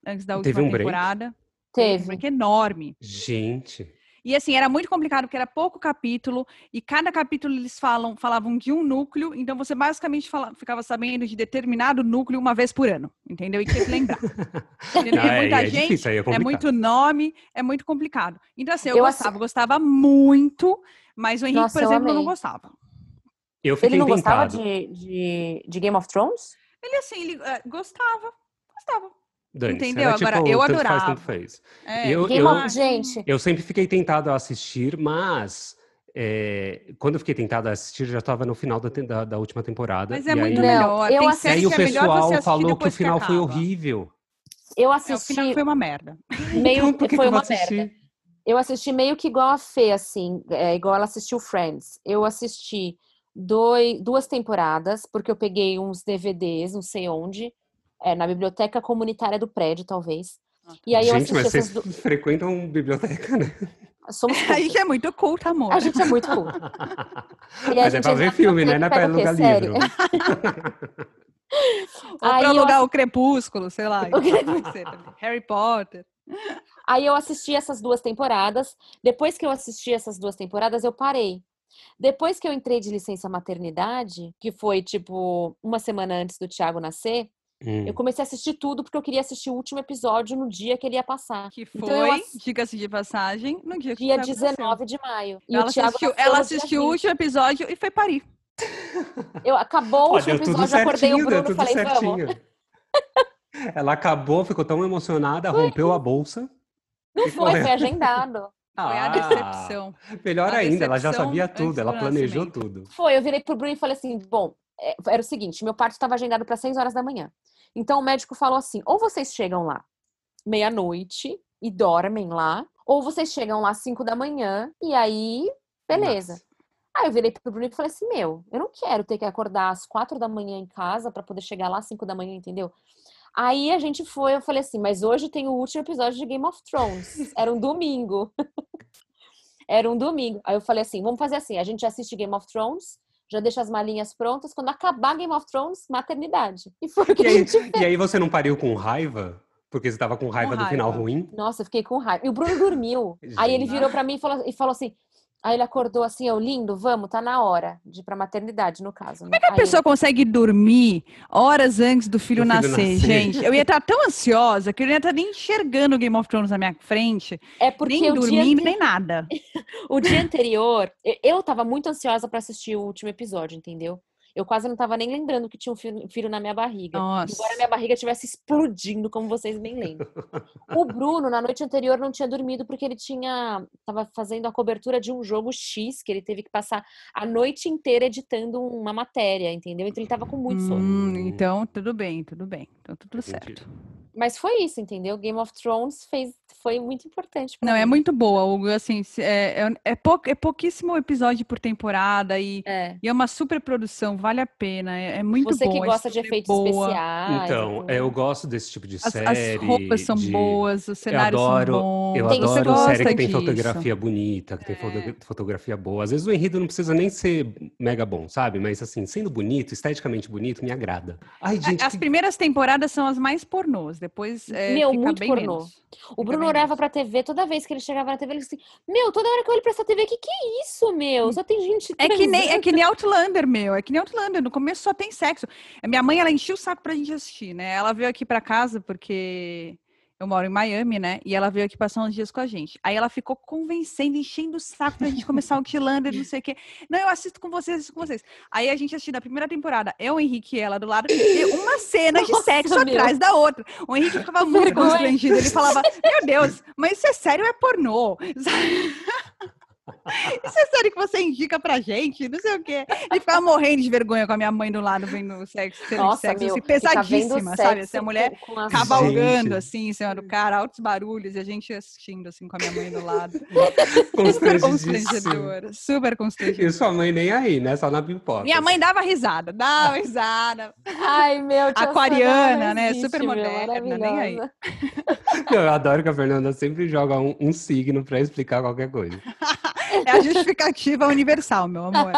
[SPEAKER 2] antes da última
[SPEAKER 1] Teve um break?
[SPEAKER 2] temporada. Um
[SPEAKER 3] Teve.
[SPEAKER 2] break enorme.
[SPEAKER 1] Gente.
[SPEAKER 2] E assim, era muito complicado porque era pouco capítulo e cada capítulo eles falam, falavam de um núcleo, então você basicamente fala- ficava sabendo de determinado núcleo uma vez por ano, entendeu? E tinha que lembrar. Entendeu?
[SPEAKER 1] Não,
[SPEAKER 2] Porque
[SPEAKER 1] é,
[SPEAKER 2] muita
[SPEAKER 1] é
[SPEAKER 2] gente,
[SPEAKER 1] difícil, aí é
[SPEAKER 2] é,
[SPEAKER 1] complicado.
[SPEAKER 2] muito nome, é muito complicado. Então assim, eu,
[SPEAKER 3] Eu assi-
[SPEAKER 2] gostava, gostava muito, mas o Henrique,
[SPEAKER 3] Nossa,
[SPEAKER 2] por
[SPEAKER 3] eu
[SPEAKER 2] exemplo, não
[SPEAKER 3] amei.
[SPEAKER 2] gostava.
[SPEAKER 1] Eu
[SPEAKER 3] Ele
[SPEAKER 1] fiquei
[SPEAKER 3] não gostava
[SPEAKER 1] tentado.
[SPEAKER 3] de, de, de Game of Thrones?
[SPEAKER 2] Ele assim, ele, eh, gostava, gostava.
[SPEAKER 1] Dane-se,
[SPEAKER 2] Entendeu?
[SPEAKER 1] era
[SPEAKER 2] Agora,
[SPEAKER 1] tipo,
[SPEAKER 2] eu
[SPEAKER 1] tanto Faz,
[SPEAKER 2] adorava.
[SPEAKER 1] tanto fez.
[SPEAKER 2] É,
[SPEAKER 1] Eu-
[SPEAKER 3] Game of...
[SPEAKER 2] eu-
[SPEAKER 3] Gente,
[SPEAKER 1] Eu sempre fiquei tentado a assistir, mas é, quando eu fiquei tentado a assistir, já estava no final da, te- da- da última temporada.
[SPEAKER 2] mas é
[SPEAKER 1] e
[SPEAKER 2] muito
[SPEAKER 1] aí,
[SPEAKER 2] melhor.
[SPEAKER 3] eu
[SPEAKER 2] Tem
[SPEAKER 1] e aí
[SPEAKER 2] série
[SPEAKER 1] o
[SPEAKER 2] que é melhor você
[SPEAKER 1] pessoal
[SPEAKER 2] assistir
[SPEAKER 1] falou que o
[SPEAKER 2] depois
[SPEAKER 1] final foi
[SPEAKER 2] acaba.
[SPEAKER 1] horrível.
[SPEAKER 3] eu
[SPEAKER 2] É, o final
[SPEAKER 3] assisti
[SPEAKER 2] foi uma merda.
[SPEAKER 3] meio
[SPEAKER 1] então, por que,
[SPEAKER 3] foi
[SPEAKER 1] que eu vou
[SPEAKER 3] uma
[SPEAKER 1] assistir?
[SPEAKER 3] merda. Eu assisti meio que igual a Fê, assim, é, igual ela assistiu Friends. Eu assisti dois, duas temporadas, porque eu peguei uns DVDs, não sei onde, é, na biblioteca comunitária do prédio, talvez. E aí eu
[SPEAKER 1] Gente,
[SPEAKER 3] assisti
[SPEAKER 1] mas
[SPEAKER 3] essas
[SPEAKER 1] vocês
[SPEAKER 3] duas.
[SPEAKER 1] frequentam biblioteca, né?
[SPEAKER 3] Somos
[SPEAKER 2] A
[SPEAKER 3] cultas.
[SPEAKER 2] gente é muito culta, amor.
[SPEAKER 3] A gente é muito culto. E aí a
[SPEAKER 1] mas é
[SPEAKER 3] gente
[SPEAKER 1] pra ver
[SPEAKER 3] entra na
[SPEAKER 1] filme, né? Não é
[SPEAKER 3] biblioteca
[SPEAKER 1] pra
[SPEAKER 3] e pega o quê?
[SPEAKER 1] alugar
[SPEAKER 3] Sério.
[SPEAKER 1] livro.
[SPEAKER 2] Ou
[SPEAKER 3] Aí
[SPEAKER 2] pra
[SPEAKER 3] eu
[SPEAKER 2] alugar o Crepúsculo, sei lá.
[SPEAKER 3] O Crepúsculo.
[SPEAKER 2] pode ser também. Harry Potter.
[SPEAKER 3] Aí eu assisti essas duas temporadas. Depois que eu assisti essas duas temporadas, eu parei. Depois que eu entrei de licença maternidade, que foi tipo uma semana antes do Thiago nascer,
[SPEAKER 1] Hum.
[SPEAKER 3] Eu comecei a assistir tudo porque eu queria assistir o último episódio no dia que ele ia passar.
[SPEAKER 2] Que foi,
[SPEAKER 3] Então eu ass-
[SPEAKER 2] diga-se de passagem, no dia que
[SPEAKER 3] Dia
[SPEAKER 2] isso aconteceu.
[SPEAKER 3] 19 de maio. E
[SPEAKER 2] ela
[SPEAKER 3] o Thiago
[SPEAKER 2] assistiu,
[SPEAKER 3] nasceu
[SPEAKER 2] ela
[SPEAKER 3] no dia
[SPEAKER 2] assistiu o
[SPEAKER 3] 20.
[SPEAKER 2] último episódio e foi parir.
[SPEAKER 3] Eu acabou
[SPEAKER 1] Ó,
[SPEAKER 3] o último
[SPEAKER 1] deu tudo
[SPEAKER 3] episódio, eu acordei o
[SPEAKER 1] certinho, deu
[SPEAKER 3] Bruno e
[SPEAKER 1] tudo
[SPEAKER 3] falei, vamos.
[SPEAKER 1] certinho. Ela acabou, ficou tão emocionada, rompeu a bolsa.
[SPEAKER 3] Não
[SPEAKER 1] E
[SPEAKER 3] foi, foi
[SPEAKER 1] correu.
[SPEAKER 3] agendado.
[SPEAKER 2] Foi a
[SPEAKER 1] Ah,
[SPEAKER 2] decepção.
[SPEAKER 1] Melhor
[SPEAKER 2] A
[SPEAKER 1] ainda, ela já
[SPEAKER 2] decepção
[SPEAKER 1] sabia
[SPEAKER 2] antes
[SPEAKER 1] tudo,
[SPEAKER 2] do
[SPEAKER 1] ela planejou
[SPEAKER 2] nascimento.
[SPEAKER 1] tudo.
[SPEAKER 3] Foi, eu virei pro Bruno e falei assim: bom, é, era o seguinte, meu parto estava agendado para 6 horas da manhã. Então o médico falou assim: ou vocês chegam lá meia-noite e dormem lá, ou vocês chegam lá às 5 da manhã e aí, beleza.
[SPEAKER 1] Nossa.
[SPEAKER 3] Aí eu virei pro Bruno e falei assim: meu, eu não quero ter que acordar às 4 da manhã em casa para poder chegar lá às 5 da manhã, entendeu? Aí a gente foi, eu falei assim, mas hoje tem o último episódio de Game of Thrones. Era um domingo. Era um domingo. Aí eu falei assim, vamos fazer assim, a gente assiste Game of Thrones, já deixa as malinhas prontas, quando acabar Game of Thrones, maternidade. E foi o que
[SPEAKER 1] E
[SPEAKER 3] a
[SPEAKER 1] aí,
[SPEAKER 3] gente
[SPEAKER 1] e aí você não pariu com raiva? Porque você tava com raiva do final
[SPEAKER 2] raiva.
[SPEAKER 1] ruim?
[SPEAKER 3] Nossa, eu fiquei com raiva. E o Bruno dormiu. Aí ele
[SPEAKER 1] Gente.
[SPEAKER 3] virou pra mim e falou, e falou assim. Aí ele acordou assim, eu lindo, vamos, tá na hora de ir pra maternidade, no caso. Como é que
[SPEAKER 2] A pessoa consegue dormir horas antes do filho,
[SPEAKER 1] Do filho
[SPEAKER 2] nascer,
[SPEAKER 1] nascer.
[SPEAKER 2] gente. Eu ia estar tão ansiosa que eu não ia estar nem enxergando o Game of Thrones na minha frente,
[SPEAKER 3] É porque
[SPEAKER 2] nem
[SPEAKER 3] o,
[SPEAKER 2] dormindo,
[SPEAKER 3] dia,
[SPEAKER 2] nem nada.
[SPEAKER 3] o dia anterior, eu- eu tava muito ansiosa pra assistir o último episódio, entendeu? Eu quase não tava nem lembrando que tinha um filho, filho na minha barriga.
[SPEAKER 2] Nossa.
[SPEAKER 3] Embora minha barriga estivesse explodindo, como vocês bem lembram. O Bruno, na noite anterior, não tinha dormido porque ele tinha. Tava fazendo a cobertura de um jogo X, que ele teve que passar a noite inteira editando uma matéria, entendeu? Então ele tava com muito sono.
[SPEAKER 2] Hum, então, tudo bem, tudo bem. Então, tudo certo.
[SPEAKER 3] Mas foi isso, entendeu? Game of Thrones fez, foi muito importante. pra
[SPEAKER 2] Não, é
[SPEAKER 3] mim.
[SPEAKER 2] muito boa, Hugo. Assim, se- é, é, é, pou- é pouquíssimo episódio por temporada e,
[SPEAKER 3] É.
[SPEAKER 2] e é uma super produção, vale a pena. É, é muito
[SPEAKER 3] Você
[SPEAKER 2] bom.
[SPEAKER 3] que
[SPEAKER 2] a
[SPEAKER 3] gosta de
[SPEAKER 2] história é
[SPEAKER 3] efeitos
[SPEAKER 2] boa,
[SPEAKER 3] especiais.
[SPEAKER 1] Então,
[SPEAKER 3] entendeu?
[SPEAKER 1] eu gosto desse tipo de
[SPEAKER 2] As, as
[SPEAKER 1] série.
[SPEAKER 2] roupas são
[SPEAKER 1] de-
[SPEAKER 2] boas, os cenários
[SPEAKER 1] adoro-
[SPEAKER 2] são bons.
[SPEAKER 1] Eu
[SPEAKER 3] Tem- você
[SPEAKER 1] adoro série que
[SPEAKER 2] gosta
[SPEAKER 1] tem
[SPEAKER 2] disso. É.
[SPEAKER 1] fotografia bonita, que tem foto- fotografia boa. Às vezes o enredo não precisa nem ser mega bom, sabe? Mas assim, sendo bonito, esteticamente bonito, me agrada. Ai, gente,
[SPEAKER 2] As
[SPEAKER 1] que-
[SPEAKER 2] primeiras temporadas são as mais pornôs, depois é,
[SPEAKER 3] Meu,
[SPEAKER 2] fica
[SPEAKER 3] muito
[SPEAKER 2] bem
[SPEAKER 3] pornô.
[SPEAKER 2] menos.
[SPEAKER 3] O Bruno
[SPEAKER 2] bem
[SPEAKER 3] olhava
[SPEAKER 2] nisso.
[SPEAKER 3] pra TV, toda vez que ele chegava na TV, ele disse assim, meu, toda hora que eu olho pra essa TV, que que é isso, meu? Só tem gente
[SPEAKER 2] É que, nem, é
[SPEAKER 3] transando."
[SPEAKER 2] que nem Outlander, meu. É que nem Outlander. No começo só tem sexo. A Minha mãe, ela enchia o saco pra gente assistir, né? Ela veio aqui pra casa porque eu moro em Miami, né? E ela veio aqui passar uns dias com a gente. Aí ela ficou convencendo, enchendo o saco pra gente começar Outlander, não sei o quê. Não, eu assisto com vocês, assisto com vocês. Aí a gente assistiu na primeira temporada, eu, o Henrique e ela do lado, e uma cena de
[SPEAKER 3] Nossa,
[SPEAKER 2] sexo
[SPEAKER 3] meu.
[SPEAKER 2] atrás da outra. O Henrique ficava muito
[SPEAKER 3] vergonha.
[SPEAKER 2] constrangido. Ele falava, meu Deus, mas isso é sério ou é pornô? Sabe? Isso é sério que você indica pra gente? Não sei o quê. Ele ficava morrendo de vergonha com a minha mãe do lado vendo sexo, cena de
[SPEAKER 3] Nossa,
[SPEAKER 2] sexo,
[SPEAKER 3] meu,
[SPEAKER 2] assim,
[SPEAKER 3] fica vendo
[SPEAKER 2] pesadíssima, sabe?
[SPEAKER 3] sexo
[SPEAKER 2] Essa mulher
[SPEAKER 3] com- com as-
[SPEAKER 2] cavalgando,
[SPEAKER 1] Gente.
[SPEAKER 2] assim, em cima do cara, altos barulhos, e a gente assistindo, assim, com a minha mãe do lado. Super
[SPEAKER 1] constrangidíssimo.
[SPEAKER 2] constrangedor, super
[SPEAKER 1] E
[SPEAKER 2] constrangedor.
[SPEAKER 1] sua mãe nem aí, né? Só na pipoca.
[SPEAKER 2] Minha mãe dava risada, dava risada.
[SPEAKER 3] Ai, meu, tia
[SPEAKER 2] Aquariana,
[SPEAKER 3] Sônia, não
[SPEAKER 2] né? Super
[SPEAKER 3] meu,
[SPEAKER 2] moderna, nem aí.
[SPEAKER 3] maravilhosa.
[SPEAKER 1] Não, Eu adoro que a Fernanda sempre joga um, um signo pra explicar qualquer coisa.
[SPEAKER 2] É a justificativa universal, meu amor.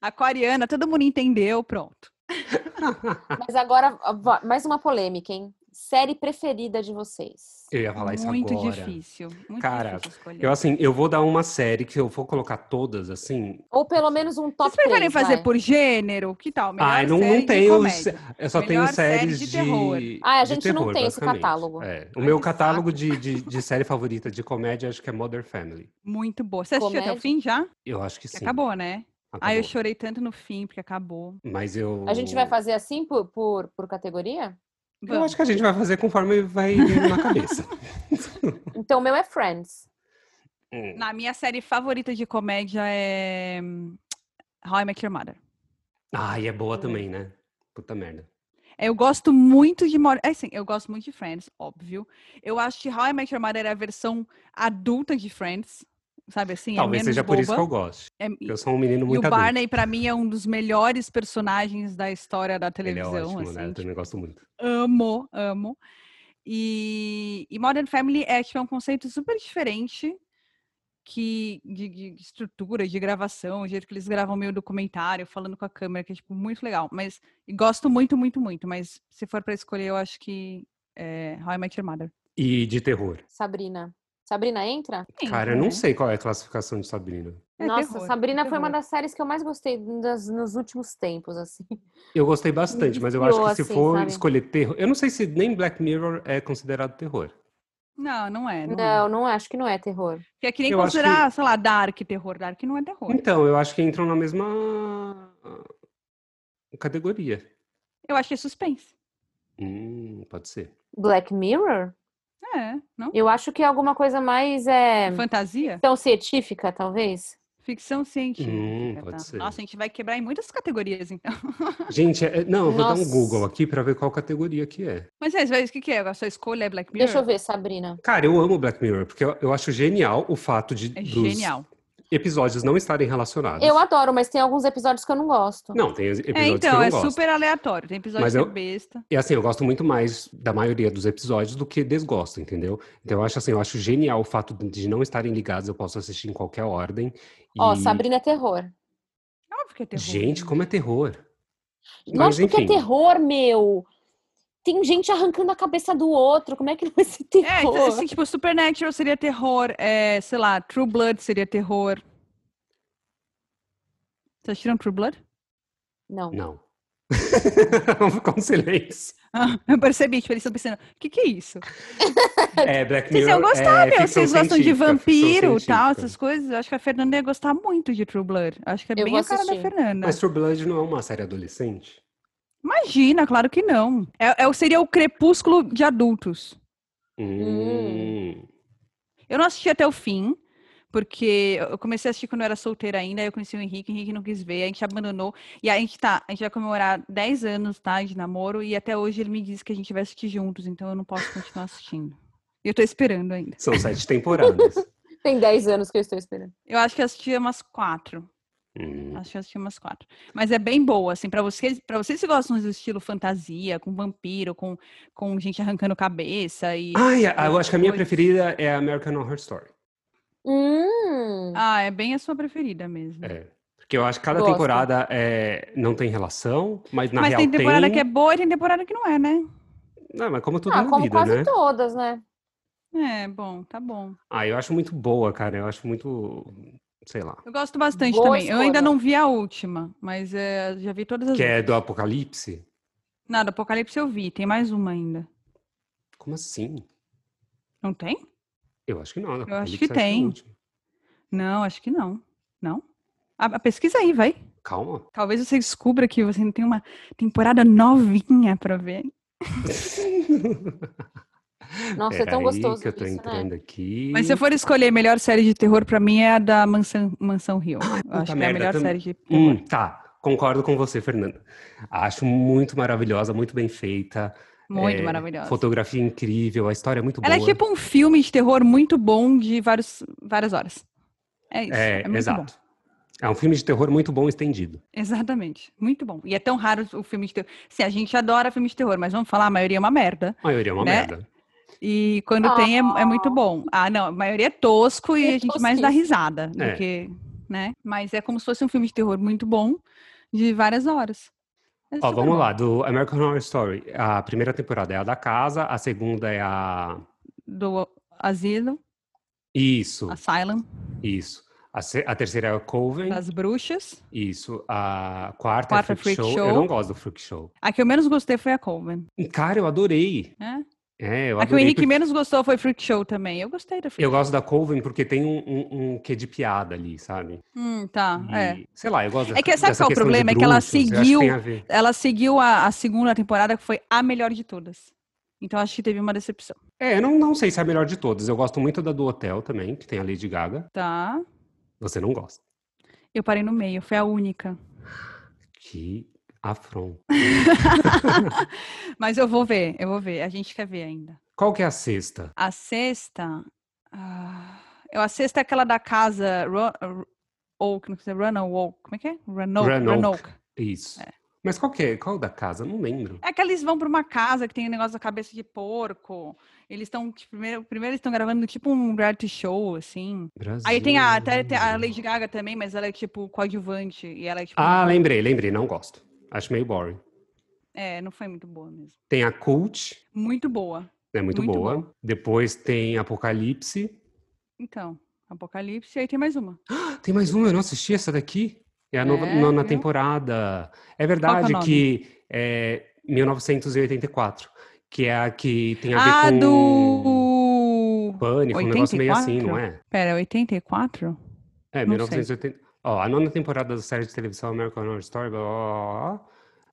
[SPEAKER 2] Aquariana, todo mundo entendeu, pronto.
[SPEAKER 3] Mas agora, va- mais uma polêmica, hein? Série preferida de vocês.
[SPEAKER 1] Eu ia falar isso
[SPEAKER 2] muito
[SPEAKER 1] agora.
[SPEAKER 2] difícil, muito
[SPEAKER 1] Cara,
[SPEAKER 2] difícil escolher.
[SPEAKER 1] Eu assim, eu vou dar uma série que eu vou colocar todas assim.
[SPEAKER 3] Ou pelo menos um top
[SPEAKER 2] Vocês preferem
[SPEAKER 3] 3,
[SPEAKER 2] fazer
[SPEAKER 3] vai.
[SPEAKER 2] por gênero? Que tal? Melhor
[SPEAKER 1] Ai, não,
[SPEAKER 2] série
[SPEAKER 1] não
[SPEAKER 2] de
[SPEAKER 1] tenho.
[SPEAKER 2] comédia.
[SPEAKER 1] Eu só
[SPEAKER 2] Melhor
[SPEAKER 1] tenho
[SPEAKER 2] série
[SPEAKER 1] séries
[SPEAKER 2] de
[SPEAKER 1] de.
[SPEAKER 2] terror.
[SPEAKER 3] Ah, a
[SPEAKER 1] de
[SPEAKER 3] gente não
[SPEAKER 1] terror,
[SPEAKER 3] tem esse
[SPEAKER 1] basicamente.
[SPEAKER 3] catálogo.
[SPEAKER 1] É. O
[SPEAKER 2] Ai,
[SPEAKER 1] meu
[SPEAKER 2] que
[SPEAKER 1] catálogo de, de, de série favorita de comédia acho que é Modern Family.
[SPEAKER 2] Muito boa. Você assistiu até o
[SPEAKER 3] Comédia?
[SPEAKER 2] fim já?
[SPEAKER 1] Eu acho que
[SPEAKER 2] Que
[SPEAKER 1] sim.
[SPEAKER 2] Acabou, né? Ah, eu
[SPEAKER 1] acabou.
[SPEAKER 2] chorei tanto no fim, porque acabou.
[SPEAKER 1] Mas eu.
[SPEAKER 3] A gente vai fazer assim por, por, por categoria?
[SPEAKER 1] Eu acho que a gente vai fazer conforme vai na cabeça.
[SPEAKER 3] Então, o meu é Friends.
[SPEAKER 1] Hum.
[SPEAKER 2] Na minha série favorita de comédia é hum, How I Met Your Mother.
[SPEAKER 1] Ai, é boa também, né? Puta merda.
[SPEAKER 2] Eu gosto muito de Mor- assim, eu gosto muito de Friends, óbvio. Eu acho que How I Met Your Mother é a versão adulta de Friends, sabe assim?
[SPEAKER 1] Talvez
[SPEAKER 2] é menos
[SPEAKER 1] seja por isso que
[SPEAKER 2] boba.
[SPEAKER 1] eu gosto.
[SPEAKER 2] É-
[SPEAKER 1] Eu sou um menino
[SPEAKER 2] E o
[SPEAKER 1] muito adulto.
[SPEAKER 2] Barney, pra mim, é um dos melhores personagens da história da
[SPEAKER 1] Ele é
[SPEAKER 2] televisão.
[SPEAKER 1] ótimo,
[SPEAKER 2] assim,
[SPEAKER 1] né? Eu
[SPEAKER 2] tipo,
[SPEAKER 1] também gosto muito.
[SPEAKER 2] amo, amo. E, e Modern Family é, tipo, é um conceito super diferente que de, de estrutura, de gravação, o jeito que eles gravam meio documentário, falando com a câmera, que é tipo muito legal. Mas e gosto muito, muito, muito. Mas se for pra escolher, eu acho que é How I Met Your Mother.
[SPEAKER 1] E de terror.
[SPEAKER 3] Sabrina. Sabrina entra?
[SPEAKER 1] Cara, eu não sei qual é a classificação de Sabrina.
[SPEAKER 2] É
[SPEAKER 3] Nossa,
[SPEAKER 2] terror,
[SPEAKER 3] Sabrina foi uma
[SPEAKER 2] terror.
[SPEAKER 3] das séries que eu mais gostei das- nos últimos tempos, assim.
[SPEAKER 1] Eu gostei bastante, mas eu acho que se
[SPEAKER 3] viciou, assim,
[SPEAKER 1] for
[SPEAKER 3] sabe?
[SPEAKER 1] escolher terror. Eu não sei se nem Black Mirror é considerado terror.
[SPEAKER 2] Não, não é. Não, é.
[SPEAKER 3] Não, não acho que não é terror.
[SPEAKER 2] Porque é que nem
[SPEAKER 1] Eu acho
[SPEAKER 2] considerar, sei lá, Dark terror. Dark não é terror.
[SPEAKER 1] Então, eu acho que entram na mesma categoria.
[SPEAKER 2] Eu acho que é suspense.
[SPEAKER 1] Hum, pode ser.
[SPEAKER 3] Black Mirror?
[SPEAKER 2] É, não?
[SPEAKER 3] Eu acho que é alguma coisa mais é,
[SPEAKER 2] Fantasia?
[SPEAKER 3] tão científica, talvez.
[SPEAKER 2] Ficção científica.
[SPEAKER 1] Hum,
[SPEAKER 2] tá?
[SPEAKER 1] pode ser.
[SPEAKER 2] Nossa, a gente vai quebrar em muitas categorias, então.
[SPEAKER 1] Gente, é- não, eu vou dar um
[SPEAKER 3] Nossa.
[SPEAKER 1] Google aqui pra ver qual categoria que é.
[SPEAKER 2] Mas é, mas o que, que é? A sua escolha é Black Mirror?
[SPEAKER 3] Deixa eu ver, Sabrina.
[SPEAKER 1] Cara, eu amo Black Mirror, porque eu, eu acho genial o fato de
[SPEAKER 2] É
[SPEAKER 1] dos
[SPEAKER 2] genial.
[SPEAKER 1] episódios não estarem relacionados.
[SPEAKER 3] Eu adoro, mas tem alguns episódios que eu não gosto.
[SPEAKER 1] Não, tem episódios
[SPEAKER 2] É,
[SPEAKER 1] que eu
[SPEAKER 2] então,
[SPEAKER 1] não
[SPEAKER 2] é
[SPEAKER 1] gosto.
[SPEAKER 2] super aleatório. Tem episódio
[SPEAKER 1] Mas
[SPEAKER 2] que é
[SPEAKER 1] eu-
[SPEAKER 2] besta.
[SPEAKER 1] E assim, eu gosto muito mais da maioria dos episódios do que desgosto, entendeu? Então eu acho assim, eu acho genial o fato de- de não estarem ligados, eu posso assistir em qualquer ordem.
[SPEAKER 3] Ó,
[SPEAKER 1] e-
[SPEAKER 3] Sabrina é terror.
[SPEAKER 2] É Óbvio que é terror.
[SPEAKER 1] Gente, como é terror. Mas
[SPEAKER 3] Lógico que é
[SPEAKER 1] enfim.
[SPEAKER 3] terror, meu. Tem gente arrancando a cabeça do outro. Como é que não vai ser terror?
[SPEAKER 2] É, então, assim, tipo, Supernatural seria terror, é, sei lá, True Blood seria terror. Vocês assistiram True Blood?
[SPEAKER 3] Não.
[SPEAKER 1] Não. Ficou um silêncio.
[SPEAKER 2] Ah, eu percebi, tipo, eles estão pensando, o que que é isso?
[SPEAKER 1] É, Black
[SPEAKER 2] Vocês
[SPEAKER 1] Mirror.
[SPEAKER 2] iam
[SPEAKER 1] é
[SPEAKER 2] gostar, meu,
[SPEAKER 1] ficção
[SPEAKER 2] vocês gostam de
[SPEAKER 1] científica,
[SPEAKER 2] vampiro e
[SPEAKER 1] ficção
[SPEAKER 2] tal,
[SPEAKER 1] científica.
[SPEAKER 2] essas coisas. Eu acho que a Fernanda ia gostar muito de True Blood. Acho que é
[SPEAKER 3] Eu
[SPEAKER 2] bem
[SPEAKER 3] vou
[SPEAKER 2] a cara da
[SPEAKER 3] assistir.
[SPEAKER 2] Fernanda.
[SPEAKER 1] Mas True Blood não é uma série adolescente?
[SPEAKER 2] Imagina, claro que não. É, é o- seria o crepúsculo de adultos.
[SPEAKER 1] Hum.
[SPEAKER 2] Eu não assisti até o fim, porque eu comecei a assistir quando eu era solteira ainda, aí eu conheci o Henrique, o Henrique não quis ver, a gente abandonou. E aí a gente tá, a gente vai comemorar 10 anos, tá, de namoro, e até hoje ele me disse que a gente vai assistir juntos, então eu não posso continuar assistindo. E eu tô esperando ainda.
[SPEAKER 1] São sete temporadas.
[SPEAKER 3] Tem 10 anos que eu estou esperando.
[SPEAKER 2] Eu acho que eu assisti umas quatro.
[SPEAKER 1] Hum.
[SPEAKER 2] Acho que eu assisti umas quatro. Mas é bem boa, assim, pra vocês, para vocês que gostam do estilo fantasia, com vampiro, com, com gente arrancando cabeça e.
[SPEAKER 1] Ai, a- eu acho que a minha
[SPEAKER 2] Coisas.
[SPEAKER 1] preferida é American Horror Story.
[SPEAKER 3] Hum.
[SPEAKER 2] Ah, é bem a sua preferida mesmo.
[SPEAKER 1] É. Porque eu acho que cada
[SPEAKER 3] Gosto.
[SPEAKER 1] temporada é, não tem relação, mas na
[SPEAKER 2] Mas
[SPEAKER 1] real
[SPEAKER 2] tem temporada que é
[SPEAKER 1] tem.
[SPEAKER 2] boa e tem temporada que não é, né?
[SPEAKER 1] Não, mas como tudo
[SPEAKER 3] ah,
[SPEAKER 1] na
[SPEAKER 3] como
[SPEAKER 1] vida,
[SPEAKER 3] quase
[SPEAKER 1] né?
[SPEAKER 3] todas, né?
[SPEAKER 2] É, bom, tá bom.
[SPEAKER 1] Ah, eu acho muito boa, cara. Eu acho muito. Sei lá.
[SPEAKER 2] Eu gosto bastante
[SPEAKER 3] Boa
[SPEAKER 2] também. Eu ainda
[SPEAKER 3] escolha.
[SPEAKER 2] não vi a última, mas é, já vi todas as.
[SPEAKER 1] Que é
[SPEAKER 2] outras.
[SPEAKER 1] do Apocalipse?
[SPEAKER 2] Não, do Apocalipse eu vi, tem mais uma ainda.
[SPEAKER 1] Como assim?
[SPEAKER 2] Não tem?
[SPEAKER 1] Eu acho que não. do
[SPEAKER 2] Eu acho
[SPEAKER 1] Apocalipse
[SPEAKER 2] que
[SPEAKER 1] é a
[SPEAKER 2] tem.
[SPEAKER 1] última.
[SPEAKER 2] Não, acho que não. Não? A, a pesquisa aí, vai.
[SPEAKER 1] Calma.
[SPEAKER 2] Talvez você descubra que você não tem uma temporada novinha pra ver.
[SPEAKER 3] Nossa, é tão
[SPEAKER 1] Peraí
[SPEAKER 3] gostoso
[SPEAKER 1] que eu tô
[SPEAKER 3] isso, né?
[SPEAKER 1] entrando aqui.
[SPEAKER 2] Mas se eu for escolher a melhor série de terror, pra mim é a da Mansão, Mansão Rio. Eu acho que é a
[SPEAKER 1] merda,
[SPEAKER 2] melhor
[SPEAKER 1] tam-
[SPEAKER 2] série de terror.
[SPEAKER 1] Hum, tá. Concordo com você, Fernanda. Acho muito maravilhosa, muito bem feita.
[SPEAKER 2] Muito
[SPEAKER 1] é,
[SPEAKER 2] maravilhosa.
[SPEAKER 1] Fotografia incrível, a história é muito
[SPEAKER 2] Ela é
[SPEAKER 1] boa.
[SPEAKER 2] tipo um filme de terror muito bom de vários, várias horas. É isso.
[SPEAKER 1] É,
[SPEAKER 2] É, muito bom.
[SPEAKER 1] exato. É um filme de terror muito bom estendido.
[SPEAKER 2] Exatamente. Muito bom. E é tão raro o filme de terror. Sim, a gente adora filme de terror, mas vamos falar, a maioria é uma merda.
[SPEAKER 1] A maioria é uma
[SPEAKER 2] Né?
[SPEAKER 1] merda.
[SPEAKER 2] E quando
[SPEAKER 3] Ah.
[SPEAKER 2] tem, é, é muito bom. Ah, não, a maioria é tosco e
[SPEAKER 3] É
[SPEAKER 2] a gente mais dá
[SPEAKER 3] tosquíssimo.
[SPEAKER 2] risada do
[SPEAKER 1] É.
[SPEAKER 2] que, né? Mas é como se fosse um filme de terror muito bom, de várias horas. É
[SPEAKER 1] Ó,
[SPEAKER 2] super
[SPEAKER 1] vamos
[SPEAKER 2] bom.
[SPEAKER 1] lá, do American Horror Story. A primeira temporada é a da casa, a segunda é a.
[SPEAKER 2] Do asilo,
[SPEAKER 1] Isso,
[SPEAKER 2] Asylum,
[SPEAKER 1] isso. A, se- a terceira é a Coven,
[SPEAKER 2] das bruxas.
[SPEAKER 1] isso. A quarta,
[SPEAKER 2] Quarta
[SPEAKER 1] é Freak, Show. Eu
[SPEAKER 2] Show.
[SPEAKER 1] não gosto do Freak Show.
[SPEAKER 2] A que eu menos gostei foi a Coven,
[SPEAKER 1] Cara, eu adorei.
[SPEAKER 2] né?
[SPEAKER 1] É, eu
[SPEAKER 2] A que o
[SPEAKER 1] adorei.
[SPEAKER 2] Henrique
[SPEAKER 1] porque-
[SPEAKER 2] menos gostou foi Freak Show também. Eu gostei da Freak
[SPEAKER 1] Eu gosto da Coven porque tem um, um, um quê de piada ali, sabe?
[SPEAKER 2] Hum, tá, é.
[SPEAKER 1] E, Sei lá, eu gosto
[SPEAKER 2] É que sabe
[SPEAKER 1] dessa questão
[SPEAKER 2] qual é o
[SPEAKER 1] de
[SPEAKER 2] problema? É que ela
[SPEAKER 1] bruxos, eu acho que
[SPEAKER 2] seguiu-
[SPEAKER 1] tem a ver.
[SPEAKER 2] Ela seguiu a, a segunda temporada, que foi a melhor de todas. Então acho que teve uma decepção.
[SPEAKER 1] É, eu não, não sei se é a melhor de todas. Eu gosto muito da do Hotel também, que tem a Lady Gaga.
[SPEAKER 2] Tá.
[SPEAKER 1] Você não gosta.
[SPEAKER 2] Eu parei no meio, foi a única.
[SPEAKER 1] Que afronta.
[SPEAKER 2] Mas eu vou ver, eu vou ver. A gente quer ver ainda.
[SPEAKER 1] Qual que é a sexta?
[SPEAKER 2] A sexta. ah, eu, a sexta é aquela da casa. Ro- Ro- Oak, não sei, Roanoke. Como é que é? Roanoke.
[SPEAKER 1] Roanoke.
[SPEAKER 2] Roanoke.
[SPEAKER 1] Isso. Mas qual que é? Qual da casa? Não lembro.
[SPEAKER 2] É que eles vão pra uma casa que tem um negócio da cabeça de porco. Eles estão. tipo, Primeiro, primeiro eles estão gravando tipo um reality show, assim.
[SPEAKER 1] Brasil.
[SPEAKER 2] Aí tem a, até tem a Lady Gaga também, mas ela é tipo coadjuvante. E ela é tipo.
[SPEAKER 1] Ah, lembrei, lembrei. Não gosto. Acho meio boring.
[SPEAKER 2] É, não foi muito boa mesmo.
[SPEAKER 1] Tem a Cult,
[SPEAKER 2] Muito boa.
[SPEAKER 1] é muito,
[SPEAKER 2] Muito
[SPEAKER 1] boa. Depois tem Apocalipse. Ah,
[SPEAKER 2] Então, Apocalipse, e aí tem mais uma.
[SPEAKER 1] Tem mais uma, eu não assisti essa daqui. É a nova-
[SPEAKER 2] É,
[SPEAKER 1] nona
[SPEAKER 2] viu?
[SPEAKER 1] temporada. É
[SPEAKER 2] Qual que
[SPEAKER 1] verdade
[SPEAKER 2] é o nome?
[SPEAKER 1] que é 1984, que é a que tem a ver
[SPEAKER 2] ah,
[SPEAKER 1] com
[SPEAKER 2] do.
[SPEAKER 1] pânico, um negócio meio
[SPEAKER 2] 84?
[SPEAKER 1] assim, não é?
[SPEAKER 2] Pera, 84?
[SPEAKER 1] É,
[SPEAKER 2] Não sei.
[SPEAKER 1] 1980. Ó, a nona temporada da série de televisão American Horror Story, blá, blá, blá, blá,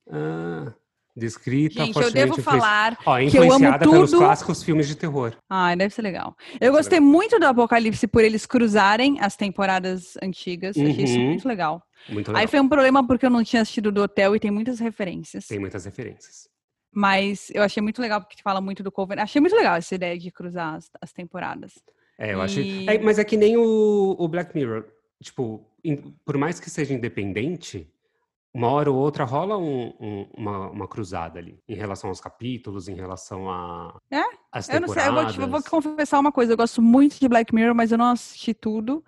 [SPEAKER 1] ah, descrita
[SPEAKER 2] Gente, eu devo
[SPEAKER 1] fortemente influen-
[SPEAKER 2] falar.
[SPEAKER 1] Ó,
[SPEAKER 2] que eu amo
[SPEAKER 1] influenciada pelos
[SPEAKER 2] tudo.
[SPEAKER 1] clássicos filmes de terror.
[SPEAKER 2] Ai, deve ser legal. Eu gostei muito do Apocalipse por eles cruzarem as temporadas antigas. Achei isso
[SPEAKER 1] Uhum.
[SPEAKER 2] muito legal.
[SPEAKER 1] Muito
[SPEAKER 2] Aí
[SPEAKER 1] legal.
[SPEAKER 2] foi um problema porque eu não tinha assistido do hotel e tem muitas referências.
[SPEAKER 1] Tem muitas referências.
[SPEAKER 2] Mas eu achei muito legal porque fala muito do Coven. Achei muito legal essa ideia de cruzar as, as temporadas.
[SPEAKER 1] É, eu acho.
[SPEAKER 2] E-
[SPEAKER 1] é, mas é que nem o, o Black Mirror. Tipo, in- por mais que seja independente, uma hora ou outra rola um- um- uma, uma cruzada ali. Em relação aos capítulos, em relação a.
[SPEAKER 2] É?
[SPEAKER 1] As
[SPEAKER 2] Eu não sei, eu vou, te- eu vou
[SPEAKER 1] temporadas.
[SPEAKER 2] confessar uma coisa. Eu gosto muito de Black Mirror, mas eu não assisti tudo.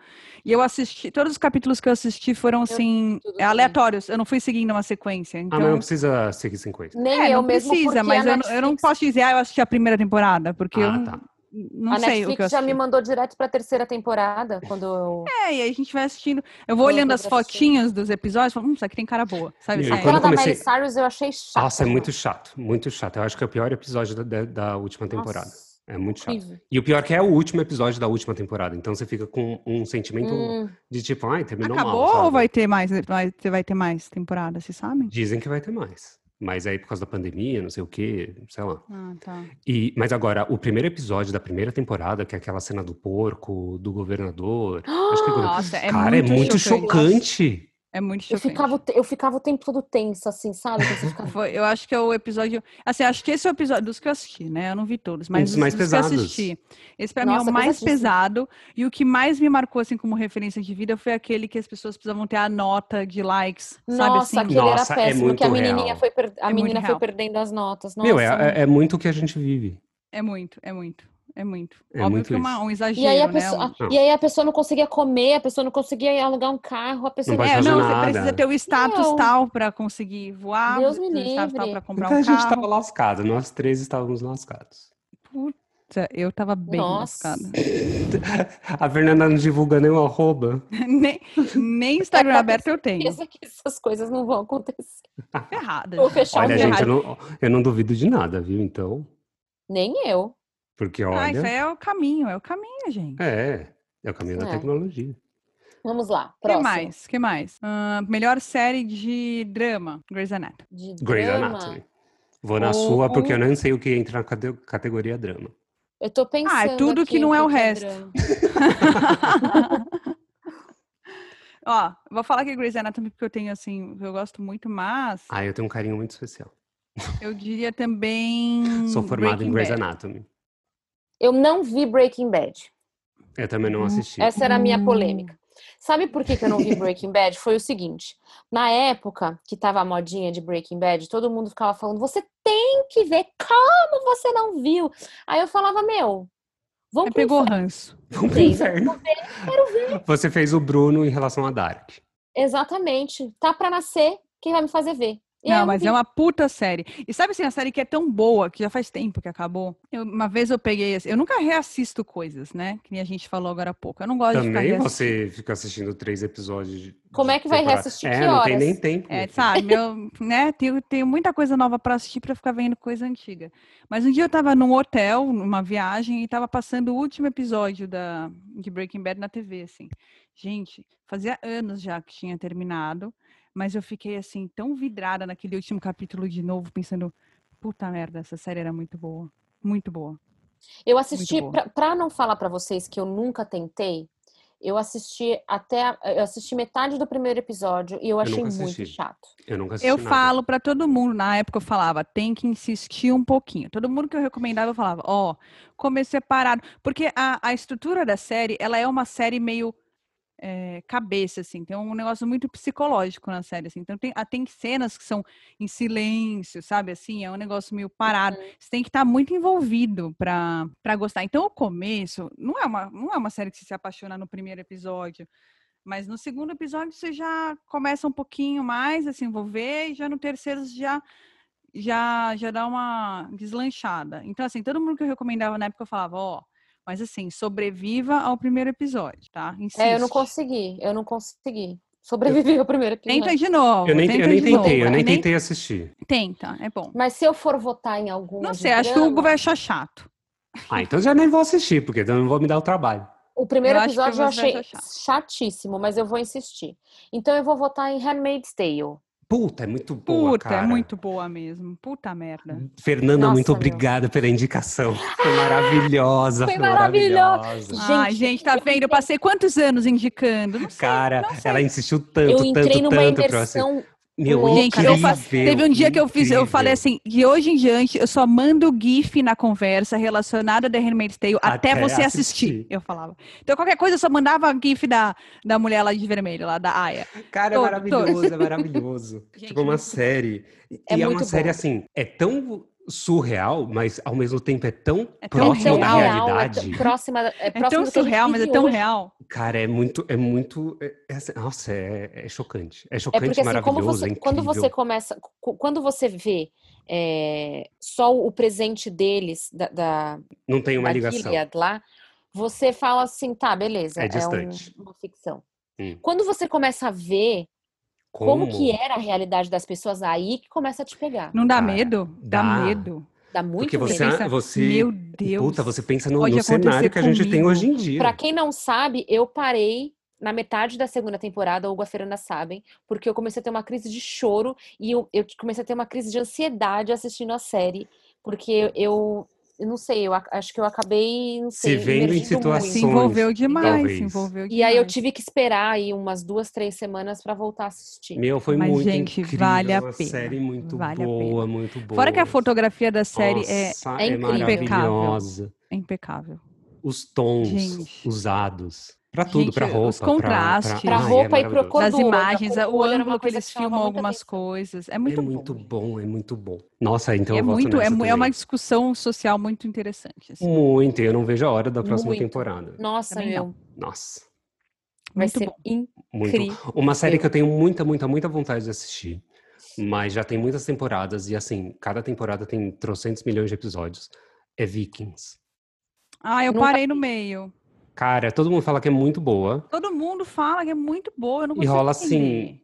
[SPEAKER 2] E eu assisti. Todos os capítulos que eu assisti foram, assim,
[SPEAKER 3] tudo
[SPEAKER 2] é,
[SPEAKER 3] também.
[SPEAKER 2] aleatórios. Eu não fui seguindo uma sequência.
[SPEAKER 1] Ah,
[SPEAKER 2] Então,
[SPEAKER 1] mas não precisa seguir 50.
[SPEAKER 3] Nem
[SPEAKER 2] é,
[SPEAKER 3] eu
[SPEAKER 2] não
[SPEAKER 3] mesmo,
[SPEAKER 2] precisa,
[SPEAKER 3] porque
[SPEAKER 2] mas
[SPEAKER 3] a
[SPEAKER 2] eu, não- eu não
[SPEAKER 3] Netflix-
[SPEAKER 2] posso dizer, ah, eu assisti a primeira temporada, porque eu
[SPEAKER 1] Ah,
[SPEAKER 2] não-
[SPEAKER 1] tá.
[SPEAKER 2] não
[SPEAKER 3] a
[SPEAKER 2] sei
[SPEAKER 3] Netflix
[SPEAKER 2] o que eu
[SPEAKER 3] já
[SPEAKER 2] assisti.
[SPEAKER 3] me mandou direto pra terceira temporada, quando eu...
[SPEAKER 2] É, e aí a gente vai assistindo. Eu vou
[SPEAKER 3] Eu
[SPEAKER 2] olhando
[SPEAKER 3] vou
[SPEAKER 2] as
[SPEAKER 3] pra assistir.
[SPEAKER 2] fotinhas dos episódios e falo, hum, isso aqui tem cara boa. Sabe? Assim, é,
[SPEAKER 1] E
[SPEAKER 2] Sai.
[SPEAKER 3] Aquela
[SPEAKER 1] quando
[SPEAKER 3] da
[SPEAKER 1] comecei-
[SPEAKER 3] Miley Cyrus eu achei chata.
[SPEAKER 1] Nossa, é muito chato, muito chato. Eu acho que é o pior episódio da, da- da última temporada. é muito chato. E o pior é que é o último episódio da última temporada. Então você fica com um sentimento
[SPEAKER 3] Hum.
[SPEAKER 1] de tipo, ai, terminou
[SPEAKER 2] Hum. Acabou
[SPEAKER 1] mal.
[SPEAKER 2] ou
[SPEAKER 1] sabe?
[SPEAKER 2] vai ter mais, vai, vai ter mais temporada, vocês sabem?
[SPEAKER 1] Dizem que vai ter mais. Mas aí por causa da pandemia, não sei o quê, sei lá.
[SPEAKER 2] Ah, tá.
[SPEAKER 1] E, mas agora, o primeiro episódio da primeira temporada, que é aquela cena do porco, do governador. acho que é governador.
[SPEAKER 2] Nossa, é
[SPEAKER 1] Cara,
[SPEAKER 2] muito
[SPEAKER 1] é muito chocante.
[SPEAKER 2] É muito
[SPEAKER 3] Eu
[SPEAKER 2] chocante.
[SPEAKER 3] ficava, o te- eu ficava o tempo todo tensa, assim, sabe? Quando você ficava-
[SPEAKER 2] Foi- eu acho que é o episódio. Assim, acho que esse é o episódio dos que eu assisti, né? Eu não vi todos, mas
[SPEAKER 1] dos
[SPEAKER 2] dos,
[SPEAKER 1] mais
[SPEAKER 2] dos que eu
[SPEAKER 1] pesados.
[SPEAKER 2] assisti. Esse pra mim é
[SPEAKER 3] Nossa,
[SPEAKER 2] o mais
[SPEAKER 3] pesadíssimo.
[SPEAKER 2] pesado. E o que mais me marcou, assim, como referência de vida foi aquele que as pessoas precisavam ter a nota de likes,
[SPEAKER 3] Nossa,
[SPEAKER 2] sabe assim? É
[SPEAKER 3] aquele
[SPEAKER 1] Nossa, é
[SPEAKER 3] era péssimo, que a
[SPEAKER 1] muito
[SPEAKER 3] menininha,
[SPEAKER 1] real.
[SPEAKER 3] foi, per- a
[SPEAKER 2] muito
[SPEAKER 3] menina foi
[SPEAKER 2] real.
[SPEAKER 3] perdendo as notas. Nossa,
[SPEAKER 1] Meu, é, é- é muito o que a gente vive.
[SPEAKER 2] É muito, é muito, é muito.
[SPEAKER 1] É
[SPEAKER 2] Óbvio
[SPEAKER 1] muito
[SPEAKER 2] que é uma-
[SPEAKER 1] isso.
[SPEAKER 2] um
[SPEAKER 3] E
[SPEAKER 2] exagero,
[SPEAKER 3] aí, a
[SPEAKER 2] né?
[SPEAKER 3] pessoa,
[SPEAKER 2] Um-
[SPEAKER 3] a- e aí a pessoa não conseguia comer, a pessoa não conseguia alugar um carro, a pessoa
[SPEAKER 1] Não pode
[SPEAKER 2] É,
[SPEAKER 1] fazer
[SPEAKER 2] não,
[SPEAKER 1] nada.
[SPEAKER 2] você precisa ter o status
[SPEAKER 3] Não.
[SPEAKER 2] tal pra conseguir voar,
[SPEAKER 3] Deus
[SPEAKER 2] você
[SPEAKER 3] me
[SPEAKER 2] precisa ter o status tal
[SPEAKER 3] livre.
[SPEAKER 2] pra comprar
[SPEAKER 1] então
[SPEAKER 2] um
[SPEAKER 1] a gente
[SPEAKER 2] carro.
[SPEAKER 1] tava lascado, nós três estávamos lascados.
[SPEAKER 2] Puta, eu tava bem
[SPEAKER 3] Nossa.
[SPEAKER 2] lascada.
[SPEAKER 1] A Fernanda não divulga nem o arroba.
[SPEAKER 2] nem, nem Instagram
[SPEAKER 3] Tá
[SPEAKER 2] aberto eu tenho.
[SPEAKER 3] Pensa que essas coisas não vão acontecer.
[SPEAKER 2] Ferrada.
[SPEAKER 3] Vou
[SPEAKER 2] gente.
[SPEAKER 3] fechar
[SPEAKER 1] Olha,
[SPEAKER 3] o
[SPEAKER 1] gente,
[SPEAKER 3] rádio.
[SPEAKER 1] eu não, eu não duvido de nada, viu? Então,
[SPEAKER 3] Nem eu.
[SPEAKER 1] porque
[SPEAKER 2] Ah, isso aí
[SPEAKER 1] olha.
[SPEAKER 2] é o caminho, é o caminho, gente.
[SPEAKER 1] É, é o caminho da
[SPEAKER 3] É.
[SPEAKER 1] tecnologia.
[SPEAKER 3] Vamos lá.
[SPEAKER 2] O que
[SPEAKER 3] Próximo.
[SPEAKER 2] mais? que mais? Ahn, melhor série de drama, Grey's Anatomy.
[SPEAKER 3] De
[SPEAKER 1] Grey's
[SPEAKER 3] drama.
[SPEAKER 1] Anatomy. Vou na
[SPEAKER 2] Ou-
[SPEAKER 1] sua porque eu não sei o que entra na cate- categoria drama.
[SPEAKER 3] Eu tô pensando.
[SPEAKER 2] Ah, é tudo
[SPEAKER 3] aqui
[SPEAKER 2] que não é
[SPEAKER 3] entre
[SPEAKER 2] o
[SPEAKER 3] que
[SPEAKER 2] resto.
[SPEAKER 3] drama.
[SPEAKER 2] Ó, vou falar que é Grey's Anatomy porque eu tenho, assim, eu gosto muito, mas
[SPEAKER 1] Ah, eu tenho um carinho muito especial.
[SPEAKER 2] eu diria também
[SPEAKER 1] Sou formado em
[SPEAKER 2] Hum, Breaking
[SPEAKER 1] Grey's
[SPEAKER 2] Bad.
[SPEAKER 1] Anatomy.
[SPEAKER 3] Eu não vi Breaking Bad.
[SPEAKER 1] Eu também não
[SPEAKER 2] Hum,
[SPEAKER 1] assisti.
[SPEAKER 3] Essa era a minha
[SPEAKER 2] Hum.
[SPEAKER 3] polêmica. Sabe por que, que eu não vi Breaking Bad? Foi o seguinte: na época que tava a modinha de Breaking Bad, todo mundo ficava falando, você tem que ver, como você não viu? Aí eu falava, meu,
[SPEAKER 2] Aí
[SPEAKER 3] vamos pro
[SPEAKER 2] pegou ranço.
[SPEAKER 1] Vamos pro
[SPEAKER 3] Sim.
[SPEAKER 1] inferno. Você fez o Bruno em relação a Dark.
[SPEAKER 3] Exatamente. Tá pra nascer, quem vai me fazer ver? E aí eu
[SPEAKER 2] Não, mas
[SPEAKER 3] vi.
[SPEAKER 2] é uma puta série. E sabe assim, a série que é tão boa, que já faz tempo que acabou. Eu- uma vez eu peguei, assim, eu nunca reassisto coisas, né? Que nem a gente falou agora há pouco. Eu não gosto de
[SPEAKER 1] Também
[SPEAKER 2] ficar
[SPEAKER 1] você fica assistindo três episódios. de-
[SPEAKER 3] Como é
[SPEAKER 1] de
[SPEAKER 3] que vai
[SPEAKER 1] temporada.
[SPEAKER 3] reassistir?
[SPEAKER 1] É,
[SPEAKER 3] Que
[SPEAKER 1] não tem
[SPEAKER 3] horas?
[SPEAKER 1] nem tempo.
[SPEAKER 2] É, sabe, meu, né, tenho, tenho muita coisa nova pra assistir pra ficar vendo coisa antiga. Mas um dia eu tava num hotel, numa viagem, e tava passando o último episódio da, de Breaking Bad na TV, assim. Gente, fazia anos já que tinha terminado, mas eu fiquei, assim, tão vidrada naquele último capítulo de novo, pensando, puta merda, essa série era muito boa, muito boa.
[SPEAKER 3] Eu assisti,
[SPEAKER 2] boa.
[SPEAKER 3] pra, pra não falar pra vocês que eu nunca tentei, eu assisti até. a- Eu assisti metade do primeiro episódio e eu achei
[SPEAKER 1] nunca
[SPEAKER 3] muito
[SPEAKER 1] assisti.
[SPEAKER 3] chato.
[SPEAKER 1] Eu nunca assisti.
[SPEAKER 2] Eu
[SPEAKER 1] nada.
[SPEAKER 2] falo pra todo mundo, na época eu falava, tem que insistir um pouquinho. Todo mundo que eu recomendava, eu falava, ó, comecei parado. Porque a, a estrutura da série, ela é uma série meio eh, cabeça, assim. Tem um negócio muito psicológico na série, assim. Então tem, ah, tem cenas que são em silêncio, sabe? Assim, é um negócio meio parado. Você tem que estar muito envolvido pra, pra gostar. Então o começo, não é, uma, não é uma série que você se apaixona no primeiro episódio. Mas no segundo episódio você já começa um pouquinho mais a se envolver e já no terceiro você já já já dá uma deslanchada. Então assim, todo mundo que eu recomendava na época eu falava, ó, Mas assim, sobreviva ao primeiro episódio, tá? Insiste.
[SPEAKER 3] É, eu não consegui, eu não consegui. Sobrevivi ao primeiro episódio.
[SPEAKER 2] Tenta de novo.
[SPEAKER 1] Eu nem,
[SPEAKER 2] tenta
[SPEAKER 1] eu nem
[SPEAKER 2] de novo.
[SPEAKER 1] tentei, eu
[SPEAKER 2] É
[SPEAKER 1] nem
[SPEAKER 2] que
[SPEAKER 1] tentei assistir.
[SPEAKER 2] Tenta, é bom.
[SPEAKER 3] Mas se eu for votar em algum.
[SPEAKER 2] Não sei, acho que o Hugo vai achar chato.
[SPEAKER 1] Ah, então já nem vou assistir, porque então eu não vou me dar o trabalho.
[SPEAKER 3] O primeiro
[SPEAKER 2] Eu acho que
[SPEAKER 3] episódio eu
[SPEAKER 2] você vai
[SPEAKER 3] achei
[SPEAKER 2] achar
[SPEAKER 3] chatíssimo, mas eu vou insistir. Então eu vou votar em Handmaid's Tale.
[SPEAKER 1] Puta, é muito boa,
[SPEAKER 2] Puta,
[SPEAKER 1] cara.
[SPEAKER 2] é muito boa mesmo. Puta merda.
[SPEAKER 1] Fernanda,
[SPEAKER 3] Nossa,
[SPEAKER 1] muito
[SPEAKER 3] meu.
[SPEAKER 1] obrigada pela indicação. Foi maravilhosa,
[SPEAKER 3] Foi
[SPEAKER 1] foi maravilhosa.
[SPEAKER 3] maravilhosa.
[SPEAKER 2] Ai,
[SPEAKER 3] Gente,
[SPEAKER 2] gente, tá vendo? Eu passei quantos anos indicando? Não sei.
[SPEAKER 1] Cara,
[SPEAKER 2] não sei.
[SPEAKER 1] ela insistiu
[SPEAKER 3] Eu
[SPEAKER 1] tanto,
[SPEAKER 3] entrei
[SPEAKER 1] tanto,
[SPEAKER 3] numa
[SPEAKER 1] tanto pra eu assistir.
[SPEAKER 3] imersão.
[SPEAKER 1] Meu,
[SPEAKER 3] louca.
[SPEAKER 2] Gente, eu fa-
[SPEAKER 1] incrível,
[SPEAKER 2] Teve um dia que eu fiz, eu
[SPEAKER 1] incrível.
[SPEAKER 2] falei assim, de hoje em diante, eu só mando GIF na conversa relacionada a The Handmaid's Tale até,
[SPEAKER 1] Até
[SPEAKER 2] você assistir.
[SPEAKER 1] assistir.
[SPEAKER 2] eu falava. Então, qualquer coisa, eu só mandava GIF da, da mulher lá de vermelho, lá da Aya.
[SPEAKER 1] Cara, é
[SPEAKER 2] Todo,
[SPEAKER 1] maravilhoso, é maravilhoso.
[SPEAKER 2] assim, Gente, é
[SPEAKER 1] tipo, uma
[SPEAKER 2] muito
[SPEAKER 1] série. E
[SPEAKER 3] É
[SPEAKER 1] é, uma
[SPEAKER 3] muito
[SPEAKER 1] série
[SPEAKER 3] bom.
[SPEAKER 1] assim, é tão surreal, mas ao mesmo tempo é tão
[SPEAKER 2] É tão
[SPEAKER 1] próximo
[SPEAKER 3] Então,
[SPEAKER 1] da
[SPEAKER 2] real.
[SPEAKER 3] realidade.
[SPEAKER 1] realidade.
[SPEAKER 3] próxima, é
[SPEAKER 2] É
[SPEAKER 3] próximo do
[SPEAKER 2] tão
[SPEAKER 3] que a gente
[SPEAKER 2] surreal, mas é
[SPEAKER 3] vive
[SPEAKER 2] tão
[SPEAKER 3] hoje.
[SPEAKER 2] real.
[SPEAKER 1] Cara, é muito, é muito. é- é assim, nossa, é, é chocante. É
[SPEAKER 3] É
[SPEAKER 1] chocante,
[SPEAKER 3] porque assim, como
[SPEAKER 1] maravilhoso,
[SPEAKER 3] você,
[SPEAKER 1] é
[SPEAKER 3] quando você
[SPEAKER 1] incrível.
[SPEAKER 3] começa, cu- quando você vê é, só o presente deles da, da,
[SPEAKER 1] Não tem uma
[SPEAKER 3] da
[SPEAKER 1] ligação.
[SPEAKER 3] Gilead lá, você fala assim, tá, beleza,
[SPEAKER 1] É
[SPEAKER 3] é, um-
[SPEAKER 1] distante.
[SPEAKER 3] uma ficção.
[SPEAKER 1] Hum.
[SPEAKER 3] Quando você começa a ver como? que é? era a realidade das pessoas, aí que começa a te pegar.
[SPEAKER 2] Não dá
[SPEAKER 1] Cara,
[SPEAKER 2] medo? Dá,
[SPEAKER 1] dá.
[SPEAKER 2] medo.
[SPEAKER 3] Dá muito
[SPEAKER 1] Porque
[SPEAKER 3] medo.
[SPEAKER 1] você, é,
[SPEAKER 2] Pensa,
[SPEAKER 1] você
[SPEAKER 2] Meu Deus.
[SPEAKER 1] puta, você pensa no,
[SPEAKER 2] pode
[SPEAKER 1] no cenário
[SPEAKER 2] acontecer
[SPEAKER 1] que a gente tem
[SPEAKER 2] comigo.
[SPEAKER 1] hoje em dia.
[SPEAKER 3] Pra quem não sabe, eu parei na metade da segunda temporada, Hugo e a Fernanda sabem, porque eu comecei a ter uma crise de choro e eu, eu comecei a ter uma crise de ansiedade assistindo a série, porque eu, eu não sei, eu a- acho que eu acabei, não
[SPEAKER 1] Se
[SPEAKER 3] sei,
[SPEAKER 1] vendo em
[SPEAKER 3] imergindo
[SPEAKER 1] situações.
[SPEAKER 2] se
[SPEAKER 3] muito.
[SPEAKER 2] envolveu demais,
[SPEAKER 1] talvez.
[SPEAKER 2] se envolveu demais.
[SPEAKER 3] E aí eu tive que esperar aí umas duas, três semanas pra voltar a assistir.
[SPEAKER 1] Meu, foi
[SPEAKER 2] Mas,
[SPEAKER 1] muito
[SPEAKER 2] gente,
[SPEAKER 1] incrível. é
[SPEAKER 2] vale a
[SPEAKER 1] uma
[SPEAKER 2] pena,
[SPEAKER 1] série muito
[SPEAKER 2] vale a
[SPEAKER 1] boa, muito boa.
[SPEAKER 2] Fora que a fotografia da série é
[SPEAKER 1] Nossa,
[SPEAKER 3] é
[SPEAKER 1] é
[SPEAKER 3] incrível.
[SPEAKER 1] maravilhosa.
[SPEAKER 2] impecável.
[SPEAKER 1] Os tons
[SPEAKER 2] Gente.
[SPEAKER 1] usados. Pra tudo,
[SPEAKER 2] Gente,
[SPEAKER 1] pra roupa.
[SPEAKER 2] os
[SPEAKER 1] pra-
[SPEAKER 2] contrastes.
[SPEAKER 3] Pra
[SPEAKER 1] Ai, é
[SPEAKER 3] roupa e pro
[SPEAKER 1] maravilhoso.
[SPEAKER 3] Quando tá
[SPEAKER 2] Das
[SPEAKER 3] olha,
[SPEAKER 2] imagens,
[SPEAKER 3] quando
[SPEAKER 2] o
[SPEAKER 3] olha, era uma
[SPEAKER 2] ângulo que
[SPEAKER 3] coisa assim,
[SPEAKER 2] eles
[SPEAKER 3] que chamava
[SPEAKER 2] filmam
[SPEAKER 3] muita
[SPEAKER 2] algumas
[SPEAKER 3] atenção.
[SPEAKER 2] coisas. É muito
[SPEAKER 1] é
[SPEAKER 2] bom.
[SPEAKER 1] muito bom, é muito bom. Nossa, então
[SPEAKER 2] é
[SPEAKER 1] eu voto
[SPEAKER 2] muito, é,
[SPEAKER 1] nessa
[SPEAKER 2] mu- é uma
[SPEAKER 1] também.
[SPEAKER 2] discussão social muito interessante. assim.
[SPEAKER 1] Muito, eu não vejo a hora da próxima
[SPEAKER 3] Muito.
[SPEAKER 1] temporada.
[SPEAKER 3] Nossa,
[SPEAKER 2] Também não.
[SPEAKER 3] meu,
[SPEAKER 1] Nossa,
[SPEAKER 3] Hum, vai
[SPEAKER 2] Muito
[SPEAKER 3] ser
[SPEAKER 2] bom.
[SPEAKER 1] muito.
[SPEAKER 3] incrível.
[SPEAKER 1] Uma série
[SPEAKER 3] Eu-
[SPEAKER 1] que eu tenho muita, muita, muita vontade de assistir. Mas já tem muitas temporadas e assim, cada temporada tem trocentos milhões de episódios. É Vikings.
[SPEAKER 2] Ah, eu
[SPEAKER 3] Nunca
[SPEAKER 2] parei no meio.
[SPEAKER 1] Cara, todo mundo fala que é muito boa.
[SPEAKER 2] Todo mundo fala que é muito boa, eu não
[SPEAKER 1] E
[SPEAKER 2] consigo
[SPEAKER 1] rola
[SPEAKER 2] entender.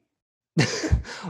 [SPEAKER 1] assim.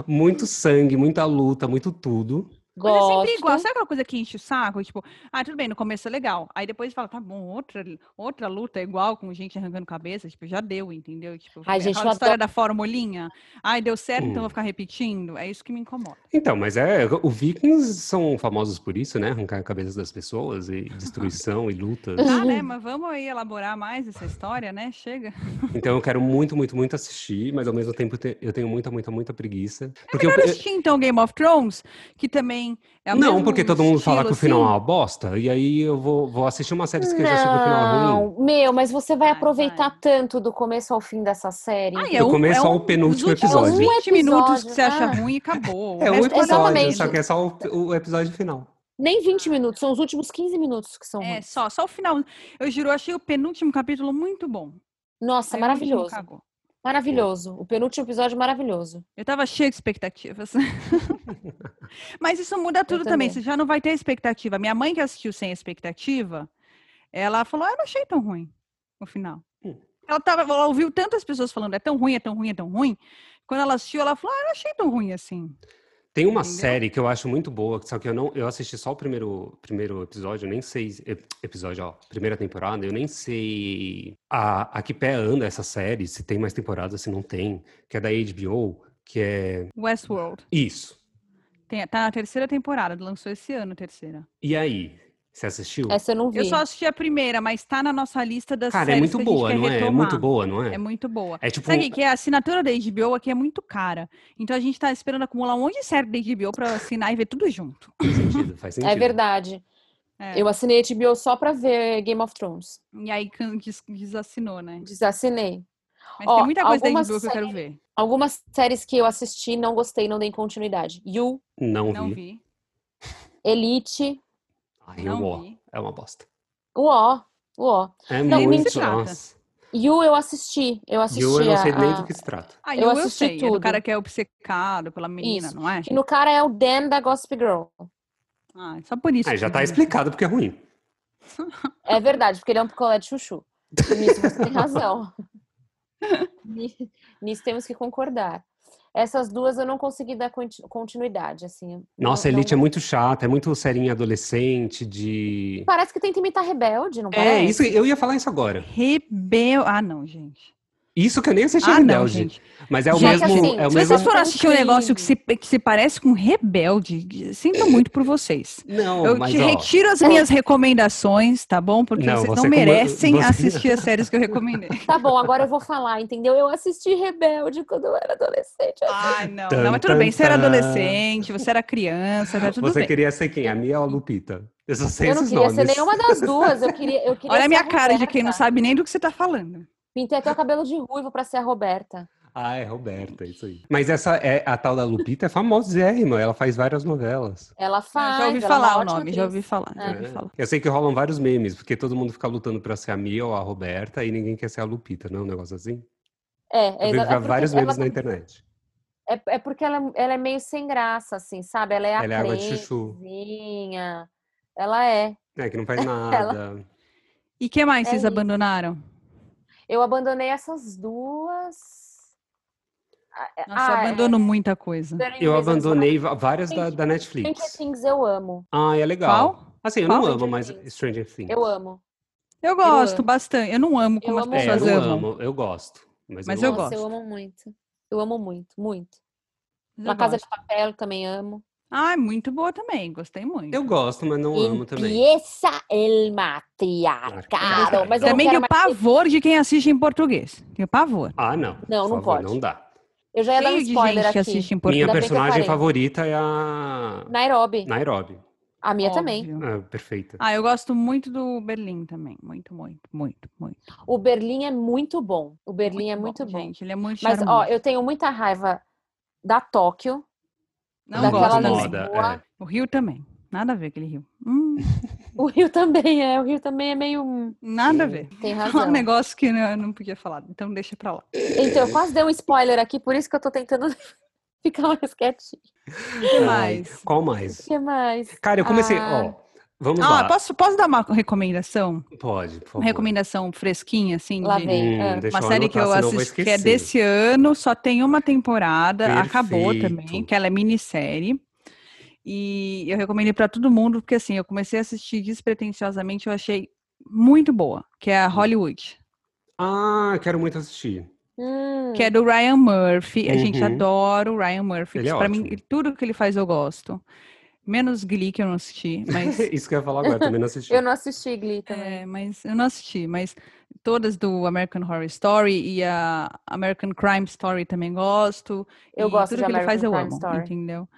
[SPEAKER 1] muito sangue, muita luta, muito tudo.
[SPEAKER 2] Mas é
[SPEAKER 3] Gosto.
[SPEAKER 2] sempre igual. Sabe aquela coisa que enche o saco? Tipo, ah, tudo bem, no começo é legal. Aí depois fala, tá bom, outra, outra luta é igual, com gente arrancando cabeça. Tipo, já deu, entendeu? Tipo,
[SPEAKER 3] Ai, gente,
[SPEAKER 2] aquela
[SPEAKER 3] eu
[SPEAKER 2] história da formulinha. Ai, deu certo, então
[SPEAKER 1] Hum.
[SPEAKER 2] vou ficar repetindo. É isso que me incomoda.
[SPEAKER 1] Então, mas é. O Vikings são famosos por isso, né? Arrancar a cabeça das pessoas e destruição e lutas.
[SPEAKER 2] Tá, né? Mas vamos aí elaborar mais essa história, né? Chega.
[SPEAKER 1] Então eu quero muito, muito, muito assistir, mas ao mesmo tempo te- eu tenho muita, muita, muita preguiça. Porque eu-
[SPEAKER 2] Melhor
[SPEAKER 1] eu-
[SPEAKER 2] assistir, então, Game of Thrones, que também é o
[SPEAKER 1] Não,
[SPEAKER 2] mesmo
[SPEAKER 1] porque todo mundo fala que o
[SPEAKER 2] estilo,
[SPEAKER 1] final é
[SPEAKER 2] assim.
[SPEAKER 1] uma bosta, e aí eu vou, vou assistir uma série que eu já sei que o final é ruim.
[SPEAKER 3] Não, meu, mas você vai
[SPEAKER 2] Vai,
[SPEAKER 3] aproveitar
[SPEAKER 2] vai.
[SPEAKER 3] tanto do começo ao fim dessa série.
[SPEAKER 1] é
[SPEAKER 2] Ai, é um,
[SPEAKER 1] Do começo ao
[SPEAKER 2] dos
[SPEAKER 1] penúltimo
[SPEAKER 2] últimos
[SPEAKER 1] episódio.
[SPEAKER 2] 20 é um minutos que você
[SPEAKER 3] é um Episódio,
[SPEAKER 2] acha
[SPEAKER 3] ah.
[SPEAKER 2] ruim e acabou. O
[SPEAKER 1] É um
[SPEAKER 2] resto
[SPEAKER 1] episódio,
[SPEAKER 3] exatamente.
[SPEAKER 1] só que é só o, o episódio final.
[SPEAKER 3] Nem 20 minutos, são os últimos 15 minutos que são.
[SPEAKER 2] É,
[SPEAKER 3] ruins.
[SPEAKER 2] só, só o final. Eu juro, eu achei o penúltimo capítulo muito bom.
[SPEAKER 3] Nossa,
[SPEAKER 2] Aí o último
[SPEAKER 3] maravilhoso.
[SPEAKER 2] cagou.
[SPEAKER 3] Maravilhoso. O penúltimo episódio é maravilhoso.
[SPEAKER 2] Eu tava cheia de expectativas. Mas isso muda tudo
[SPEAKER 3] também.
[SPEAKER 2] também. Você já não vai ter expectativa. Minha mãe que assistiu sem expectativa, ela falou: "Ah, eu não achei tão ruim no final.
[SPEAKER 1] Hum.
[SPEAKER 2] Ela, tava, ela ouviu tantas pessoas falando, é tão ruim, é tão ruim, é tão ruim. Quando ela assistiu, ela falou, ah, eu não achei tão ruim assim.
[SPEAKER 1] Tem uma
[SPEAKER 2] Entendeu?
[SPEAKER 1] série que eu acho muito boa, só que eu não, eu assisti só o primeiro, primeiro episódio, eu nem sei ep- episódio, ó, primeira temporada, eu nem sei a, a que pé anda essa série, se tem mais temporada, se não tem, que é da HBO, que é
[SPEAKER 2] Westworld.
[SPEAKER 1] isso.
[SPEAKER 2] Tem, tá na terceira temporada, lançou esse ano a terceira.
[SPEAKER 1] E aí, você assistiu?
[SPEAKER 3] Essa eu não vi.
[SPEAKER 2] Eu só assisti a primeira, mas tá na nossa lista das
[SPEAKER 1] Cara, é
[SPEAKER 2] séries
[SPEAKER 1] muito
[SPEAKER 2] que a gente
[SPEAKER 1] boa,
[SPEAKER 2] quer
[SPEAKER 1] não é? É
[SPEAKER 2] retomar.
[SPEAKER 1] muito boa, não
[SPEAKER 2] É
[SPEAKER 1] é?
[SPEAKER 2] muito boa.
[SPEAKER 1] É tipo,
[SPEAKER 2] Sabe o que é? A assinatura da HBO aqui é muito cara. Então a gente tá esperando acumular um monte de série da HBO pra assinar e ver tudo junto.
[SPEAKER 1] faz sentido, faz sentido.
[SPEAKER 3] É verdade.
[SPEAKER 2] É.
[SPEAKER 3] Eu assinei HBO só pra ver Game of Thrones.
[SPEAKER 2] E aí can- des- desassinou, né?
[SPEAKER 3] Desassinei.
[SPEAKER 2] Mas
[SPEAKER 3] Ó,
[SPEAKER 2] tem muita coisa da HBO
[SPEAKER 3] algumas
[SPEAKER 2] que eu quero ver.
[SPEAKER 3] Algumas séries que eu assisti, não gostei, não dei continuidade. You,
[SPEAKER 1] Não,
[SPEAKER 2] Não
[SPEAKER 1] vi.
[SPEAKER 2] vi.
[SPEAKER 3] Elite,
[SPEAKER 1] Ai,
[SPEAKER 2] não
[SPEAKER 1] uó,
[SPEAKER 2] vi.
[SPEAKER 1] é uma bosta.
[SPEAKER 3] Uó, Uó.
[SPEAKER 1] É
[SPEAKER 2] Não, nem se
[SPEAKER 1] muito,
[SPEAKER 2] trata.
[SPEAKER 1] nossa.
[SPEAKER 3] You eu assisti. Eu assisti
[SPEAKER 1] E eu não sei
[SPEAKER 3] a-
[SPEAKER 1] nem
[SPEAKER 3] a-
[SPEAKER 1] do que se trata.
[SPEAKER 2] Ah,
[SPEAKER 3] Eu
[SPEAKER 2] eu, eu
[SPEAKER 3] assisti
[SPEAKER 2] sei. É do
[SPEAKER 3] tudo.
[SPEAKER 2] cara que é obcecado pela menina,
[SPEAKER 3] Isso.
[SPEAKER 2] não é?
[SPEAKER 3] Que no cara é o Dan da Gossip Girl.
[SPEAKER 2] Ah, só por isso.
[SPEAKER 1] Ah,
[SPEAKER 2] que
[SPEAKER 1] já
[SPEAKER 2] eu
[SPEAKER 1] tá
[SPEAKER 2] vi.
[SPEAKER 1] explicado porque é ruim.
[SPEAKER 3] É verdade, porque ele é um picolé de chuchu. Nisso você tem razão. Ni- Nisso temos que concordar. Essas duas eu não consegui dar conti- continuidade, assim.
[SPEAKER 1] Nossa, a
[SPEAKER 3] Não- não-
[SPEAKER 1] Elite é muito chata, é muito serinha adolescente de.
[SPEAKER 3] Parece que tenta imitar rebelde, não
[SPEAKER 1] É,
[SPEAKER 3] parece?
[SPEAKER 1] isso, eu ia falar isso agora.
[SPEAKER 2] Rebel. Ah, não, gente.
[SPEAKER 1] Isso que eu nem assisti
[SPEAKER 2] Ah, não,
[SPEAKER 1] Rebelde.
[SPEAKER 2] gente.
[SPEAKER 1] Mas é o
[SPEAKER 3] Já que
[SPEAKER 1] mesmo.
[SPEAKER 3] assim,
[SPEAKER 1] é o
[SPEAKER 2] Se
[SPEAKER 1] mesmo...
[SPEAKER 2] vocês foram assistir um
[SPEAKER 3] Incrível.
[SPEAKER 2] negócio que se, que se parece com rebelde,
[SPEAKER 1] É.
[SPEAKER 2] sinto muito por vocês.
[SPEAKER 1] Não,
[SPEAKER 2] Eu
[SPEAKER 1] mas
[SPEAKER 2] te
[SPEAKER 1] ó,
[SPEAKER 2] retiro as minhas recomendações, tá bom? Porque
[SPEAKER 1] Não,
[SPEAKER 2] vocês
[SPEAKER 1] você
[SPEAKER 2] não
[SPEAKER 1] como-
[SPEAKER 2] merecem
[SPEAKER 1] você-
[SPEAKER 2] assistir as séries que eu recomendei.
[SPEAKER 3] Tá bom, agora eu vou falar, entendeu? Eu assisti Rebelde quando eu era adolescente.
[SPEAKER 1] Ah,
[SPEAKER 2] Ai, não.
[SPEAKER 1] Tan,
[SPEAKER 2] não, mas tudo bem.
[SPEAKER 1] tan,
[SPEAKER 2] Você era
[SPEAKER 1] tan.
[SPEAKER 2] adolescente, você era criança, tá tudo
[SPEAKER 1] você
[SPEAKER 2] bem.
[SPEAKER 1] queria ser quem? A Mia ou a Lupita? Eu só sei
[SPEAKER 3] Eu não
[SPEAKER 1] esses
[SPEAKER 3] queria
[SPEAKER 1] nomes.
[SPEAKER 3] ser nenhuma das duas. Eu queria, eu queria
[SPEAKER 2] Olha
[SPEAKER 3] ser
[SPEAKER 2] a minha cara de
[SPEAKER 3] Roberta.
[SPEAKER 2] quem não sabe nem do que você tá falando.
[SPEAKER 3] Pintei até o cabelo de ruivo pra ser a Roberta.
[SPEAKER 1] Ah, é Roberta, é isso aí. Mas essa é a tal da Lupita é famosérrima, ela faz várias novelas.
[SPEAKER 3] Ela faz.
[SPEAKER 2] Ah, já ouvi
[SPEAKER 3] ela é uma
[SPEAKER 2] falar o
[SPEAKER 3] ótima
[SPEAKER 2] nome, já
[SPEAKER 3] atriz.
[SPEAKER 2] ouvi falar,
[SPEAKER 3] Ah,
[SPEAKER 2] já
[SPEAKER 1] É.
[SPEAKER 2] ouvi falar.
[SPEAKER 1] Eu sei que rolam vários memes, porque todo mundo fica lutando pra ser a Mia ou a Roberta e ninguém quer ser a Lupita, não é um negócio assim?
[SPEAKER 3] É,
[SPEAKER 1] Eu
[SPEAKER 3] é,
[SPEAKER 1] vejo
[SPEAKER 3] exa- é
[SPEAKER 1] vários
[SPEAKER 3] porque
[SPEAKER 1] memes na
[SPEAKER 3] ela-
[SPEAKER 1] internet.
[SPEAKER 3] É, é porque ela, ela é meio sem graça, assim, sabe? Ela é a
[SPEAKER 1] Ela é água de chuchu.
[SPEAKER 3] princesinha. Ela é.
[SPEAKER 1] É, que não faz nada.
[SPEAKER 2] E que mais
[SPEAKER 3] É
[SPEAKER 2] vocês
[SPEAKER 3] isso.
[SPEAKER 2] abandonaram?
[SPEAKER 3] Eu abandonei essas duas. Ah, é-
[SPEAKER 2] Nossa, eu
[SPEAKER 3] ah, é.
[SPEAKER 2] abandono muita coisa.
[SPEAKER 3] Dirty
[SPEAKER 1] Hum, Eu
[SPEAKER 3] Reasons,
[SPEAKER 1] abandonei va- várias da,
[SPEAKER 3] Stranger-
[SPEAKER 1] da
[SPEAKER 3] Stranger
[SPEAKER 1] Netflix.
[SPEAKER 3] Things eu amo.
[SPEAKER 1] Ah, é legal.
[SPEAKER 2] Qual?
[SPEAKER 1] Assim, eu
[SPEAKER 2] Qual?
[SPEAKER 1] não amo,
[SPEAKER 3] Stranger
[SPEAKER 1] mas
[SPEAKER 3] Things.
[SPEAKER 1] Stranger Things.
[SPEAKER 3] Eu amo.
[SPEAKER 2] Eu gosto
[SPEAKER 3] amo.
[SPEAKER 2] bastante. Eu não amo como
[SPEAKER 3] Eu
[SPEAKER 2] as
[SPEAKER 3] amo.
[SPEAKER 1] É,
[SPEAKER 2] pessoas
[SPEAKER 1] eu não
[SPEAKER 2] amam.
[SPEAKER 1] amo, eu gosto. Mas,
[SPEAKER 2] Mas
[SPEAKER 1] eu,
[SPEAKER 2] eu
[SPEAKER 1] não
[SPEAKER 3] Nossa,
[SPEAKER 1] amo.
[SPEAKER 2] gosto.
[SPEAKER 3] eu amo muito. Eu amo muito, muito.
[SPEAKER 2] Mas eu
[SPEAKER 3] Uma Casa de
[SPEAKER 2] gosto.
[SPEAKER 3] Papel também amo.
[SPEAKER 2] Ah, é muito boa também. Gostei muito.
[SPEAKER 1] Eu gosto, mas não amo também.
[SPEAKER 3] Empieza el
[SPEAKER 1] é
[SPEAKER 3] matriarcado. Mas eu
[SPEAKER 2] Também
[SPEAKER 3] não
[SPEAKER 2] tenho
[SPEAKER 3] quero mais-
[SPEAKER 2] pavor de quem assiste em português. Tenho pavor.
[SPEAKER 1] Ah, não. por
[SPEAKER 3] Não, não
[SPEAKER 1] favor,
[SPEAKER 3] pode.
[SPEAKER 1] Não dá.
[SPEAKER 3] Eu já ia dar um
[SPEAKER 2] Cheio de gente
[SPEAKER 3] spoiler
[SPEAKER 2] que
[SPEAKER 3] aqui.
[SPEAKER 2] assiste em
[SPEAKER 1] Minha
[SPEAKER 2] português.
[SPEAKER 3] bem que eu
[SPEAKER 1] personagem
[SPEAKER 3] parei.
[SPEAKER 1] favorita é a
[SPEAKER 3] Nairobi.
[SPEAKER 1] Nairobi.
[SPEAKER 3] A minha também.
[SPEAKER 2] Óbvio.
[SPEAKER 1] Ah, perfeita.
[SPEAKER 2] Ah, eu gosto muito do Berlim também. Muito, muito, muito, muito.
[SPEAKER 3] O Berlim é muito bom. O Berlim é muito bom.
[SPEAKER 2] Gente, ele é muito
[SPEAKER 3] Mas, ó,
[SPEAKER 2] charmoso.
[SPEAKER 3] eu tenho muita raiva da Tóquio.
[SPEAKER 2] Não
[SPEAKER 1] Muito
[SPEAKER 2] gosto
[SPEAKER 3] daquela
[SPEAKER 2] também.
[SPEAKER 1] moda,
[SPEAKER 3] Lisboa.
[SPEAKER 1] é.
[SPEAKER 2] O Rio também. Nada a ver aquele Rio. Hum,
[SPEAKER 3] O Rio também é. O Rio também é meio. hum,
[SPEAKER 2] nada a ver.
[SPEAKER 3] Tem
[SPEAKER 2] Falar
[SPEAKER 3] razão.
[SPEAKER 2] um negócio que eu não podia falar. Então deixa pra lá.
[SPEAKER 3] Então, eu quase dei um spoiler aqui, por isso que eu tô tentando ficar mais quietinho.
[SPEAKER 2] O que
[SPEAKER 1] Ai,
[SPEAKER 2] mais?
[SPEAKER 1] Qual
[SPEAKER 3] O
[SPEAKER 1] mais?
[SPEAKER 3] que mais?
[SPEAKER 1] Cara, eu comecei.
[SPEAKER 3] Ah.
[SPEAKER 1] Ó, vamos
[SPEAKER 2] Ah,
[SPEAKER 1] lá.
[SPEAKER 2] posso, posso dar uma recomendação?
[SPEAKER 1] Pode, por favor. Hum,
[SPEAKER 2] Uma recomendação fresquinha, assim,
[SPEAKER 3] Lá
[SPEAKER 2] de
[SPEAKER 3] vem. Ah.
[SPEAKER 1] deixa
[SPEAKER 2] uma
[SPEAKER 1] eu
[SPEAKER 2] série que eu
[SPEAKER 1] anotar, senão vou
[SPEAKER 2] assisti que é
[SPEAKER 1] esquecer.
[SPEAKER 2] desse ano, só tem uma temporada, acabou também,
[SPEAKER 1] Perfeito.
[SPEAKER 2] que ela é minissérie. E eu recomendei pra todo mundo, porque assim, eu comecei a assistir despretensiosamente, eu achei muito boa, que
[SPEAKER 1] Hum.
[SPEAKER 2] é a Hollywood,
[SPEAKER 1] Ah, quero muito assistir.
[SPEAKER 3] Hum,
[SPEAKER 2] que é do Ryan Murphy. A gente
[SPEAKER 1] Uhum.
[SPEAKER 2] adora o Ryan Murphy,
[SPEAKER 1] Ele é
[SPEAKER 2] para mim
[SPEAKER 1] ótimo.
[SPEAKER 2] tudo que ele faz eu gosto. Menos Glee que eu não assisti, mas
[SPEAKER 1] Isso que eu ia falar agora, também não assisti.
[SPEAKER 3] Eu não assisti Glee também.
[SPEAKER 2] É, mas eu não assisti, mas todas do American Horror Story e a American Crime Story também gosto.
[SPEAKER 3] Eu
[SPEAKER 2] e
[SPEAKER 3] gosto
[SPEAKER 2] tudo
[SPEAKER 3] de
[SPEAKER 2] que ele faz
[SPEAKER 3] American
[SPEAKER 2] eu
[SPEAKER 3] Crime
[SPEAKER 2] amo,
[SPEAKER 3] Story.
[SPEAKER 2] entendeu?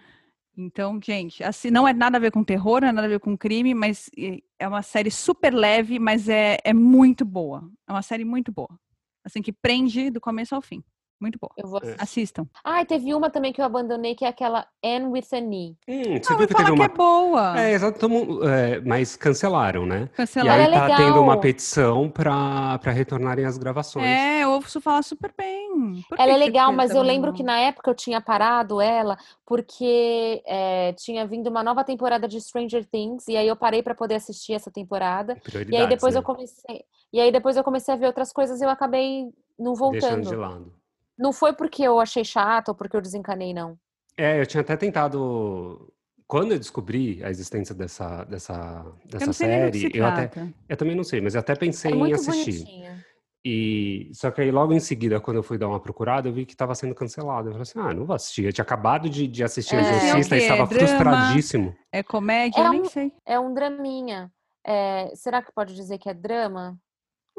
[SPEAKER 2] Então, gente, assim, não é nada a ver com terror, não é nada a ver com crime, mas e, é uma série super leve, mas é, é muito boa. É uma série muito boa. Assim, que prende do começo ao fim. Muito boa.
[SPEAKER 3] Eu vou
[SPEAKER 1] É.
[SPEAKER 2] Assistam.
[SPEAKER 3] Ai, teve uma também que eu abandonei, que é aquela Anne with an E.
[SPEAKER 1] Hum, você
[SPEAKER 2] Não,
[SPEAKER 1] viu
[SPEAKER 2] eu
[SPEAKER 1] que
[SPEAKER 2] falar
[SPEAKER 1] teve
[SPEAKER 2] que é
[SPEAKER 1] uma.
[SPEAKER 2] boa.
[SPEAKER 1] É, exato, todo mundo- é, mas cancelaram, né? E
[SPEAKER 2] Cancelaram.
[SPEAKER 1] aí
[SPEAKER 3] Ela é
[SPEAKER 1] tá tendo uma
[SPEAKER 3] legal.
[SPEAKER 1] petição pra, pra retornarem as gravações.
[SPEAKER 2] É, eu ouço falar super bem. Por
[SPEAKER 3] Ela é
[SPEAKER 2] que que você um-
[SPEAKER 3] legal, mas eu
[SPEAKER 2] também
[SPEAKER 3] lembro que
[SPEAKER 2] não?
[SPEAKER 3] na época eu tinha parado ela porque é, tinha vindo uma nova temporada de Stranger Things e aí eu parei pra poder assistir essa temporada. E aí
[SPEAKER 1] Prioridades,
[SPEAKER 3] depois
[SPEAKER 1] né?
[SPEAKER 3] eu comecei, e aí depois eu comecei a ver outras coisas e eu acabei não
[SPEAKER 1] Deixando de
[SPEAKER 3] voltando.
[SPEAKER 1] lado.
[SPEAKER 3] Não foi porque eu achei chato ou porque eu desencanei, não.
[SPEAKER 1] É, eu tinha até tentado. Quando eu descobri a existência dessa, dessa,
[SPEAKER 2] Eu
[SPEAKER 1] dessa
[SPEAKER 2] não sei nem do que se
[SPEAKER 1] série, eu até.
[SPEAKER 2] trata.
[SPEAKER 1] Eu também não sei, mas eu até pensei
[SPEAKER 3] É
[SPEAKER 1] em
[SPEAKER 3] muito
[SPEAKER 1] assistir.
[SPEAKER 3] bonitinha.
[SPEAKER 1] E só que aí logo em seguida, quando eu fui dar uma procurada, eu vi que estava sendo cancelado. Eu falei assim, ah, não vou assistir. Eu tinha acabado de, de assistir
[SPEAKER 3] É.
[SPEAKER 1] o
[SPEAKER 2] Isso
[SPEAKER 1] Exorcista
[SPEAKER 2] é o
[SPEAKER 1] e
[SPEAKER 2] quê?
[SPEAKER 1] estava
[SPEAKER 2] Drama?
[SPEAKER 1] frustradíssimo.
[SPEAKER 2] É comédia?
[SPEAKER 3] É
[SPEAKER 2] eu nem
[SPEAKER 3] um-
[SPEAKER 2] sei.
[SPEAKER 3] É um draminha. É, será que pode dizer que é drama?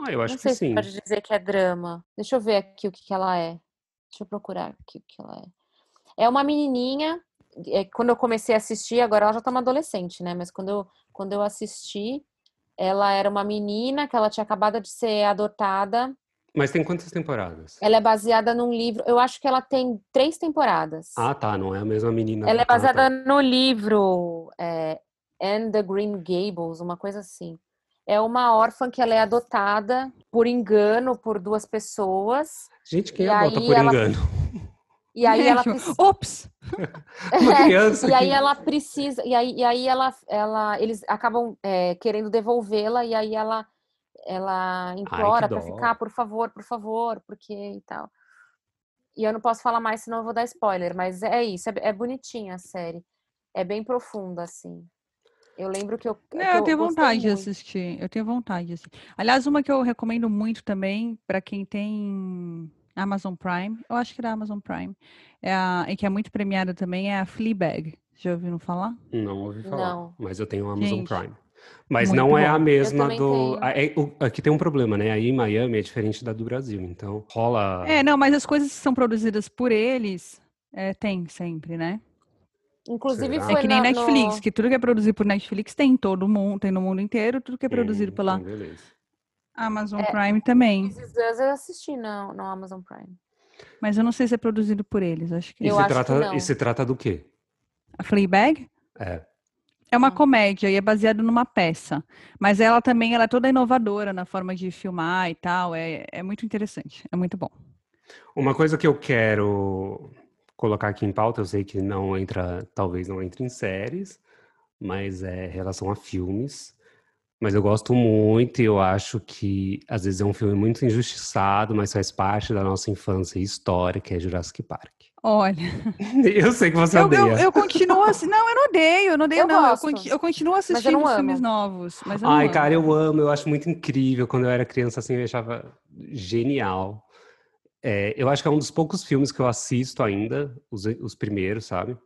[SPEAKER 1] Ah, eu acho
[SPEAKER 3] não
[SPEAKER 1] que
[SPEAKER 3] sei
[SPEAKER 1] sim.
[SPEAKER 3] se pode dizer que é drama. Deixa eu ver aqui o que, que ela é. Deixa eu procurar aqui o que ela é. É uma menininha. é, quando eu comecei a assistir, agora ela já tá uma adolescente, né? Mas quando eu, quando eu assisti, ela era uma menina que ela tinha acabado de ser adotada.
[SPEAKER 1] Mas tem quantas temporadas?
[SPEAKER 3] Ela é baseada num livro. Eu acho que ela tem três temporadas.
[SPEAKER 1] Ah, tá, não é a mesma menina.
[SPEAKER 3] Ela é
[SPEAKER 1] Ah, tá.
[SPEAKER 3] baseada no livro é, Anne the Green Gables, uma coisa assim. É uma órfã que ela é adotada por engano por duas pessoas
[SPEAKER 1] Gente, quem
[SPEAKER 3] E
[SPEAKER 1] adota
[SPEAKER 3] aí
[SPEAKER 1] por
[SPEAKER 3] ela-
[SPEAKER 1] engano?
[SPEAKER 3] E aí ela
[SPEAKER 2] Tipo,
[SPEAKER 3] precisa.
[SPEAKER 2] Ops!
[SPEAKER 1] Uma criança
[SPEAKER 3] É, E aí
[SPEAKER 1] que-
[SPEAKER 3] ela precisa, e aí, e aí ela, ela, eles acabam é, querendo devolvê-la, e aí ela, ela implora pra
[SPEAKER 1] dó.
[SPEAKER 3] ficar, por favor, por favor, porque e tal. E eu não posso falar mais, senão eu vou dar spoiler, mas é isso, é, é bonitinha a série. É bem profunda, assim. Eu lembro que eu. É que
[SPEAKER 2] Não, eu tenho
[SPEAKER 3] gostei
[SPEAKER 2] vontade de
[SPEAKER 3] muito.
[SPEAKER 2] assistir. Eu tenho vontade de assistir. Aliás, uma que eu recomendo muito também pra quem tem Amazon Prime, eu acho que era Amazon Prime, é a- e que é muito premiada também, é a Fleabag. Já ouviram falar?
[SPEAKER 1] Não ouvi falar.
[SPEAKER 3] Não.
[SPEAKER 1] Mas eu tenho o Amazon
[SPEAKER 2] Gente,
[SPEAKER 1] Prime. Mas
[SPEAKER 2] muito
[SPEAKER 1] não é a
[SPEAKER 2] bom.
[SPEAKER 1] mesma
[SPEAKER 3] também
[SPEAKER 1] do.
[SPEAKER 3] tenho.
[SPEAKER 1] a- é- o- aqui tem um problema, né? Aí em Miami é diferente da do Brasil. Então rola.
[SPEAKER 3] Tá.
[SPEAKER 2] É, não, mas as coisas que são produzidas por eles, é, tem sempre, né?
[SPEAKER 3] Inclusive
[SPEAKER 1] Será?
[SPEAKER 2] É
[SPEAKER 3] foi
[SPEAKER 2] que nem
[SPEAKER 3] na-
[SPEAKER 2] Netflix,
[SPEAKER 3] no-
[SPEAKER 2] que tudo que é produzido por Netflix tem em todo mundo, tem no mundo inteiro, tudo que é produzido
[SPEAKER 1] Hum,
[SPEAKER 2] pela
[SPEAKER 1] então beleza.
[SPEAKER 2] Amazon
[SPEAKER 3] É.
[SPEAKER 2] Prime também.
[SPEAKER 3] This Is Us eu assisti no, no Amazon Prime.
[SPEAKER 2] Mas eu não sei se é produzido por eles, acho que
[SPEAKER 1] E
[SPEAKER 3] Eu
[SPEAKER 1] se
[SPEAKER 3] acho que
[SPEAKER 1] trata,
[SPEAKER 3] não.
[SPEAKER 1] E se trata do quê?
[SPEAKER 2] A Fleabag
[SPEAKER 1] É.
[SPEAKER 2] é uma
[SPEAKER 3] Ah.
[SPEAKER 2] comédia e é baseada numa peça. Mas ela também ela é toda inovadora na forma de filmar e tal. É, é muito interessante, é muito bom.
[SPEAKER 1] Uma coisa que eu quero colocar aqui em pauta, eu sei que não entra, talvez não entre em séries, mas é em relação a filmes. Mas eu gosto muito e eu acho que às vezes é um filme muito injustiçado, mas faz parte da nossa infância e história, que é Jurassic Park.
[SPEAKER 2] Olha,
[SPEAKER 1] Eu sei que você
[SPEAKER 2] eu, eu,
[SPEAKER 1] odeia.
[SPEAKER 2] eu continuo assim. Não, eu não odeio, eu não odeio,
[SPEAKER 3] Eu
[SPEAKER 2] não. Ah, Eu,
[SPEAKER 3] gosto,
[SPEAKER 2] conti- eu continuo assistindo
[SPEAKER 3] não
[SPEAKER 2] filmes
[SPEAKER 3] amo.
[SPEAKER 2] novos. Mas eu não é.
[SPEAKER 1] Ai,
[SPEAKER 2] amo.
[SPEAKER 1] cara, eu amo, eu acho muito incrível. Quando eu era criança, assim, eu achava genial. É, eu acho que é um dos poucos filmes que eu assisto ainda, os, os primeiros, sabe?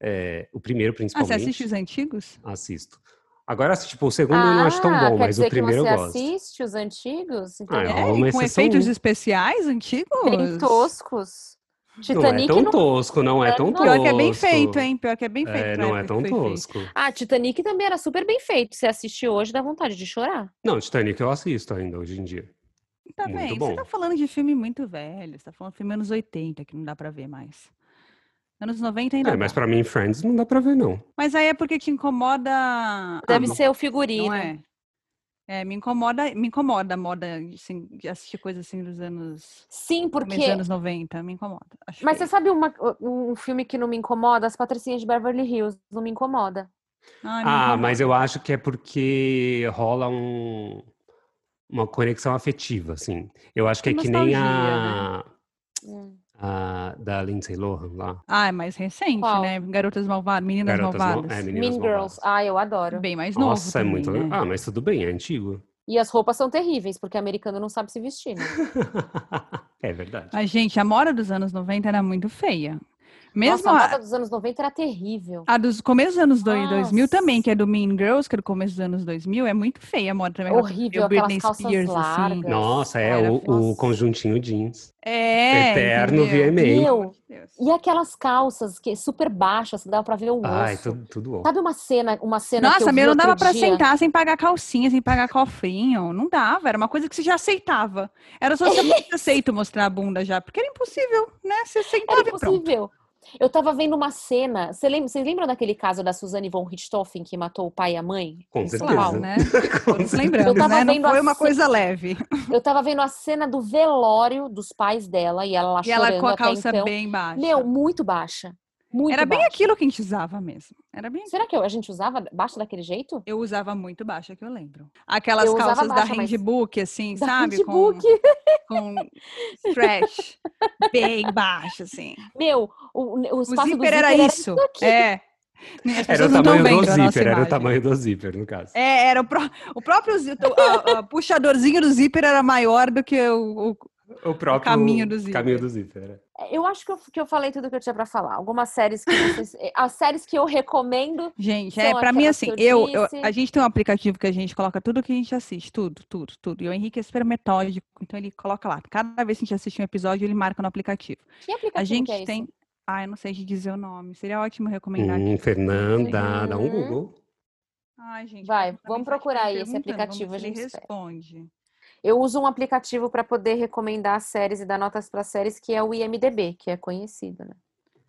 [SPEAKER 1] É, o primeiro,
[SPEAKER 2] Ah,
[SPEAKER 1] principalmente.
[SPEAKER 2] você assiste os antigos?
[SPEAKER 1] Assisto. Agora, assim, tipo, o segundo eu não acho tão
[SPEAKER 3] Ah,
[SPEAKER 1] bom,
[SPEAKER 3] quer
[SPEAKER 1] mas
[SPEAKER 3] dizer
[SPEAKER 1] o primeiro
[SPEAKER 3] que
[SPEAKER 1] eu
[SPEAKER 3] você
[SPEAKER 1] gosto.
[SPEAKER 3] assiste os antigos? Então
[SPEAKER 1] Ah,
[SPEAKER 3] Entendi.
[SPEAKER 1] É uma
[SPEAKER 2] e com
[SPEAKER 1] exceção.
[SPEAKER 2] efeitos especiais antigos?
[SPEAKER 3] Bem toscos. Titanic
[SPEAKER 1] não é tão
[SPEAKER 3] não-
[SPEAKER 1] tosco, não é
[SPEAKER 3] é,
[SPEAKER 1] tão
[SPEAKER 3] não.
[SPEAKER 1] tosco.
[SPEAKER 2] Pior que é bem feito, hein? Pior que é bem feito.
[SPEAKER 1] É,
[SPEAKER 2] pra
[SPEAKER 1] não é
[SPEAKER 2] época
[SPEAKER 1] tão
[SPEAKER 2] que foi feito.
[SPEAKER 1] tosco.
[SPEAKER 3] Ah, Titanic também era super bem feito. Você assistir hoje dá vontade de chorar.
[SPEAKER 2] Ah,
[SPEAKER 1] Não, Titanic eu assisto ainda hoje em dia.
[SPEAKER 2] Tá
[SPEAKER 1] É Muito
[SPEAKER 2] bem,
[SPEAKER 1] bom.
[SPEAKER 2] você tá falando de filme muito velho, você tá falando de filme anos 80, que não dá pra ver mais. Anos 90 ainda.
[SPEAKER 1] É, mas
[SPEAKER 2] dá.
[SPEAKER 1] pra mim, Friends não dá pra ver, não.
[SPEAKER 2] Mas aí é porque te incomoda. a
[SPEAKER 3] Deve né?
[SPEAKER 2] moda,
[SPEAKER 3] ser o figurino.
[SPEAKER 2] Não é? É, me incomoda, me incomoda a moda assim, de assistir coisa assim dos anos.
[SPEAKER 3] Sim,
[SPEAKER 2] começo
[SPEAKER 3] porque.
[SPEAKER 2] dos anos 90, me incomoda. acho
[SPEAKER 3] Mas você
[SPEAKER 2] feio.
[SPEAKER 3] sabe uma- um filme que não me incomoda? As Patricinhas de Beverly Hills. Não me incomoda.
[SPEAKER 2] Ai, me
[SPEAKER 1] Ah,
[SPEAKER 2] incomoda.
[SPEAKER 1] mas eu acho que é porque rola um- uma conexão afetiva, assim. Eu acho que é
[SPEAKER 2] Tem
[SPEAKER 1] que nem
[SPEAKER 2] nostalgia, né?
[SPEAKER 1] a,
[SPEAKER 3] Hum.
[SPEAKER 1] a da Lindsay Lohan lá.
[SPEAKER 2] Ah, é mais recente,
[SPEAKER 3] Qual?
[SPEAKER 2] né? Garotas Malvadas, Meninas
[SPEAKER 1] Garotas Mal-
[SPEAKER 2] Malvadas.
[SPEAKER 1] é, Meninas
[SPEAKER 3] Mean
[SPEAKER 1] Malvadas.
[SPEAKER 3] Girls. Ah, eu adoro.
[SPEAKER 2] Bem mais novo.
[SPEAKER 1] Nossa, é
[SPEAKER 2] também,
[SPEAKER 1] muito
[SPEAKER 2] né?
[SPEAKER 1] legal. Ah, mas tudo bem, é antigo.
[SPEAKER 3] E as roupas são terríveis, porque americano não sabe se vestir. Né?
[SPEAKER 1] é verdade.
[SPEAKER 2] Mas, gente, a moda dos anos 90 era muito feia. Mesmo
[SPEAKER 3] Nossa, a
[SPEAKER 2] a-
[SPEAKER 3] moda dos anos 90 era terrível.
[SPEAKER 2] A dos começos dos anos doi- 2000 também,
[SPEAKER 3] Nossa.
[SPEAKER 2] que é do Mean Girls, que é do começo dos anos 2000, é muito feia a moda também. aquela coisa
[SPEAKER 3] Horrível,
[SPEAKER 2] meio
[SPEAKER 3] aquelas
[SPEAKER 2] Britney assim.
[SPEAKER 3] calças largas.
[SPEAKER 1] Nossa, é
[SPEAKER 3] Era-
[SPEAKER 1] o, o
[SPEAKER 3] nossa.
[SPEAKER 1] conjuntinho jeans.
[SPEAKER 2] É,
[SPEAKER 1] Eterno
[SPEAKER 2] entendeu?
[SPEAKER 1] VMA.
[SPEAKER 3] Meu
[SPEAKER 2] Deus.
[SPEAKER 3] E aquelas calças que é super baixas, que dava pra ver o osso.
[SPEAKER 1] Ai, tudo, tudo bom.
[SPEAKER 3] Sabe uma cena, uma cena que eu
[SPEAKER 2] Nossa,
[SPEAKER 3] vi
[SPEAKER 2] meu, não
[SPEAKER 3] outro
[SPEAKER 2] dava pra
[SPEAKER 3] dia?
[SPEAKER 2] sentar sem pagar calcinha, sem pagar cofrinho. Não dava, era uma coisa que você já aceitava. Era só você muito aceito mostrar a bunda já, porque era impossível, né? Você sentava
[SPEAKER 3] Era
[SPEAKER 2] e pronto.
[SPEAKER 3] impossível. Eu tava vendo uma cena. Você lembra, vocês lembram daquele caso da Suzane von Richthofen que matou o pai e a mãe?
[SPEAKER 1] Com
[SPEAKER 3] em São
[SPEAKER 1] certeza.
[SPEAKER 2] Claro,
[SPEAKER 3] Paulo?
[SPEAKER 2] né?
[SPEAKER 1] Com
[SPEAKER 2] Todos
[SPEAKER 1] certeza.
[SPEAKER 2] lembramos,
[SPEAKER 3] Eu tava
[SPEAKER 2] né? Não
[SPEAKER 3] vendo a
[SPEAKER 2] foi uma
[SPEAKER 3] ce-
[SPEAKER 2] coisa leve.
[SPEAKER 3] Eu tava vendo a cena do velório dos pais dela e ela lá
[SPEAKER 2] E ela
[SPEAKER 3] chorando
[SPEAKER 2] com a
[SPEAKER 3] até
[SPEAKER 2] calça
[SPEAKER 3] então.
[SPEAKER 2] bem baixa.
[SPEAKER 3] Meu, muito baixa. Muito
[SPEAKER 2] era bem assim.
[SPEAKER 3] baixa.
[SPEAKER 2] aquilo que a gente usava mesmo. Era bem
[SPEAKER 3] Será que eu- a gente usava baixa daquele jeito?
[SPEAKER 2] Eu usava muito baixa, que eu lembro. Aquelas
[SPEAKER 3] Eu usava
[SPEAKER 2] calças da
[SPEAKER 3] baixa, mas-
[SPEAKER 2] Handbook, assim, sabe?
[SPEAKER 3] Da
[SPEAKER 2] Com,
[SPEAKER 3] Book.
[SPEAKER 2] com stretch bem baixo, assim.
[SPEAKER 3] Meu, o, o
[SPEAKER 2] O
[SPEAKER 3] espaço do
[SPEAKER 2] zíper era isso.
[SPEAKER 3] aqui.
[SPEAKER 2] É. As
[SPEAKER 1] Era
[SPEAKER 2] pessoas
[SPEAKER 1] o
[SPEAKER 2] não estão
[SPEAKER 1] tamanho do
[SPEAKER 2] vendo a nossa
[SPEAKER 1] zíper, era o
[SPEAKER 2] imagem.
[SPEAKER 1] tamanho do zíper, no caso.
[SPEAKER 2] É, era o, pró- o próprio zi- o- a- a puxadorzinho do zíper era maior do que o, o-
[SPEAKER 1] O próprio
[SPEAKER 2] caminho do zíper.
[SPEAKER 1] caminho do zíper, é.
[SPEAKER 3] Eu acho que eu, que eu falei tudo que eu tinha pra falar. Algumas séries que vocês, eh, as séries que eu recomendo.
[SPEAKER 2] Gente,
[SPEAKER 3] São
[SPEAKER 2] é para mim
[SPEAKER 3] aquelas
[SPEAKER 2] assim,
[SPEAKER 3] que eu
[SPEAKER 2] eu, eu-
[SPEAKER 3] disse.
[SPEAKER 2] a gente tem um aplicativo que a gente coloca tudo que a gente assiste, tudo, tudo, tudo. E o Henrique é super metódico, então ele coloca lá. Cada vez que a gente assiste um episódio, ele marca no aplicativo.
[SPEAKER 3] Que aplicativo
[SPEAKER 2] A gente
[SPEAKER 3] que é
[SPEAKER 2] tem.
[SPEAKER 3] esse?
[SPEAKER 2] Ah, eu não sei te dizer o nome. Seria ótimo recomendar
[SPEAKER 1] Hum,
[SPEAKER 2] aqui.
[SPEAKER 1] Fernanda, dá um
[SPEAKER 3] Uhum.
[SPEAKER 1] Google.
[SPEAKER 2] Ai, gente,
[SPEAKER 3] Vai,
[SPEAKER 2] vou mandar
[SPEAKER 3] vamos
[SPEAKER 2] mensagem pra ele
[SPEAKER 3] procurar aí esse
[SPEAKER 2] perguntando, vamos
[SPEAKER 3] aplicativo,
[SPEAKER 2] ver
[SPEAKER 3] a
[SPEAKER 2] se ele
[SPEAKER 3] gente espera.
[SPEAKER 2] responde.
[SPEAKER 3] Eu uso um aplicativo pra poder recomendar séries e dar notas pra séries, que é o IMDB, que é conhecido, né?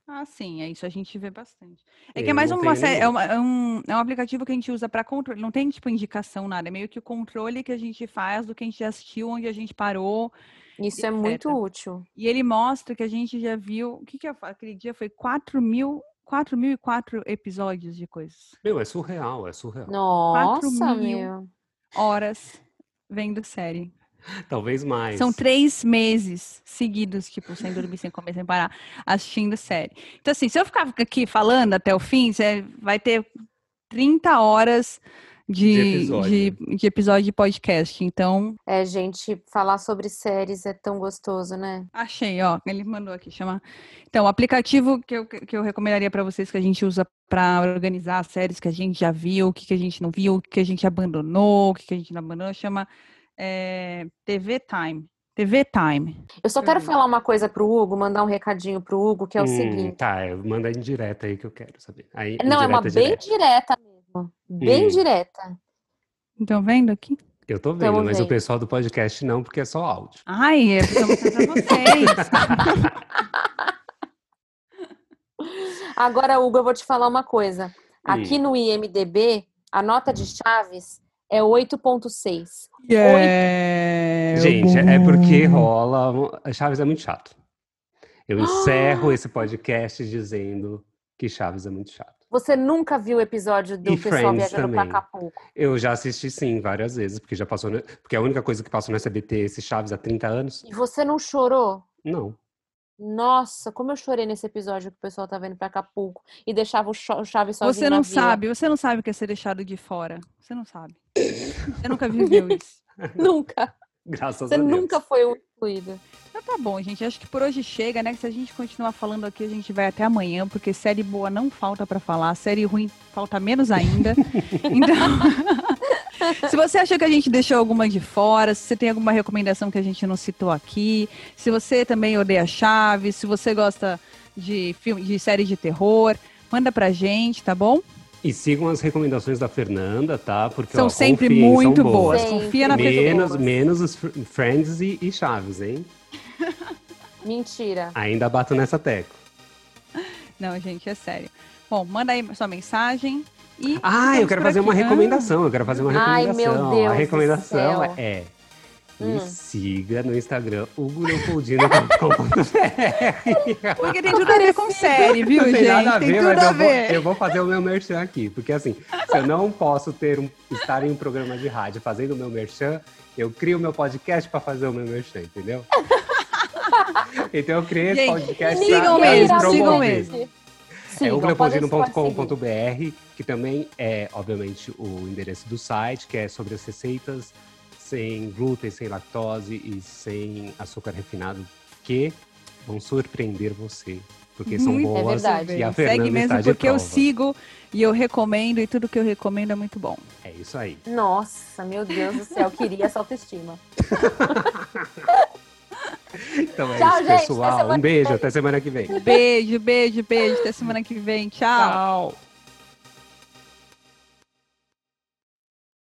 [SPEAKER 2] Ah, sim, é isso. A gente vê bastante. É que é
[SPEAKER 1] Eu
[SPEAKER 2] mais
[SPEAKER 1] não
[SPEAKER 2] uma
[SPEAKER 1] tenho
[SPEAKER 2] série, é,
[SPEAKER 1] nenhum.
[SPEAKER 2] uma- é um, é um aplicativo que a gente usa para controle. Não tem tipo indicação nada. É meio que o controle que a gente faz do que a gente assistiu, onde a gente parou
[SPEAKER 3] Isso é
[SPEAKER 2] etc.
[SPEAKER 3] muito útil.
[SPEAKER 2] E ele mostra que a gente já viu. O que, que eu fa- aquele dia foi 4 mil. 4.004 episódios de coisas.
[SPEAKER 1] Meu, é surreal, é surreal.
[SPEAKER 3] Nossa,
[SPEAKER 2] mil.
[SPEAKER 3] meu.
[SPEAKER 2] Horas vendo série.
[SPEAKER 1] Talvez mais.
[SPEAKER 2] São três meses seguidos, tipo, sem dormir, sem comer, sem parar, assistindo série. Então, assim, se eu ficar aqui falando até o fim, você vai ter 30 horas
[SPEAKER 1] De
[SPEAKER 2] de,
[SPEAKER 1] episódio.
[SPEAKER 2] de- de episódio de podcast. Então,
[SPEAKER 3] É, gente, falar sobre séries é tão gostoso, né?
[SPEAKER 2] Achei, ó. Ele mandou aqui chamar. Então, o aplicativo que eu, que eu recomendaria para vocês que a gente usa para organizar as séries que a gente já viu, o que, que a gente não viu, o que, que a gente abandonou, o que, que a gente não abandonou, chama eh, TV Time. TV Time.
[SPEAKER 3] Eu só quero
[SPEAKER 2] Hum.
[SPEAKER 3] falar uma coisa pro Hugo, mandar um recadinho pro Hugo, que é o
[SPEAKER 1] Hum,
[SPEAKER 3] seguinte.
[SPEAKER 1] Tá, eu- manda em direta aí que eu quero saber. Aí,
[SPEAKER 3] Não, é uma
[SPEAKER 1] indireta,
[SPEAKER 3] bem
[SPEAKER 1] Hum, direta.
[SPEAKER 3] direta mesmo. Bem
[SPEAKER 1] Hum.
[SPEAKER 3] direta.
[SPEAKER 2] Estão vendo aqui?
[SPEAKER 1] Eu tô vendo,
[SPEAKER 3] Tamo
[SPEAKER 1] mas o
[SPEAKER 3] vendo.
[SPEAKER 1] pessoal do podcast não, porque é só áudio.
[SPEAKER 2] Ai, eu preciso mostrar pra vocês.
[SPEAKER 3] Agora, Hugo, eu vou te falar uma coisa. Aqui
[SPEAKER 1] Hum.
[SPEAKER 3] no IMDB, a nota de chaves é 8.6.
[SPEAKER 2] Yeah.
[SPEAKER 1] Gente, é porque rola. um- Chaves é muito chato. Eu
[SPEAKER 3] Ah!
[SPEAKER 1] encerro esse podcast dizendo que Chaves é muito chato.
[SPEAKER 3] Você nunca viu o episódio do
[SPEAKER 1] E
[SPEAKER 3] pessoal
[SPEAKER 1] Friends
[SPEAKER 3] viajando para
[SPEAKER 1] também.
[SPEAKER 3] Acapulco?
[SPEAKER 1] Eu já assisti sim várias vezes, porque já passou. no- Porque é a única coisa que passou no SBT é esse Chaves há 30 anos?
[SPEAKER 3] E você não chorou?
[SPEAKER 1] Não.
[SPEAKER 3] Nossa, como eu chorei nesse episódio que o pessoal tá vendo para Acapulco e deixava o Cho- o Chaves sozinho
[SPEAKER 2] Você
[SPEAKER 3] na
[SPEAKER 2] não
[SPEAKER 3] vila.
[SPEAKER 2] sabe, você não sabe o que é ser deixado de fora. Você não sabe. Você nunca viveu isso.
[SPEAKER 3] Nunca.
[SPEAKER 1] Graças
[SPEAKER 3] Você
[SPEAKER 1] a Deus.
[SPEAKER 3] nunca foi o excluído.
[SPEAKER 2] Então tá bom, gente. Acho que por hoje chega, né? Que se a gente continuar falando aqui, a gente vai até amanhã, porque série boa não falta pra falar, série ruim falta menos ainda. então, se você achou que a gente deixou alguma de fora, se você tem alguma recomendação que a gente não citou aqui, se você também odeia Chaves, se você gosta de filme, de série de terror, manda pra gente, tá bom?
[SPEAKER 1] E sigam as recomendações da Fernanda, tá? Porque
[SPEAKER 2] são
[SPEAKER 1] ó,
[SPEAKER 2] sempre
[SPEAKER 1] confiem, são
[SPEAKER 2] muito
[SPEAKER 1] boas.
[SPEAKER 2] boas.
[SPEAKER 3] Sempre.
[SPEAKER 2] Confia na pessoa.
[SPEAKER 1] Menos,
[SPEAKER 3] boas.
[SPEAKER 1] menos os fr- Friends e, e Chaves, hein?
[SPEAKER 3] Mentira.
[SPEAKER 1] Ainda bato nessa tecla.
[SPEAKER 2] Não, gente, é sério. Bom, manda aí sua mensagem e
[SPEAKER 1] Ah, eu
[SPEAKER 2] ficamos
[SPEAKER 1] quero
[SPEAKER 2] por
[SPEAKER 1] fazer
[SPEAKER 2] aqui.
[SPEAKER 1] uma
[SPEAKER 2] Ah.
[SPEAKER 1] recomendação. Eu quero fazer uma
[SPEAKER 3] Ai, meu
[SPEAKER 1] recomendação.
[SPEAKER 3] Deus
[SPEAKER 1] a
[SPEAKER 3] do
[SPEAKER 1] recomendação
[SPEAKER 3] céu.
[SPEAKER 1] é. Me
[SPEAKER 3] Hum.
[SPEAKER 1] siga no Instagram, Hugo Leopoldino.com.br.
[SPEAKER 2] Porque tem tudo a ver com série, viu,
[SPEAKER 1] Não
[SPEAKER 2] gente?
[SPEAKER 1] tem nada a ver,
[SPEAKER 2] tem tudo
[SPEAKER 1] mas
[SPEAKER 2] a
[SPEAKER 1] eu vou,
[SPEAKER 2] ver.
[SPEAKER 1] eu vou fazer o meu merchan aqui. Porque assim, se eu não posso ter um, estar em um programa de rádio fazendo o meu merchan, eu crio meu podcast para fazer o meu merchan, entendeu? então eu criei esse
[SPEAKER 2] Gente,
[SPEAKER 1] podcast
[SPEAKER 2] sigam
[SPEAKER 1] pra
[SPEAKER 2] mesmo,
[SPEAKER 1] me
[SPEAKER 2] sigam
[SPEAKER 1] promover.
[SPEAKER 2] mesmo.
[SPEAKER 3] Então
[SPEAKER 1] É
[SPEAKER 3] Sigam, podem então seguir.
[SPEAKER 1] ugleopoldino.com.br, que também é, obviamente, o endereço do site, que é sobre as receitas sem glúten, sem lactose e sem açúcar refinado, que vão surpreender você, porque são
[SPEAKER 2] Muito,
[SPEAKER 3] é
[SPEAKER 1] boas.
[SPEAKER 3] verdade.
[SPEAKER 1] E a Fernanda
[SPEAKER 2] Segue
[SPEAKER 1] está
[SPEAKER 2] mesmo
[SPEAKER 1] de
[SPEAKER 2] porque eu
[SPEAKER 1] prova.
[SPEAKER 2] sigo e eu recomendo e tudo que eu recomendo é muito bom.
[SPEAKER 1] É isso aí.
[SPEAKER 3] Nossa, meu Deus do céu, queria essa autoestima.
[SPEAKER 1] Então é
[SPEAKER 3] Tchau,
[SPEAKER 1] isso,
[SPEAKER 3] gente. Até
[SPEAKER 1] pessoal.
[SPEAKER 3] semana
[SPEAKER 1] Um
[SPEAKER 3] que
[SPEAKER 1] beijo,
[SPEAKER 3] vem.
[SPEAKER 1] até semana que vem.
[SPEAKER 2] Beijo, beijo, beijo. Até semana que vem. Tchau.
[SPEAKER 1] Tchau.